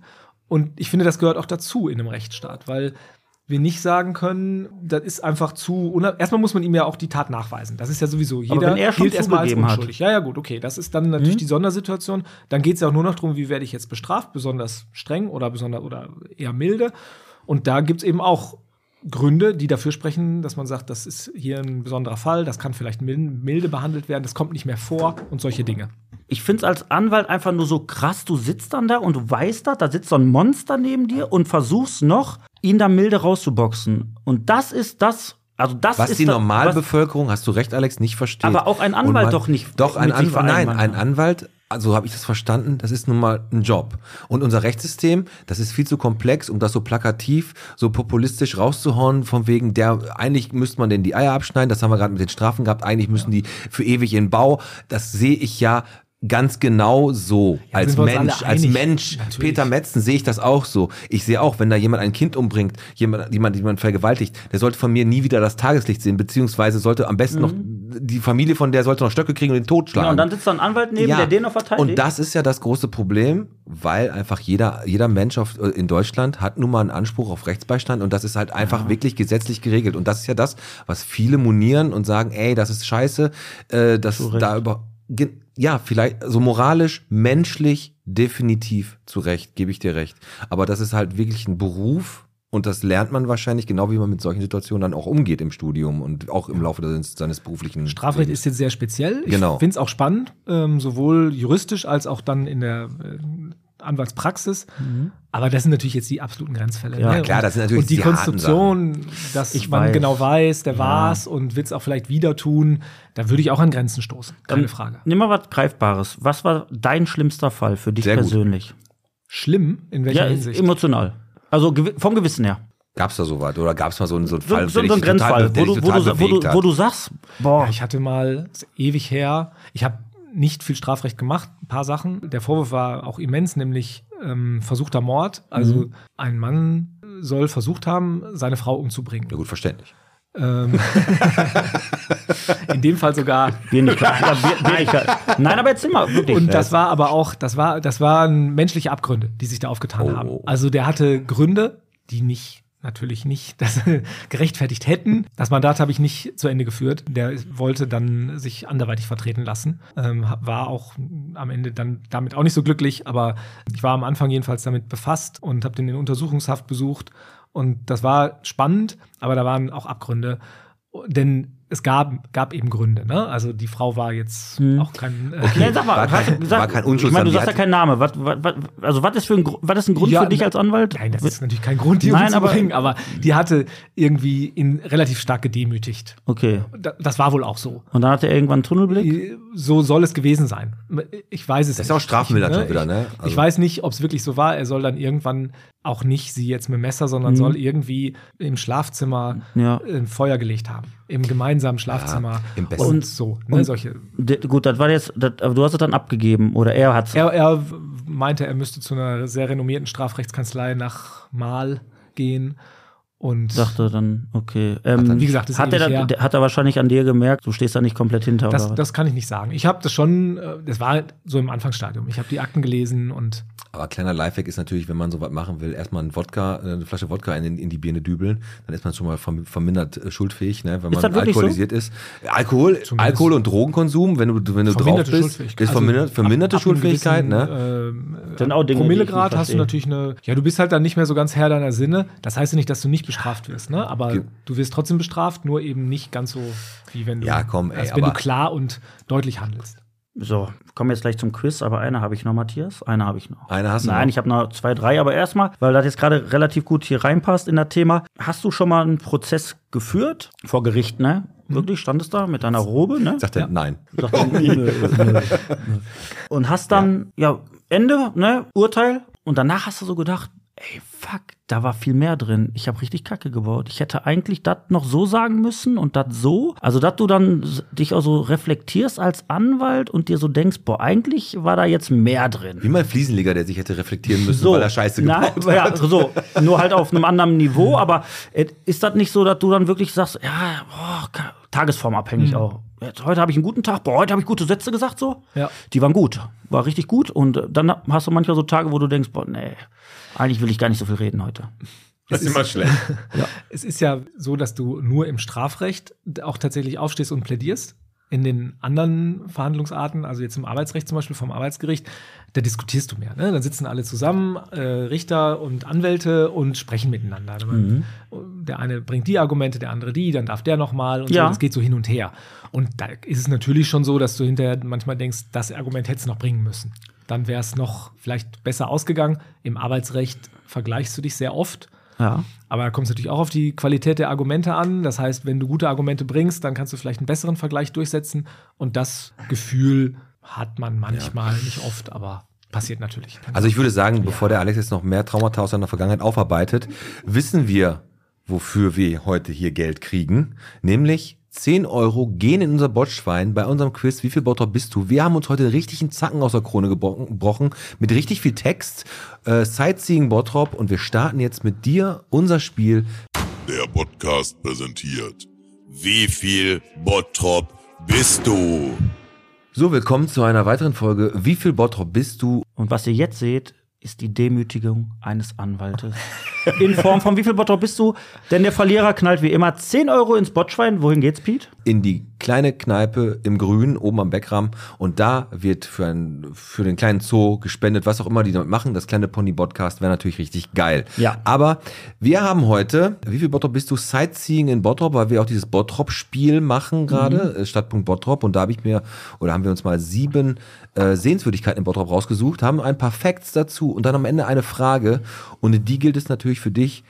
Speaker 5: Und ich finde, das gehört auch dazu in einem Rechtsstaat, weil wir nicht sagen können, das ist einfach zu. unab- Erstmal muss man ihm ja auch die Tat nachweisen. Das ist ja sowieso jeder
Speaker 2: Aber wenn er schon
Speaker 5: gilt erstmal als
Speaker 2: zugegeben hat. Mhm.
Speaker 5: unschuldig. Ja, ja, gut, okay. Das ist dann natürlich die Sondersituation. Dann geht es ja auch nur noch darum, wie werde ich jetzt bestraft, besonders streng oder besonders oder eher milde. Und da gibt es eben auch Gründe, die dafür sprechen, dass man sagt, das ist hier ein besonderer Fall, das kann vielleicht mil- milde behandelt werden, das kommt nicht mehr vor und solche Dinge.
Speaker 2: Ich finde es als Anwalt einfach nur so krass. Du sitzt dann da und du weißt das, da sitzt so ein Monster neben dir und versuchst noch, ihn da milde rauszuboxen. Und das ist das. Also das
Speaker 3: Was
Speaker 2: ist
Speaker 3: die
Speaker 2: das-
Speaker 3: Normalbevölkerung, hast du recht, Alex, nicht versteht.
Speaker 2: Aber auch ein Anwalt
Speaker 3: Und
Speaker 2: doch nicht
Speaker 3: Doch, ein
Speaker 2: mit sich
Speaker 3: Anwalt, nein,
Speaker 2: vereinbaren
Speaker 3: ein
Speaker 2: kann.
Speaker 3: Anwalt, also habe ich das verstanden, das ist nun mal ein Job. Und unser Rechtssystem, das ist viel zu komplex, um das so plakativ, so populistisch rauszuhauen, von wegen der, eigentlich müsste man denen die Eier abschneiden, das haben wir gerade mit den Strafen gehabt, eigentlich müssen die für ewig in den Bau, das sehe ich ja ganz genau so als
Speaker 5: sind wir uns alle
Speaker 3: Mensch, als
Speaker 5: einig.
Speaker 3: Mensch.
Speaker 5: Natürlich.
Speaker 3: Peter Metzen sehe ich das auch so. Ich sehe auch, wenn da jemand ein Kind umbringt, jemand, jemand, jemand vergewaltigt, der sollte von mir nie wieder das Tageslicht sehen, beziehungsweise sollte am besten noch, die Familie von der sollte noch Stöcke kriegen und den Tod schlagen.
Speaker 2: Mhm. Genau, und dann sitzt da ein Anwalt neben, der den noch verteidigt.
Speaker 3: Und das ist ja das große Problem, weil einfach jeder, jeder Mensch auf, äh, in Deutschland hat nun mal einen Anspruch auf Rechtsbeistand und das ist halt einfach wirklich gesetzlich geregelt. Und das ist ja das, was viele monieren und sagen, ey, das ist scheiße, äh, das da über. ge- Ja, vielleicht, so also moralisch, menschlich, definitiv zu Recht, gebe ich dir recht. Aber das ist halt wirklich ein Beruf und das lernt man wahrscheinlich, genau wie man mit solchen Situationen dann auch umgeht im Studium und auch im Laufe seines, seines beruflichen
Speaker 5: Strafrecht
Speaker 3: Lebens.
Speaker 5: ist jetzt sehr speziell.
Speaker 3: Genau.
Speaker 5: Ich finde es auch spannend, ähm, sowohl juristisch als auch dann in der äh, Anwaltspraxis. Aber das sind natürlich jetzt die absoluten Grenzfälle.
Speaker 2: Ja,
Speaker 5: ne?
Speaker 3: Mhm. klar,
Speaker 5: und,
Speaker 3: das sind natürlich
Speaker 5: Und die,
Speaker 3: die harten
Speaker 5: Konstruktion, dass
Speaker 2: Ich
Speaker 5: man
Speaker 2: weiß.
Speaker 5: genau weiß, der war's und wird's auch vielleicht wieder tun, da würde ich auch an Grenzen stoßen. Keine
Speaker 3: Ähm,
Speaker 2: Dann
Speaker 5: Frage.
Speaker 2: Nimm mal was Greifbares. Was war dein schlimmster Fall für dich
Speaker 3: Sehr gut.
Speaker 2: persönlich?
Speaker 5: Schlimm, in welcher
Speaker 2: Ja,
Speaker 5: Hinsicht?
Speaker 2: emotional. Also gewi- vom Gewissen her.
Speaker 3: Gab's da so was? Oder gab's mal so einen, so einen
Speaker 2: So,
Speaker 3: Fall,
Speaker 2: so,
Speaker 3: der
Speaker 2: so ein
Speaker 3: dich total-
Speaker 2: Grenzfall,
Speaker 3: der
Speaker 2: wo,
Speaker 3: dich
Speaker 2: du, wo,
Speaker 3: total
Speaker 2: du, wo,
Speaker 3: bewegt
Speaker 2: du,
Speaker 3: hat?
Speaker 2: wo du sagst, boah,
Speaker 5: Ja, ich hatte mal ist ewig her, ich habe nicht viel Strafrecht gemacht, ein paar Sachen. Der Vorwurf war auch immens, nämlich ähm, versuchter Mord. Also ein Mann soll versucht haben, seine Frau umzubringen.
Speaker 3: Ja, gut, verständlich.
Speaker 5: Ähm, in dem Fall sogar.
Speaker 2: Wenigkeit, ja, Wir- Wenigkeit. Nein, aber erzähl mal wirklich. ne?
Speaker 5: Und das war aber auch, das war, das waren menschliche Abgründe, die sich da aufgetan
Speaker 3: Oh.
Speaker 5: haben. Also der hatte Gründe, die nicht natürlich nicht das gerechtfertigt hätten. Das Mandat habe ich nicht zu Ende geführt. Der wollte dann sich anderweitig vertreten lassen, ähm, war auch am Ende dann damit auch nicht so glücklich, aber ich war am Anfang jedenfalls damit befasst und habe den in Untersuchungshaft besucht und das war spannend, aber da waren auch Abgründe, denn es gab, gab eben Gründe. Ne? Also die Frau war jetzt auch kein... äh,
Speaker 2: Nein, sag mal,
Speaker 3: War
Speaker 2: hast du
Speaker 3: kein-
Speaker 2: gesagt,
Speaker 3: war kein Unschuld,
Speaker 2: Ich meine, du
Speaker 3: sondern
Speaker 2: sagst
Speaker 3: die
Speaker 2: ja keinen Namen. Was, was, was, also, was ist, für ein, Gru- was ist ein Grund
Speaker 5: Ja,
Speaker 2: für dich
Speaker 5: ne-
Speaker 2: als Anwalt?
Speaker 5: Nein, das ist natürlich kein Grund, die
Speaker 2: Nein, aber- Mhm.
Speaker 5: umzubringen, aber, die hatte irgendwie ihn relativ stark gedemütigt.
Speaker 2: okay.
Speaker 5: Da- Das war wohl auch so.
Speaker 2: Und dann hat er irgendwann einen Tunnelblick.
Speaker 5: So soll es gewesen sein. Ich weiß es
Speaker 3: Das ist
Speaker 5: nicht.
Speaker 3: ja auch strafmildernd schon
Speaker 5: Ich-
Speaker 3: wieder, ne?
Speaker 5: ich
Speaker 3: Also-
Speaker 5: weiß nicht, ob es wirklich so war. Er soll dann irgendwann auch nicht sie jetzt mit dem Messer, sondern soll irgendwie im Schlafzimmer
Speaker 2: Mhm. Ja.
Speaker 5: ein Feuer gelegt haben. Im gemeinsamen Schlafzimmer.
Speaker 3: im besten-
Speaker 5: und so. Ne,
Speaker 2: und-
Speaker 5: solche.
Speaker 2: D- Gut, das war jetzt, das, aber du hast es dann abgegeben oder er hat es.
Speaker 5: Er, er meinte, er müsste zu einer sehr renommierten Strafrechtskanzlei nach Mahl gehen Und
Speaker 2: Dachte dann, okay. Ähm,
Speaker 5: Wie gesagt, ist
Speaker 2: hat,
Speaker 5: ewig
Speaker 2: er
Speaker 5: her.
Speaker 2: dann, der- hat er wahrscheinlich an dir gemerkt, du stehst da nicht komplett hinter
Speaker 5: das,
Speaker 2: oder was?
Speaker 5: das kann ich nicht sagen. Ich habe das schon, äh, das war so im Anfangsstadium. Ich habe die Akten gelesen und
Speaker 3: Aber kleiner Lifehack ist natürlich, wenn man sowas machen will, erstmal einen Wodka, äh, eine Flasche Wodka in, den- in die Birne dübeln, dann ist man schon mal verm- vermindert äh, schuldfähig, ne, wenn
Speaker 2: Ist
Speaker 3: man
Speaker 2: das wirklich so?
Speaker 3: alkoholisiert ist. Alkohol,
Speaker 5: Zumindest-
Speaker 3: Alkohol und Drogenkonsum, wenn du wenn du drauf bist, ist
Speaker 5: Also
Speaker 3: vermindert,
Speaker 5: ab-
Speaker 3: verminderte
Speaker 5: ab einem
Speaker 3: Schuldfähigkeit, ne?
Speaker 5: gewissen, ähm,
Speaker 2: Dann auch Dinge, die ich nicht
Speaker 5: Promillegrad hast du
Speaker 2: verstehe.
Speaker 5: natürlich eine. Ja, du bist halt dann nicht mehr so ganz Herr deiner Sinne. Das heißt ja nicht, dass du nicht bestraft wirst, ne? Aber
Speaker 3: Ge-
Speaker 5: du wirst trotzdem bestraft, nur eben nicht ganz so wie wenn du.
Speaker 3: Ja, komm, ey,
Speaker 5: als wenn du
Speaker 3: aber-
Speaker 5: klar und deutlich handelst.
Speaker 2: So, kommen wir jetzt gleich zum Quiz, aber eine habe ich noch, Matthias. Eine habe ich noch.
Speaker 3: Eine hast du
Speaker 2: Nein,
Speaker 3: noch.
Speaker 2: ich habe noch zwei, drei, aber erstmal, weil das jetzt gerade relativ gut hier reinpasst in das Thema. Hast du schon mal einen Prozess geführt? Vor Gericht, ne?
Speaker 5: Hm.
Speaker 2: Wirklich, standest da mit deiner Robe, ne?
Speaker 3: Sagt er, nein.
Speaker 2: Sagt er, nö, nö, nö. Und hast dann, ja. Ende, ne? Urteil. Und danach hast du so gedacht, ey, fuck, da war viel mehr drin. Ich habe richtig Kacke gebaut. Ich hätte eigentlich das noch so sagen müssen und das so. Also, dass du dann s- dich auch so reflektierst als Anwalt und dir so denkst, boah, eigentlich war da jetzt mehr drin.
Speaker 3: Wie mein Fliesenleger, der sich hätte reflektieren müssen, weil er Scheiße
Speaker 2: Nein,
Speaker 3: gebaut hat. Hm.
Speaker 2: ja, so, nur halt auf einem anderen Niveau, aber äh, ist das nicht so, dass du dann wirklich sagst, ja, boah, ka- tagesformabhängig
Speaker 3: Hm.
Speaker 2: auch. Jetzt, heute habe ich einen guten Tag, boah, heute habe ich gute Sätze gesagt, so.
Speaker 5: Ja.
Speaker 2: Die waren gut, war richtig gut und äh, dann hast du manchmal so Tage, wo du denkst, boah, nee, eigentlich will ich gar nicht so viel reden heute.
Speaker 3: Das ist immer schlecht.
Speaker 5: Es ist ja so, dass du nur im Strafrecht auch tatsächlich aufstehst und plädierst. In den anderen Verhandlungsarten, also jetzt im Arbeitsrecht zum Beispiel vom Arbeitsgericht, da diskutierst du mehr. Ne? Dann sitzen alle zusammen, äh, Richter und Anwälte und sprechen miteinander.
Speaker 3: Mhm.
Speaker 5: Man- Der eine bringt die Argumente, der andere die, dann darf der nochmal und
Speaker 2: Ja.
Speaker 5: so. Das geht so hin und her. Und da ist es natürlich schon so, dass du hinterher manchmal denkst, das Argument hättest du noch bringen müssen. Dann wäre es noch vielleicht besser ausgegangen. Im Arbeitsrecht vergleichst du dich sehr oft.
Speaker 2: Ja.
Speaker 5: Aber da kommt es natürlich auch auf die Qualität der Argumente an. Das heißt, wenn du gute Argumente bringst, dann kannst du vielleicht einen besseren Vergleich durchsetzen. Und das Gefühl hat man manchmal, nicht oft, aber passiert natürlich.
Speaker 3: Also ich würde sagen, bevor der Alex jetzt noch mehr Traumata aus seiner Vergangenheit aufarbeitet, wissen wir, wofür wir heute hier Geld kriegen. Nämlich 10 Euro gehen in unser Botschwein bei unserem Quiz Wie viel Bottrop bist du? Wir haben uns heute richtig einen Zacken aus der Krone gebrochen, gebrochen mit richtig viel Text, äh, Sightseeing Bottrop und wir starten jetzt mit dir unser Spiel
Speaker 7: Der Podcast präsentiert. Wie viel Bottrop bist du?
Speaker 3: So, willkommen zu einer weiteren Folge. Wie viel Bottrop bist du?
Speaker 2: Und was ihr jetzt seht, ist die Demütigung eines Anwaltes. In Form von wie viel Bottrop bist du? Denn der Verlierer knallt wie immer 10 Euro ins Bottschwein. Wohin geht's, Pete?
Speaker 3: In die kleine Kneipe im Grün, oben am Beckrahmen. Und da wird für, ein, für den kleinen Zoo gespendet, was auch immer die damit machen. Das kleine Pony-Podcast wäre natürlich richtig geil.
Speaker 2: Ja.
Speaker 3: Aber wir haben heute, wie viel Bottrop bist du? Sightseeing in Bottrop, weil wir auch dieses Bottrop-Spiel machen gerade, äh, Stadtpunkt Bottrop. Und da habe ich mir, oder haben wir uns mal sieben äh, Sehenswürdigkeiten in Bottrop rausgesucht, haben ein paar Facts dazu und dann am Ende eine Frage. Und die gilt es natürlich für dich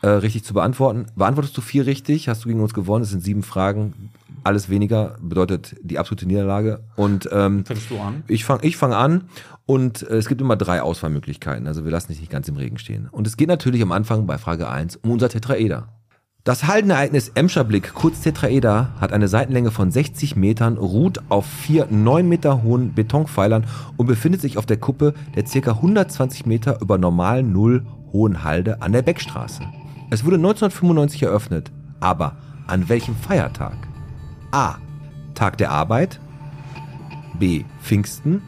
Speaker 3: äh, richtig zu beantworten. Beantwortest du vier richtig, hast du gegen uns gewonnen. Es sind sieben Fragen. Alles weniger bedeutet die absolute Niederlage. Und ähm,
Speaker 2: Fängst du an?
Speaker 3: ich fange ich fang an und äh, es gibt immer drei Auswahlmöglichkeiten. Also wir lassen dich nicht ganz im Regen stehen. Und es geht natürlich am Anfang bei Frage 1 um unser Tetraeder. Das Haldenereignis Emscherblick, kurz Tetraeder, hat eine Seitenlänge von 60 Metern, ruht auf vier 9 Meter hohen Betonpfeilern und befindet sich auf der Kuppe der ca. 120 Meter über normal Null hohen Halde an der Beckstraße. Es wurde 1995 eröffnet, aber an welchem Feiertag? A. Tag der Arbeit, B. Pfingsten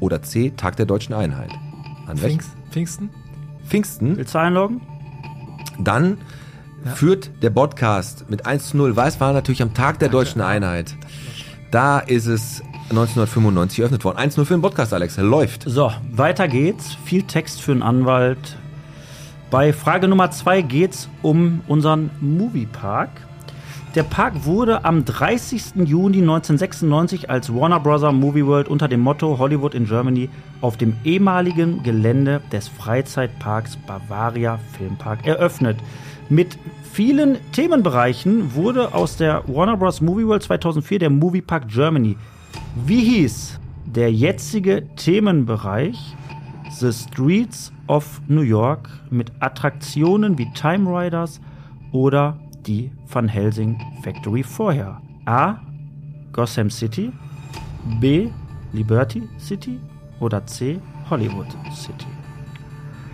Speaker 3: oder C. Tag der deutschen Einheit. An welchem?
Speaker 5: Pfingst, Pfingsten?
Speaker 3: Pfingsten.
Speaker 2: Willst du einloggen?
Speaker 3: Dann führt der Podcast mit 1 zu 0, weil es war natürlich am Tag der deutschen Einheit. Da ist es 1995 eröffnet worden. 1 0 für den Podcast, Alex. Läuft.
Speaker 2: So, weiter geht's. Viel Text für einen Anwalt. Bei Frage Nummer zwei geht's um unseren Moviepark. Der Park wurde am 30. Juni 1996 als Warner Bros. Movie World unter dem Motto Hollywood in Germany auf dem ehemaligen Gelände des Freizeitparks Bavaria Filmpark eröffnet. Mit vielen Themenbereichen wurde aus der Warner Bros. Movie World 2004 der Moviepark Germany. Wie hieß der jetzige Themenbereich The Streets of New York mit Attraktionen wie Time Riders oder die Van Helsing Factory vorher? A. Gotham City, B. Liberty City oder C. Hollywood City?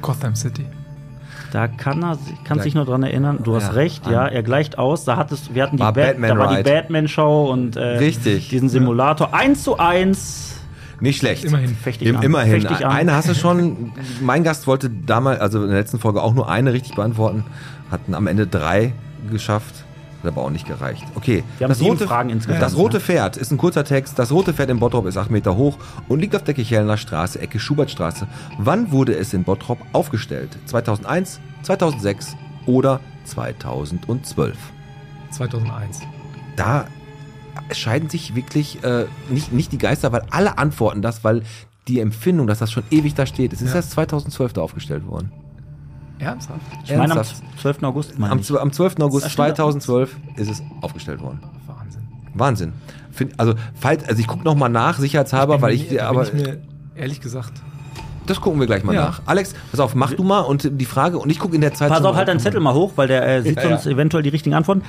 Speaker 5: Gotham City.
Speaker 2: Da kann er sich- kann sich nur dran erinnern. Du hast recht, ja. Er gleicht aus. Da hattest, wir hatten die
Speaker 3: War
Speaker 2: Bat-
Speaker 3: Batman
Speaker 2: da war die
Speaker 3: Ride.
Speaker 2: Batman-Show und äh,
Speaker 3: Richtig.
Speaker 2: diesen Simulator. Eins zu eins.
Speaker 3: Nicht schlecht.
Speaker 5: Immerhin.
Speaker 2: Fecht dich
Speaker 3: Im,
Speaker 2: an.
Speaker 3: immerhin.
Speaker 2: Fecht dich an.
Speaker 3: Eine hast du schon. Mein Gast wollte damals, also in der letzten Folge, auch nur eine richtig beantworten. Hatten am Ende drei geschafft. Hat aber auch nicht gereicht. Okay.
Speaker 2: Wir haben sieben Fragen insgesamt,
Speaker 3: Das rote
Speaker 2: ne?
Speaker 3: Pferd ist ein kurzer Text. Das rote Pferd in Bottrop ist acht Meter hoch und liegt auf der Kichelner Straße, Ecke Schubertstraße. Wann wurde es in Bottrop aufgestellt? 2001, 2006 oder 2012?
Speaker 5: 2001.
Speaker 3: da scheiden sich wirklich äh, nicht, nicht die Geister, weil alle antworten das, weil die Empfindung, dass das schon ewig da steht. Es ist
Speaker 5: Ja.
Speaker 3: erst 2012 da aufgestellt worden.
Speaker 5: Ernsthaft?
Speaker 2: Ich meine, am
Speaker 3: Ernsthaft?
Speaker 2: 12. August, meine
Speaker 3: am,
Speaker 2: ich.
Speaker 3: zw- am 12. August
Speaker 2: Das stimmt.
Speaker 3: 2012 ist es aufgestellt worden.
Speaker 5: Wahnsinn.
Speaker 3: Wahnsinn. Find, also, falls, also ich gucke nochmal nach, sicherheitshalber, weil ich,
Speaker 5: Bin mir-
Speaker 3: aber
Speaker 5: bin ich mir ehrlich gesagt.
Speaker 3: das gucken wir gleich mal
Speaker 5: Ja.
Speaker 3: nach. Alex, pass auf, mach du mal und die Frage und ich gucke in der Zeit.
Speaker 2: Pass
Speaker 3: schon
Speaker 2: auf,
Speaker 3: mal-
Speaker 2: halt deinen Zettel mal hoch, weil der äh, sieht
Speaker 3: Ja, ja.
Speaker 2: sonst eventuell die richtigen Antworten.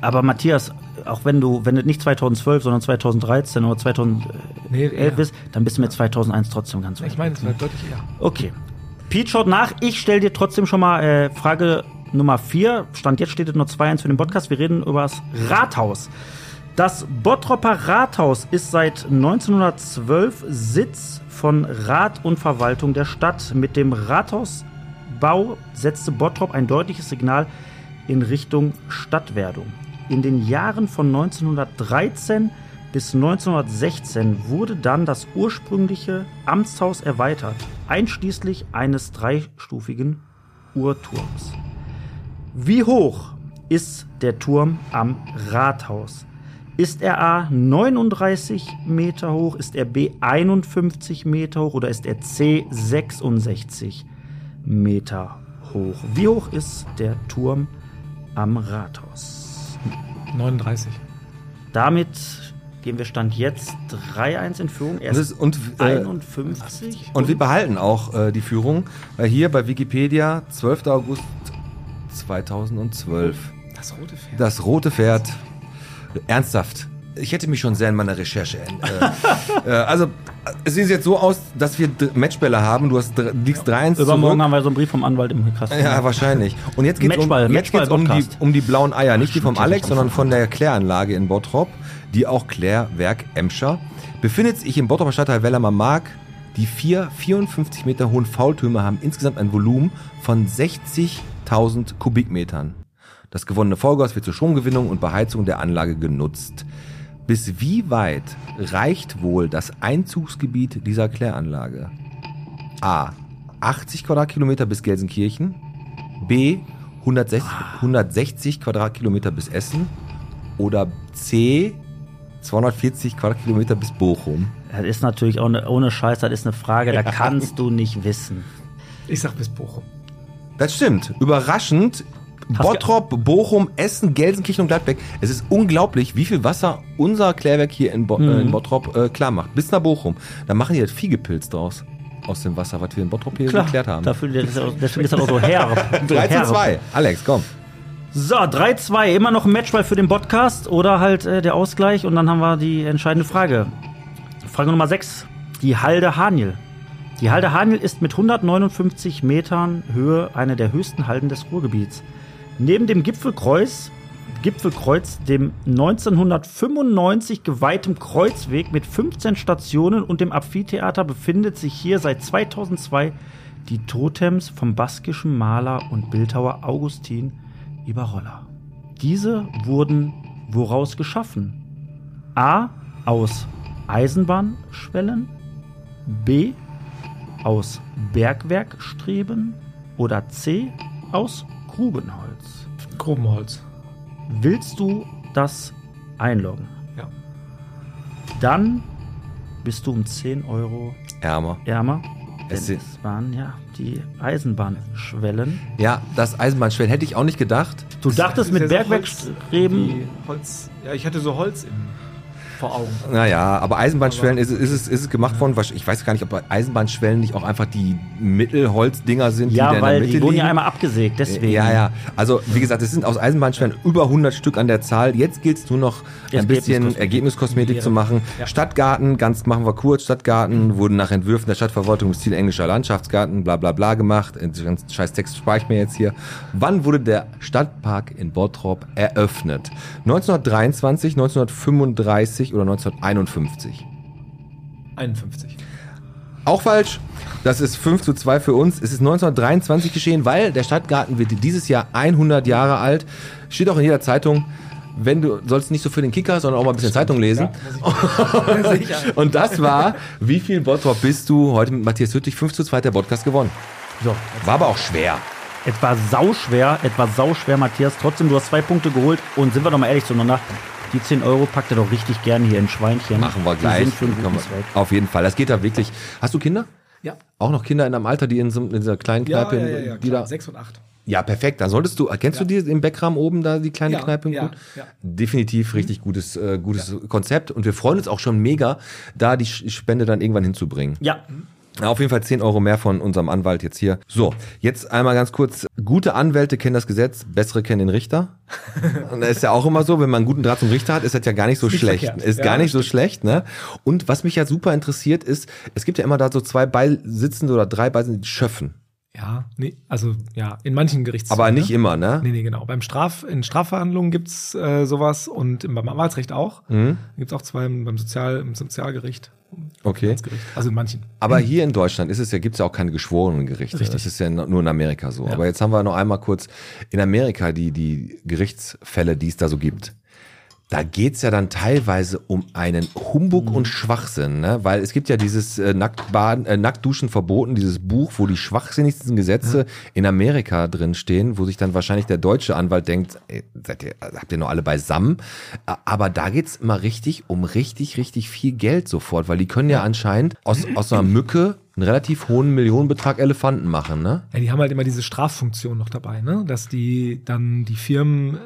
Speaker 2: Aber Matthias, auch wenn du, wenn es nicht 2012, sondern 2013 oder 2011
Speaker 5: Nee, eher.
Speaker 2: ist, dann bist du mit 2001 trotzdem ganz weit.
Speaker 5: Ich meine, es war deutlich eher.
Speaker 2: Okay. Pete schaut nach. Ich stelle dir trotzdem schon mal äh, Frage Nummer 4. Stand jetzt steht es nur 2-1 für den Podcast. Wir reden über das Rathaus. Das Bottropper Rathaus ist seit 1912 Sitz von Rat und Verwaltung der Stadt. Mit dem Rathausbau setzte Bottrop ein deutliches Signal in Richtung Stadtwerdung. In den Jahren von 1913 bis 1916 wurde dann das ursprüngliche Amtshaus erweitert, einschließlich eines dreistufigen Uhrturms. Wie hoch ist der Turm am Rathaus? Ist er A 39 Meter hoch? Ist er B 51 Meter hoch? Oder ist er C 66 Meter hoch? Wie hoch ist der Turm am Rathaus?
Speaker 5: 39.
Speaker 2: Damit gehen wir Stand jetzt 3-1 in Führung.
Speaker 3: Und,
Speaker 2: Erst
Speaker 3: es- und, äh,
Speaker 2: 51.
Speaker 3: Und wir behalten auch äh, die Führung, weil hier bei Wikipedia 12. August 2012.
Speaker 5: Das rote Pferd.
Speaker 3: Das rote Pferd. Ernsthaft. Ich hätte mich schon sehr in meiner Recherche. Äh, äh, also, es sieht jetzt so aus, dass wir D- Matchbälle haben. Du hast, dr- liegst 3-1
Speaker 2: Übermorgen
Speaker 3: zurück.
Speaker 2: haben wir so einen Brief vom Anwalt im Kasten.
Speaker 3: Ja, wahrscheinlich. Und jetzt geht's
Speaker 2: Matchball,
Speaker 3: um, jetzt geht's um, die,
Speaker 2: Matchball-Podcast.
Speaker 3: um die blauen Eier. Nicht die vom
Speaker 2: Stimmt,
Speaker 3: Alex,
Speaker 2: die
Speaker 3: sondern von der Kläranlage in Bottrop, die auch Klärwerk Emscher. Befindet sich im Bottroper Stadtteil Wellermer Mark. Die vier 54 Meter hohen Faultürme haben insgesamt ein Volumen von 60.000 Kubikmetern. Das gewonnene Vollgas wird zur Stromgewinnung und Beheizung der Anlage genutzt. Bis wie weit reicht wohl das Einzugsgebiet dieser Kläranlage? A. 80 Quadratkilometer bis Gelsenkirchen. B. 160, 160 Quadratkilometer bis Essen. Oder C. 240 Quadratkilometer bis Bochum.
Speaker 2: Das ist natürlich auch eine, ohne Scheiß, das ist eine Frage, da kannst du nicht wissen.
Speaker 5: Ich sag bis Bochum.
Speaker 3: Das stimmt. Überraschend. Bottrop, Bochum, Essen, Gelsenkirchen und Gladbeck. Es ist unglaublich, wie viel Wasser unser Klärwerk hier in, Bo äh, in Bottrop äh, klar macht. Bis nach Bochum. Da machen die jetzt Viehgepilz draus. Aus dem Wasser, was wir in Bottrop hier geklärt haben.
Speaker 2: Dafür, das ist auch- deswegen ist das auch so herb. So
Speaker 3: 13
Speaker 2: herb.
Speaker 3: 2. Alex, komm.
Speaker 2: So, 3-2. Immer noch ein Matchball für den Podcast oder halt äh, der Ausgleich. Und dann haben wir die entscheidende Frage. Frage Nummer 6. Die Halde Haniel. Die Halde Haniel ist mit 159 Metern Höhe eine der höchsten Halden des Ruhrgebiets. Neben dem Gipfelkreuz, Gipfelkreuz, dem 1995 geweihten Kreuzweg mit 15 Stationen und dem Amphitheater befindet sich hier seit 2002 die Totems vom baskischen Maler und Bildhauer Augustin Ibarolla. Diese wurden woraus geschaffen? A. Aus Eisenbahnschwellen. B. Aus Bergwerkstreben. Oder C. Aus Grubenholz.
Speaker 5: Grubenholz.
Speaker 2: Willst du das einloggen?
Speaker 5: Ja.
Speaker 2: Dann bist du um 10 Euro
Speaker 3: Ärmer.
Speaker 2: ärmer. Denn
Speaker 3: Es
Speaker 2: es,
Speaker 3: sind-
Speaker 2: waren ja die Eisenbahnschwellen.
Speaker 3: Ja, das Eisenbahnschwellen hätte ich auch nicht gedacht.
Speaker 2: Du dachtest mit
Speaker 5: Ist ja so Holz-
Speaker 2: Bergwerkstreben.
Speaker 5: die Holz. Ja, ich hatte so Holz im. vor Augen.
Speaker 3: Naja, aber Eisenbahnschwellen ist, ist, es, ist es gemacht worden. Wahrsch- Ich weiß gar nicht, ob bei Eisenbahnschwellen nicht auch einfach die Mittelholzdinger sind, die
Speaker 2: Ja,
Speaker 3: da in
Speaker 2: weil
Speaker 3: der Mitte
Speaker 2: die wurden ja
Speaker 3: liegen.
Speaker 2: einmal abgesägt, deswegen.
Speaker 3: Ja, ja. Also, wie gesagt, es sind aus Eisenbahnschwellen über 100 Stück an der Zahl. Jetzt gilt es nur noch ein bisschen
Speaker 2: Ergebniskosmetik.
Speaker 3: Ergebniskosmetik zu machen.
Speaker 5: Ja.
Speaker 3: Stadtgarten, ganz machen wir kurz. Stadtgarten wurden nach Entwürfen der Stadtverwaltung im Stil englischer Landschaftsgarten, bla, bla, bla gemacht. Äh, Den ganzen scheiß Text spare ich mir jetzt hier. Wann wurde der Stadtpark in Bottrop eröffnet? 1923, 1935 oder 1951?
Speaker 5: 51.
Speaker 3: Auch falsch. Das ist 5 zu 2 für uns. Es ist 1923 geschehen, weil der Stadtgarten wird dieses Jahr 100 Jahre alt. Steht auch in jeder Zeitung. Wenn du sollst nicht so für den Kicker, sondern auch mal ein bisschen Zeitung lesen. Und das war, wie viel Bottrop bist du? Heute mit Matthias Hüttich 5 zu 2 hat der Podcast gewonnen.
Speaker 2: So.
Speaker 3: War aber auch schwer.
Speaker 2: Es war sauschwer, es war sauschwer, Matthias. Trotzdem, du hast zwei Punkte geholt. Und sind wir doch mal ehrlich zueinander, die 10 Euro packt er doch richtig gerne hier in Schweinchen.
Speaker 3: Machen wir
Speaker 2: Die
Speaker 3: gleich.
Speaker 2: sind für einen
Speaker 3: Können
Speaker 2: guten
Speaker 3: wir-
Speaker 2: Zweck.
Speaker 3: Auf jeden Fall. Das geht da wirklich. Hast du Kinder?
Speaker 5: Ja.
Speaker 3: Auch noch Kinder in einem Alter, die in, so, in dieser kleinen Kneipe, die
Speaker 5: klar.
Speaker 3: da.
Speaker 5: Sechs und acht.
Speaker 3: Ja, perfekt. Dann solltest du, kennst du die im Backrahmen oben da, die kleine
Speaker 5: Ja,
Speaker 3: Kneipe?
Speaker 5: ja,
Speaker 3: gut?
Speaker 5: ja. Mhm.
Speaker 3: Definitiv richtig gutes, äh, gutes Konzept. Und wir freuen uns auch schon mega, da die Sch- Spende dann irgendwann hinzubringen.
Speaker 2: Ja,
Speaker 3: Na, auf jeden Fall 10 Euro mehr von unserem Anwalt jetzt hier. So, jetzt einmal ganz kurz. Gute Anwälte kennen das Gesetz, bessere kennen den Richter. Und das ist ja auch immer so, wenn man einen guten Draht zum Richter hat, ist das ja gar nicht so
Speaker 5: nicht
Speaker 3: schlecht.
Speaker 5: verkehrt.
Speaker 3: Ist
Speaker 5: Ja,
Speaker 3: gar nicht so schlecht, ne? Und was mich ja super interessiert ist, es gibt ja immer da so zwei Beisitzende oder drei Beisitzende, die schöffen.
Speaker 5: Ja, nee, also ja, in manchen Gerichtsfällen.
Speaker 3: Aber nicht
Speaker 5: ne?
Speaker 3: immer, ne?
Speaker 5: Nee, nee, genau. Beim Straf, in Strafverhandlungen gibt's äh, sowas und im, beim Arbeitsrecht auch. Mhm. Gibt auch zwei im, beim Sozial, im Sozialgericht.
Speaker 3: Okay.
Speaker 5: Gericht. Also in manchen.
Speaker 3: Aber hier in Deutschland ist es ja, gibt es ja auch keine geschworenen Gerichte.
Speaker 5: Richtig.
Speaker 3: Das ist ja nur in Amerika so. Aber jetzt haben wir noch einmal kurz in Amerika die, die Gerichtsfälle, die es da so gibt. Da geht's ja dann teilweise um einen Humbug und Schwachsinn, ne? weil es gibt ja dieses äh, Nacktbaden, äh, Nacktduschen verboten, dieses Buch, wo die schwachsinnigsten Gesetze in Amerika drin stehen, wo sich dann wahrscheinlich der deutsche Anwalt denkt, ey, seid ihr, habt ihr noch alle beisammen? Ä- Aber da geht's immer richtig um richtig, richtig viel Geld sofort, weil die können ja anscheinend aus, aus einer Mücke einen relativ hohen Millionenbetrag Elefanten machen, ne?
Speaker 5: Ja, die haben halt immer diese Straffunktion noch dabei, ne? dass die dann die Firmen äh,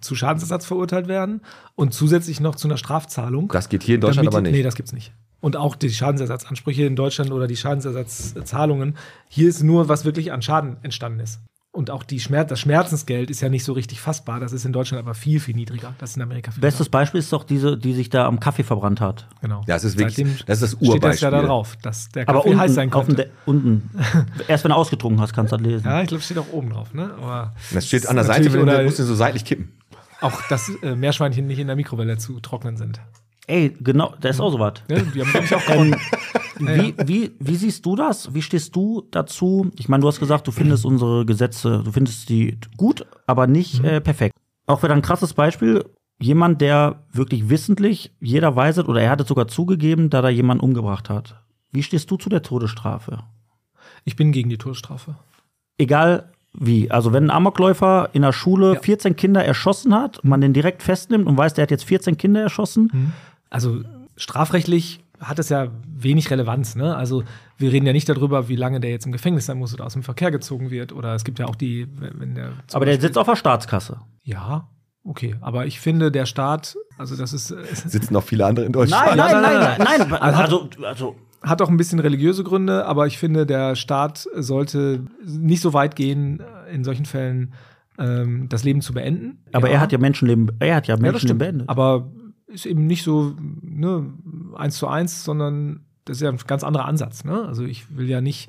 Speaker 5: zu Schadensersatz verurteilt werden und zusätzlich noch zu einer Strafzahlung.
Speaker 3: Das geht hier in Deutschland
Speaker 5: Damit-
Speaker 3: aber nicht.
Speaker 5: Nee, das gibt's nicht. Und auch die Schadensersatzansprüche in Deutschland oder die Schadensersatzzahlungen. Hier ist nur, was wirklich an Schaden entstanden ist. Und auch die Schmerz, das Schmerzensgeld ist ja nicht so richtig fassbar. Das ist in Deutschland aber viel, viel niedriger. Das ist in Amerika viel
Speaker 2: bestes Beispiel ist doch diese, die sich da am Kaffee verbrannt hat.
Speaker 5: höher. Genau.
Speaker 3: Das ist wirklich-
Speaker 5: Seitdem
Speaker 3: das ist das
Speaker 5: Steht das ja da
Speaker 3: Urbeispiel.
Speaker 5: drauf, dass der
Speaker 2: Aber
Speaker 5: Kaffee
Speaker 2: unten,
Speaker 5: heiß sein
Speaker 2: auf dem
Speaker 5: konnte.
Speaker 2: De unten. Erst wenn du ausgetrunken hast, kannst du das lesen.
Speaker 5: Ja, ich glaube, steht auch oben drauf. Ne? Aber
Speaker 3: Das steht
Speaker 5: ist
Speaker 3: an der Seite,
Speaker 5: natürlich-
Speaker 3: wenn du
Speaker 5: oder
Speaker 3: musst du so seitlich kippen.
Speaker 5: auch, dass äh, Meerschweinchen nicht in der Mikrowelle zu trocknen sind.
Speaker 2: Ey, genau, da ist auch so was.
Speaker 5: Ne? Die haben, glaub ich, auch gewonnen.
Speaker 2: Wie, wie, wie siehst du das? Wie stehst du dazu? Ich meine, du hast gesagt, du findest unsere Gesetze, du findest die gut, aber nicht
Speaker 5: Mhm.
Speaker 2: äh, perfekt. Auch wieder ein krasses Beispiel. Jemand, der wirklich wissentlich, jeder weiß es, oder er hat es sogar zugegeben, da da jemanden umgebracht hat. Wie stehst du zu der Todesstrafe?
Speaker 5: Ich bin gegen die Todesstrafe.
Speaker 2: Egal wie. Also, wenn ein Amokläufer in der Schule 14 Kinder erschossen hat, man den direkt festnimmt und weiß, der hat jetzt 14 Kinder erschossen,
Speaker 5: Also strafrechtlich hat es ja wenig Relevanz. Ne? Also wir reden ja nicht darüber, wie lange der jetzt im Gefängnis sein muss oder aus dem Verkehr gezogen wird. Oder es gibt ja auch die, wenn wenn der. zum
Speaker 2: aber der
Speaker 5: Beispiel-
Speaker 2: sitzt auf der Staatskasse.
Speaker 5: Ja, okay. Aber ich finde, der Staat, also das ist, es
Speaker 3: Sitzen noch viele andere in Deutschland.
Speaker 2: Nein, nein, nein, nein, nein.
Speaker 5: Also-
Speaker 2: Also, also
Speaker 5: hat auch ein bisschen religiöse Gründe, aber ich finde, der Staat sollte nicht so weit gehen, in solchen Fällen ähm, das Leben zu beenden.
Speaker 2: Aber
Speaker 5: Ja.
Speaker 2: er hat ja Menschenleben, er hat ja
Speaker 5: Ja, das
Speaker 2: Menschenleben
Speaker 5: stimmt.
Speaker 2: beendet.
Speaker 5: Aber ist eben nicht so ne, eins zu eins, sondern das ist ja ein ganz anderer Ansatz. Ne? Also ich will ja nicht,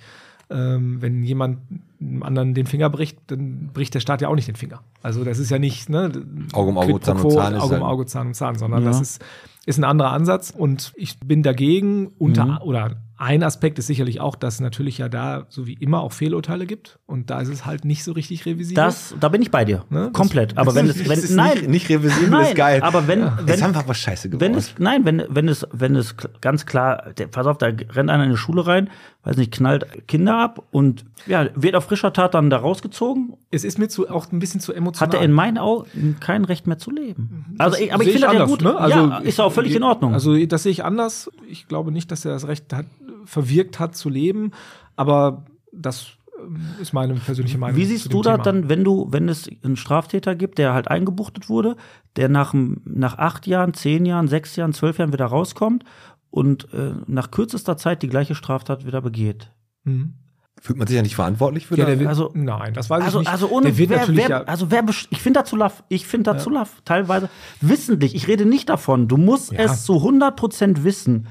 Speaker 5: ähm, wenn jemand einem anderen den Finger bricht, dann bricht der Staat ja auch nicht den Finger. Also das ist ja nicht ne,
Speaker 3: Auge um Auge,
Speaker 5: quid pro
Speaker 3: Zahn um
Speaker 5: quo,
Speaker 3: Zahn ist
Speaker 5: Auge um
Speaker 3: halt-
Speaker 5: Auge, Zahn um Zahn, sondern
Speaker 2: Ja.
Speaker 5: das ist, ist ein anderer Ansatz. Und ich bin dagegen unter
Speaker 3: Mhm.
Speaker 5: oder ein Aspekt ist sicherlich auch, dass es natürlich ja da so wie immer auch Fehlurteile gibt und da ist es halt nicht so richtig revisibel.
Speaker 2: das, da bin ich bei dir.
Speaker 5: Ne?
Speaker 2: Komplett. aber wenn es, wenn, nein,
Speaker 3: nicht, nicht revisibel
Speaker 2: nein,
Speaker 3: ist geil.
Speaker 2: aber wenn,
Speaker 3: Jetzt haben
Speaker 2: wenn,
Speaker 3: wir aber scheiße geworden.
Speaker 2: wenn es, nein, wenn, wenn es, wenn es k- ganz klar, der, pass auf, da rennt einer in die Schule rein, weiß nicht, knallt Kinder ab und, ja, wird auf frischer Tat dann da rausgezogen,
Speaker 5: es ist mir zu, auch ein bisschen zu emotional.
Speaker 2: hat er in meinen Augen kein Recht mehr zu leben. Also, ich, aber ich Also,
Speaker 5: Sehe
Speaker 2: finde das ja
Speaker 5: anders,
Speaker 2: gut,
Speaker 5: ne?
Speaker 2: ja, ist auch völlig
Speaker 5: ich-
Speaker 2: in Ordnung.
Speaker 5: Also das sehe ich anders. Ich glaube nicht, dass er das Recht hat, verwirkt hat zu leben, aber das ähm, ist meine persönliche Meinung.
Speaker 2: Wie
Speaker 5: zu
Speaker 2: siehst
Speaker 5: dem
Speaker 2: du das
Speaker 5: Thema.
Speaker 2: dann, wenn du, wenn es einen Straftäter gibt, der halt eingebuchtet wurde, der nach, dem- nach acht Jahren, zehn Jahren, sechs Jahren, zwölf Jahren wieder rauskommt und äh, nach kürzester Zeit die gleiche Straftat wieder begeht?
Speaker 5: Mhm.
Speaker 3: Fühlt man sich ja nicht verantwortlich für
Speaker 5: Ja,
Speaker 3: das?
Speaker 5: der wird,
Speaker 2: also-
Speaker 5: also, nein, das weiß
Speaker 2: Also,
Speaker 5: ich nicht.
Speaker 2: also ohne
Speaker 5: der wird
Speaker 2: wer,
Speaker 5: natürlich
Speaker 2: wer,
Speaker 5: ja,
Speaker 2: also wer besch- ich finde dazu Laff, ich finde dazu Laff teilweise wissentlich, ich rede nicht davon, du musst
Speaker 5: Ja.
Speaker 2: es zu 100% wissen,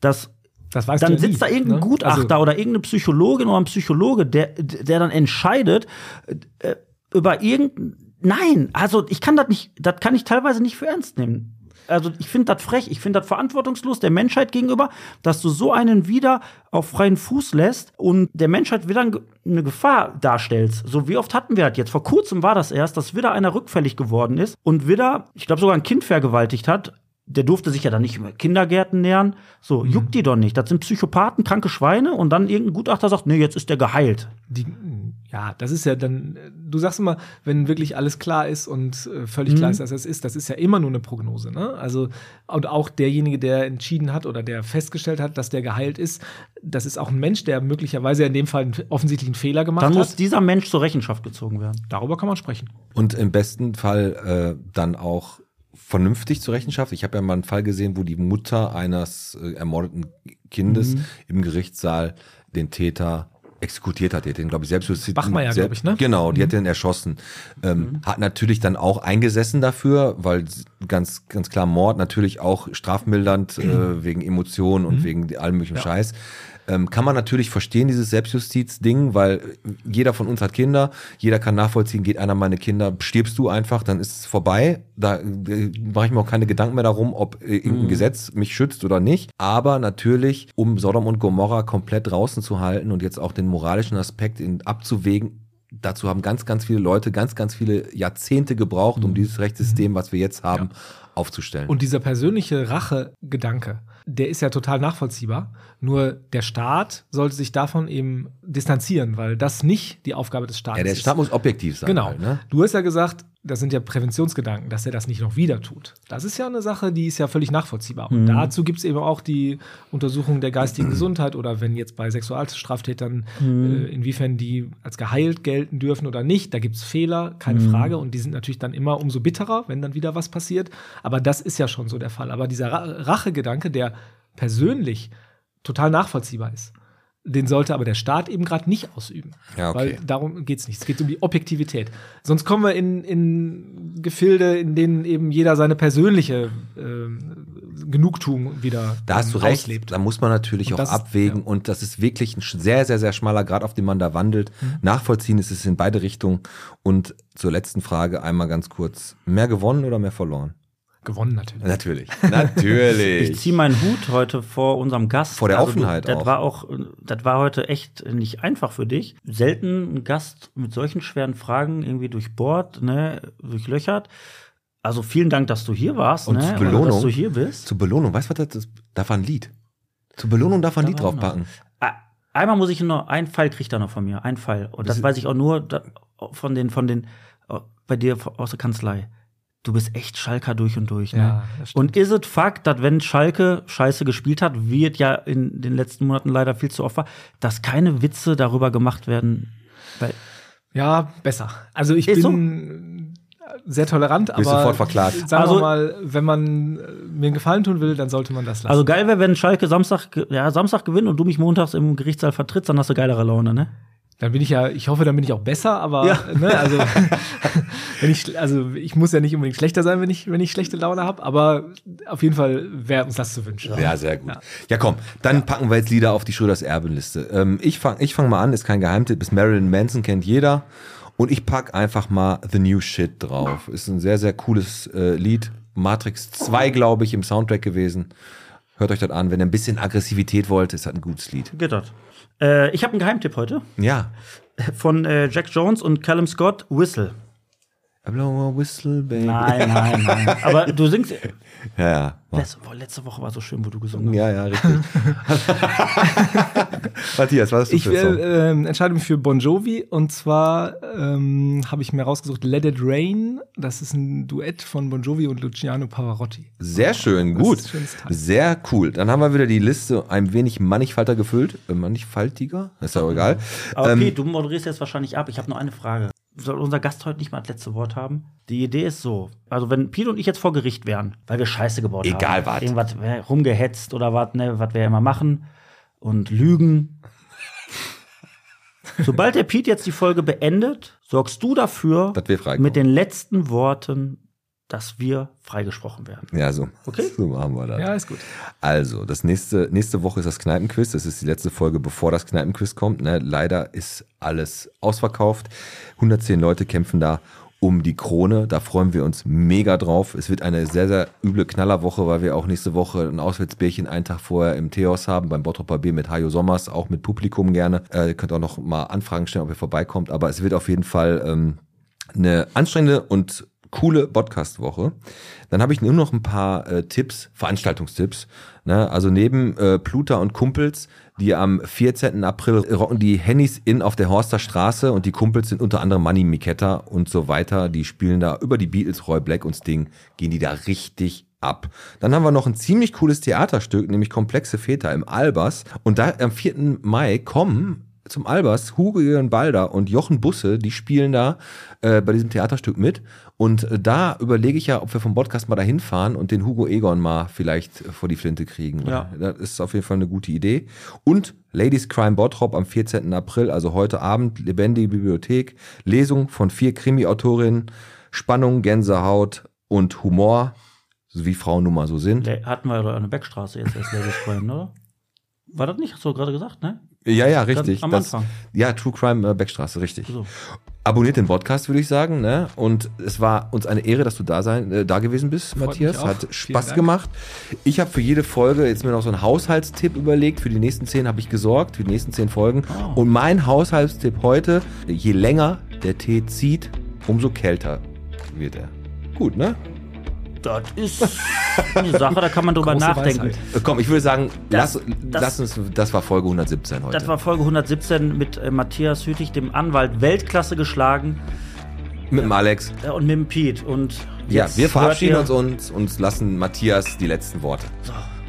Speaker 2: dass
Speaker 5: das weiß
Speaker 2: dann sitzt da
Speaker 5: ne?
Speaker 2: irgendein
Speaker 5: Also
Speaker 2: Gutachter oder irgendeine Psychologin oder ein Psychologe, der, der dann entscheidet äh, über irgendein. Nein, also ich kann das nicht, das kann ich teilweise nicht für ernst nehmen. Also ich finde das frech, ich finde das verantwortungslos der Menschheit gegenüber, dass du so einen wieder auf freien Fuß lässt und der Menschheit wieder ein- eine Gefahr darstellst. So wie oft hatten wir das jetzt? Vor kurzem war das erst, dass wieder einer rückfällig geworden ist und wieder, ich glaube sogar ein Kind vergewaltigt hat. Der durfte sich ja dann nicht über Kindergärten nähern. So, juckt die doch nicht. Das sind Psychopathen, kranke Schweine und dann irgendein Gutachter sagt, nee, jetzt ist der geheilt.
Speaker 5: Die, ja, das ist ja dann, du sagst immer, wenn wirklich alles klar ist und äh, völlig
Speaker 3: Mhm.
Speaker 5: klar ist, dass es ist, das ist ja immer nur eine Prognose. Ne? Also, und auch derjenige, der entschieden hat oder der festgestellt hat, dass der geheilt ist, das ist auch ein Mensch, der möglicherweise in dem Fall einen offensichtlichen Fehler gemacht
Speaker 2: Dann muss
Speaker 5: hat.
Speaker 2: dieser Mensch zur Rechenschaft gezogen werden.
Speaker 5: Darüber kann man sprechen.
Speaker 3: Und im besten Fall äh, dann auch vernünftig zur Rechenschaft. Ich habe ja mal einen Fall gesehen, wo die Mutter eines äh, ermordeten Kindes
Speaker 5: Mhm.
Speaker 3: im Gerichtssaal den Täter exekutiert hat. Die hat den, glaube ich, selbst
Speaker 5: Bachmeier,
Speaker 3: Sel-
Speaker 5: glaub ich, ne?
Speaker 3: Genau, die hat den erschossen. Ähm, Hat natürlich dann auch eingesessen dafür, weil s- ganz, ganz klar Mord natürlich auch strafmildernd äh, wegen Emotionen und wegen allem möglichen Scheiß. Ähm, kann man natürlich verstehen, dieses Selbstjustiz-Ding, weil äh, jeder von uns hat Kinder, jeder kann nachvollziehen, geht einer meiner Kinder, stirbst du einfach, dann ist es vorbei. Da äh, mache ich mir auch keine Gedanken mehr darum, ob äh, irgendein Gesetz mich schützt oder nicht. Aber natürlich, um Sodom und Gomorra komplett draußen zu halten und jetzt auch den moralischen Aspekt in, abzuwägen, dazu haben ganz, ganz viele Leute ganz, ganz viele Jahrzehnte gebraucht, um dieses Rechtssystem, was wir jetzt haben, aufzustellen.
Speaker 5: Mhm. Und dieser persönliche Rache-Gedanke, der ist ja total nachvollziehbar. Nur der Staat sollte sich davon eben distanzieren, weil das nicht die Aufgabe des Staates
Speaker 3: ja, der
Speaker 5: ist.
Speaker 3: Staat muss objektiv sein.
Speaker 5: Genau.
Speaker 3: halt, ne?
Speaker 5: Du hast ja gesagt, das sind ja Präventionsgedanken, dass er das nicht noch wieder tut. Das ist ja eine Sache, die ist ja völlig nachvollziehbar. Und dazu gibt es eben auch die Untersuchung der geistigen Gesundheit oder wenn jetzt bei Sexualstraftätern, äh, inwiefern die als geheilt gelten dürfen oder nicht. Da gibt es Fehler, keine Frage. Und die sind natürlich dann immer umso bitterer, wenn dann wieder was passiert. Aber das ist ja schon so der Fall. Aber dieser Ra Rachegedanke, der persönlich total nachvollziehbar ist. Den sollte aber der Staat eben gerade nicht ausüben.
Speaker 3: Ja, okay.
Speaker 5: Weil darum geht es nicht. Es geht um die Objektivität. Sonst kommen wir in, in Gefilde, in denen eben jeder seine persönliche ähm, Genugtuung wieder
Speaker 3: Da hast
Speaker 5: ähm,
Speaker 3: du recht.
Speaker 5: auslebt.
Speaker 3: Da muss man natürlich
Speaker 5: Und
Speaker 3: auch
Speaker 5: das ist-
Speaker 3: abwägen. Und das ist wirklich ein sch- sehr, sehr, sehr schmaler Grad, auf dem man da wandelt.
Speaker 5: Mhm.
Speaker 3: Nachvollziehen ist es in beide Richtungen. Und zur letzten Frage einmal ganz kurz. Mehr gewonnen oder mehr verloren?
Speaker 5: Gewonnen natürlich.
Speaker 3: Natürlich. Natürlich.
Speaker 2: Ich ziehe meinen Hut heute vor unserem Gast.
Speaker 3: Vor der
Speaker 2: Also,
Speaker 3: Offenheit
Speaker 2: du, das
Speaker 3: auch.
Speaker 2: War auch. Das war heute echt nicht einfach für dich. Selten ein Gast mit solchen schweren Fragen irgendwie durchbohrt, ne, durchlöchert. Also vielen Dank, dass du hier warst,
Speaker 3: Und
Speaker 2: ne,
Speaker 3: zur
Speaker 2: oder
Speaker 3: Belohnung-
Speaker 2: dass du hier bist.
Speaker 3: Zur Belohnung, weißt du, was das ist? Darf man ein Lied? Zur Belohnung darf man ein Lied
Speaker 2: Da war noch.
Speaker 3: draufpacken.
Speaker 2: Ah, Einmal muss ich noch, ein Fall kriegt er noch von mir, ein Fall. Und das,
Speaker 3: Das-
Speaker 2: weiß ich auch nur da, von den, von den, äh, bei dir aus der Kanzlei. Du bist echt Schalker durch und durch, ne?
Speaker 5: das stimmt.
Speaker 2: Und ist es Fakt, dass wenn Schalke scheiße gespielt hat, wird ja in den letzten Monaten leider viel zu oft war, dass keine Witze darüber gemacht werden? Weil,
Speaker 5: ja, besser. Also ich
Speaker 2: Ist so.
Speaker 5: bin sehr tolerant, aber
Speaker 3: Bist sofort verklagt.
Speaker 5: sagen
Speaker 2: Also-
Speaker 5: wir mal, wenn man äh, mir einen Gefallen tun will, dann sollte man das lassen.
Speaker 2: also geil wäre, wenn Schalke Samstag, ge- ja, Samstag gewinnt und du mich montags im Gerichtssaal vertrittst, dann hast du geilere Laune, ne?
Speaker 5: Dann bin ich ja, ich hoffe, dann bin ich auch besser, aber ne, also, wenn ich, also ich muss ja nicht unbedingt schlechter sein, wenn ich, wenn ich schlechte Laune habe, aber auf jeden Fall wäre uns das zu wünschen.
Speaker 3: Ja, sehr gut. Ja, komm, dann packen wir jetzt Lieder auf die Schröders Erbenliste. Ähm, ich fange ich fang mal an, ist kein Geheimtipp, ist Marilyn Manson, kennt jeder. Und ich pack einfach mal The New Shit drauf. Ist ein sehr, sehr cooles äh, Lied. Matrix 2, glaube ich, im Soundtrack gewesen. Hört euch das an, wenn ihr ein bisschen Aggressivität wollt, ist das ein gutes Lied.
Speaker 2: Geht das. Äh, ich habe einen Geheimtipp heute
Speaker 3: Ja.
Speaker 2: von äh, Jack Jones und Callum Scott, Whistle.
Speaker 3: I blow a whistle, baby.
Speaker 2: Nein, nein, nein. Aber du singst.
Speaker 3: Ja, ja.
Speaker 2: Letzte, boah, letzte Woche war so schön, wo du gesungen hast.
Speaker 3: Ja, ja, richtig. Matthias, was hast du
Speaker 5: Ich
Speaker 3: für einen
Speaker 5: will,
Speaker 3: Song?
Speaker 5: ähm, entscheide mich für Bon Jovi und zwar ähm, habe ich mir rausgesucht Let It Rain. Das ist ein Duett von Bon Jovi und Luciano Pavarotti.
Speaker 3: Sehr schön, gut.
Speaker 5: ist ein schönes Teil.
Speaker 3: Sehr cool. Dann haben wir wieder die Liste ein wenig mannigfalter gefüllt. Äh, Mannigfaltiger? Ist
Speaker 5: Mhm.
Speaker 3: ja auch egal.
Speaker 2: Aber
Speaker 3: Ähm,
Speaker 2: Pete, du moderierst jetzt wahrscheinlich ab. Ich habe nur eine Frage. Soll unser Gast heute nicht mal das letzte Wort haben? Die Idee ist so: Also, wenn Pete und ich jetzt vor Gericht wären, weil wir Scheiße gebaut
Speaker 3: Egal
Speaker 2: haben.
Speaker 3: wat.
Speaker 2: Irgendwas wär rumgehetzt oder was, ne, was wir ja immer machen. Und Lügen. Sobald der Pete jetzt die Folge beendet, sorgst du dafür,
Speaker 3: Dass wir freikommen.
Speaker 2: mit den letzten Worten, dass wir freigesprochen werden.
Speaker 3: Ja, so.
Speaker 2: Okay.
Speaker 3: So machen wir das.
Speaker 5: Ja, ist gut.
Speaker 3: Also, das nächste, nächste Woche ist das Kneipenquiz. Das ist die letzte Folge, bevor das Kneipenquiz kommt. Ne? Leider ist alles ausverkauft. 110 Leute kämpfen da um die Krone. Da freuen wir uns mega drauf. Es wird eine sehr, sehr üble Knallerwoche, weil wir auch nächste Woche ein Auswärtsbierchen einen Tag vorher im Theos haben, beim Bottroper B mit Hajo Sommers, auch mit Publikum gerne. Äh, ihr könnt auch noch mal Anfragen stellen, ob ihr vorbeikommt. Aber es wird auf jeden Fall... Ähm, eine anstrengende und coole Podcast-Woche. Dann habe ich nur noch ein paar äh, Tipps, Veranstaltungstipps. Ne? Also neben äh, Pluta und Kumpels, die am 14. April rocken die Hennys in auf der Horster Straße und die Kumpels sind unter anderem Manny Miketta und so weiter. Die spielen da über die Beatles, Roy Black und Sting, gehen die da richtig ab. Dann haben wir noch ein ziemlich cooles Theaterstück, nämlich Komplexe Väter im Albers. Und da am 4. Mai kommen zum Albers, Hugo Jürgen Balder und Jochen Busse, die spielen da äh, bei diesem Theaterstück mit. Und äh, da überlege ich ja, ob wir vom Podcast mal dahin fahren und den Hugo Egon mal vielleicht äh, vor die Flinte kriegen.
Speaker 2: Ja.
Speaker 3: Das ist auf jeden Fall eine gute Idee. Und Ladies Crime Bottrop am 14. April, also heute Abend, lebendige Bibliothek, Lesung von vier Krimi-Autorinnen, Spannung, Gänsehaut und Humor, wie Frauen nun mal so sind.
Speaker 2: Le hatten wir ja eine Beckstraße jetzt als Label vorhin, oder? War das nicht? Hast du gerade gesagt, ne?
Speaker 3: Ja, ja, richtig.
Speaker 2: am
Speaker 3: Das,
Speaker 2: Anfang.
Speaker 3: ja, True Crime äh, Beckstraße, richtig.
Speaker 2: So.
Speaker 3: Abonniert den Podcast, würde ich sagen. Ne? Und es war uns eine Ehre, dass du da sein, äh, da gewesen bist, Matthias.
Speaker 5: mich auch.
Speaker 3: Hat
Speaker 5: Vielen
Speaker 3: Spaß
Speaker 5: Dank.
Speaker 3: gemacht. Ich habe für jede Folge jetzt mir noch so einen Haushaltstipp überlegt. Für die nächsten zehn habe ich gesorgt, für die nächsten zehn Folgen.
Speaker 5: Oh.
Speaker 3: Und mein Haushaltstipp heute, je länger der Tee zieht, umso kälter wird er. Gut, ne?
Speaker 2: Das ist eine Sache, da kann man drüber
Speaker 5: Große
Speaker 2: nachdenken.
Speaker 5: Weisheit.
Speaker 3: Äh, Komm, ich würde sagen,
Speaker 2: Das-
Speaker 3: lass,
Speaker 2: das-
Speaker 3: lass uns, das war Folge 117 heute.
Speaker 2: Das war Folge 117 mit äh, Matthias Hütig, dem Anwalt Weltklasse geschlagen
Speaker 3: Mit dem Alex.
Speaker 2: äh, und mit dem Piet. Und
Speaker 3: Ja,
Speaker 2: jetzt
Speaker 3: wir verabschieden
Speaker 2: hört
Speaker 3: uns
Speaker 2: ihr-
Speaker 3: und, und lassen Matthias die letzten Worte.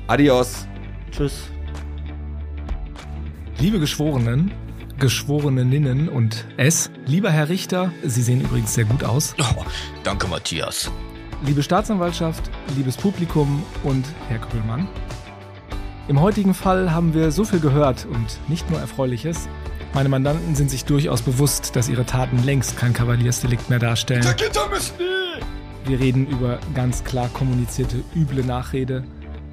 Speaker 3: Adios.
Speaker 2: Tschüss.
Speaker 5: Liebe Geschworenen, Geschworeninnen und es, lieber Herr Richter, Sie sehen übrigens sehr gut aus.
Speaker 8: Oh, danke, Matthias.
Speaker 5: Liebe Staatsanwaltschaft, liebes Publikum und Herr Krüllmann. Im heutigen Fall haben wir so viel gehört und nicht nur Erfreuliches. Meine Mandanten sind sich durchaus bewusst, dass ihre Taten längst kein Kavaliersdelikt mehr darstellen. Wir reden über ganz klar kommunizierte üble Nachrede,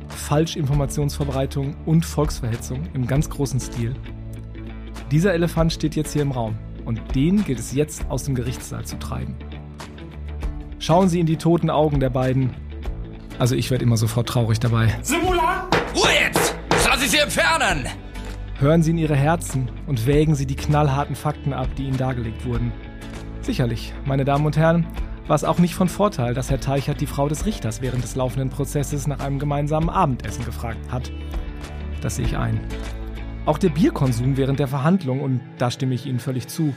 Speaker 5: Falschinformationsverbreitung und Volksverhetzung im ganz großen Stil. Dieser Elefant steht jetzt hier im Raum und den gilt es jetzt aus dem Gerichtssaal zu treiben. Schauen Sie in die toten Augen der beiden. Also ich werde immer sofort traurig dabei.
Speaker 8: Ruhe jetzt! Lass ich sie entfernen!
Speaker 5: Hören Sie in Ihre Herzen und wägen Sie die knallharten Fakten ab, die Ihnen dargelegt wurden. Sicherlich, meine Damen und Herren, war es auch nicht von Vorteil, dass Herr Teichert die Frau des Richters während des laufenden Prozesses nach einem gemeinsamen Abendessen gefragt hat. Das sehe ich ein. Auch der Bierkonsum während der Verhandlung, und da stimme ich Ihnen völlig zu,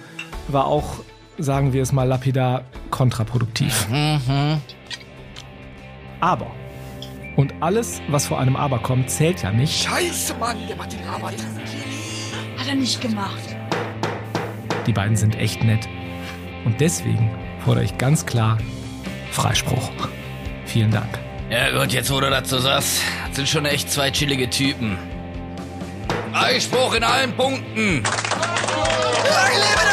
Speaker 5: war auch, sagen wir es mal lapidar, kontraproduktiv. Aber, und alles, was vor einem Aber kommt, zählt ja nicht.
Speaker 8: Scheiße, Mann! Der macht den Arbeit.
Speaker 9: Hat er nicht gemacht.
Speaker 5: Die beiden sind echt nett. Und deswegen fordere ich ganz klar Freispruch. Vielen Dank.
Speaker 8: Ja gut, jetzt wo du das so sagst, das sind schon echt zwei chillige Typen. Einspruch in allen Punkten! Lang lebe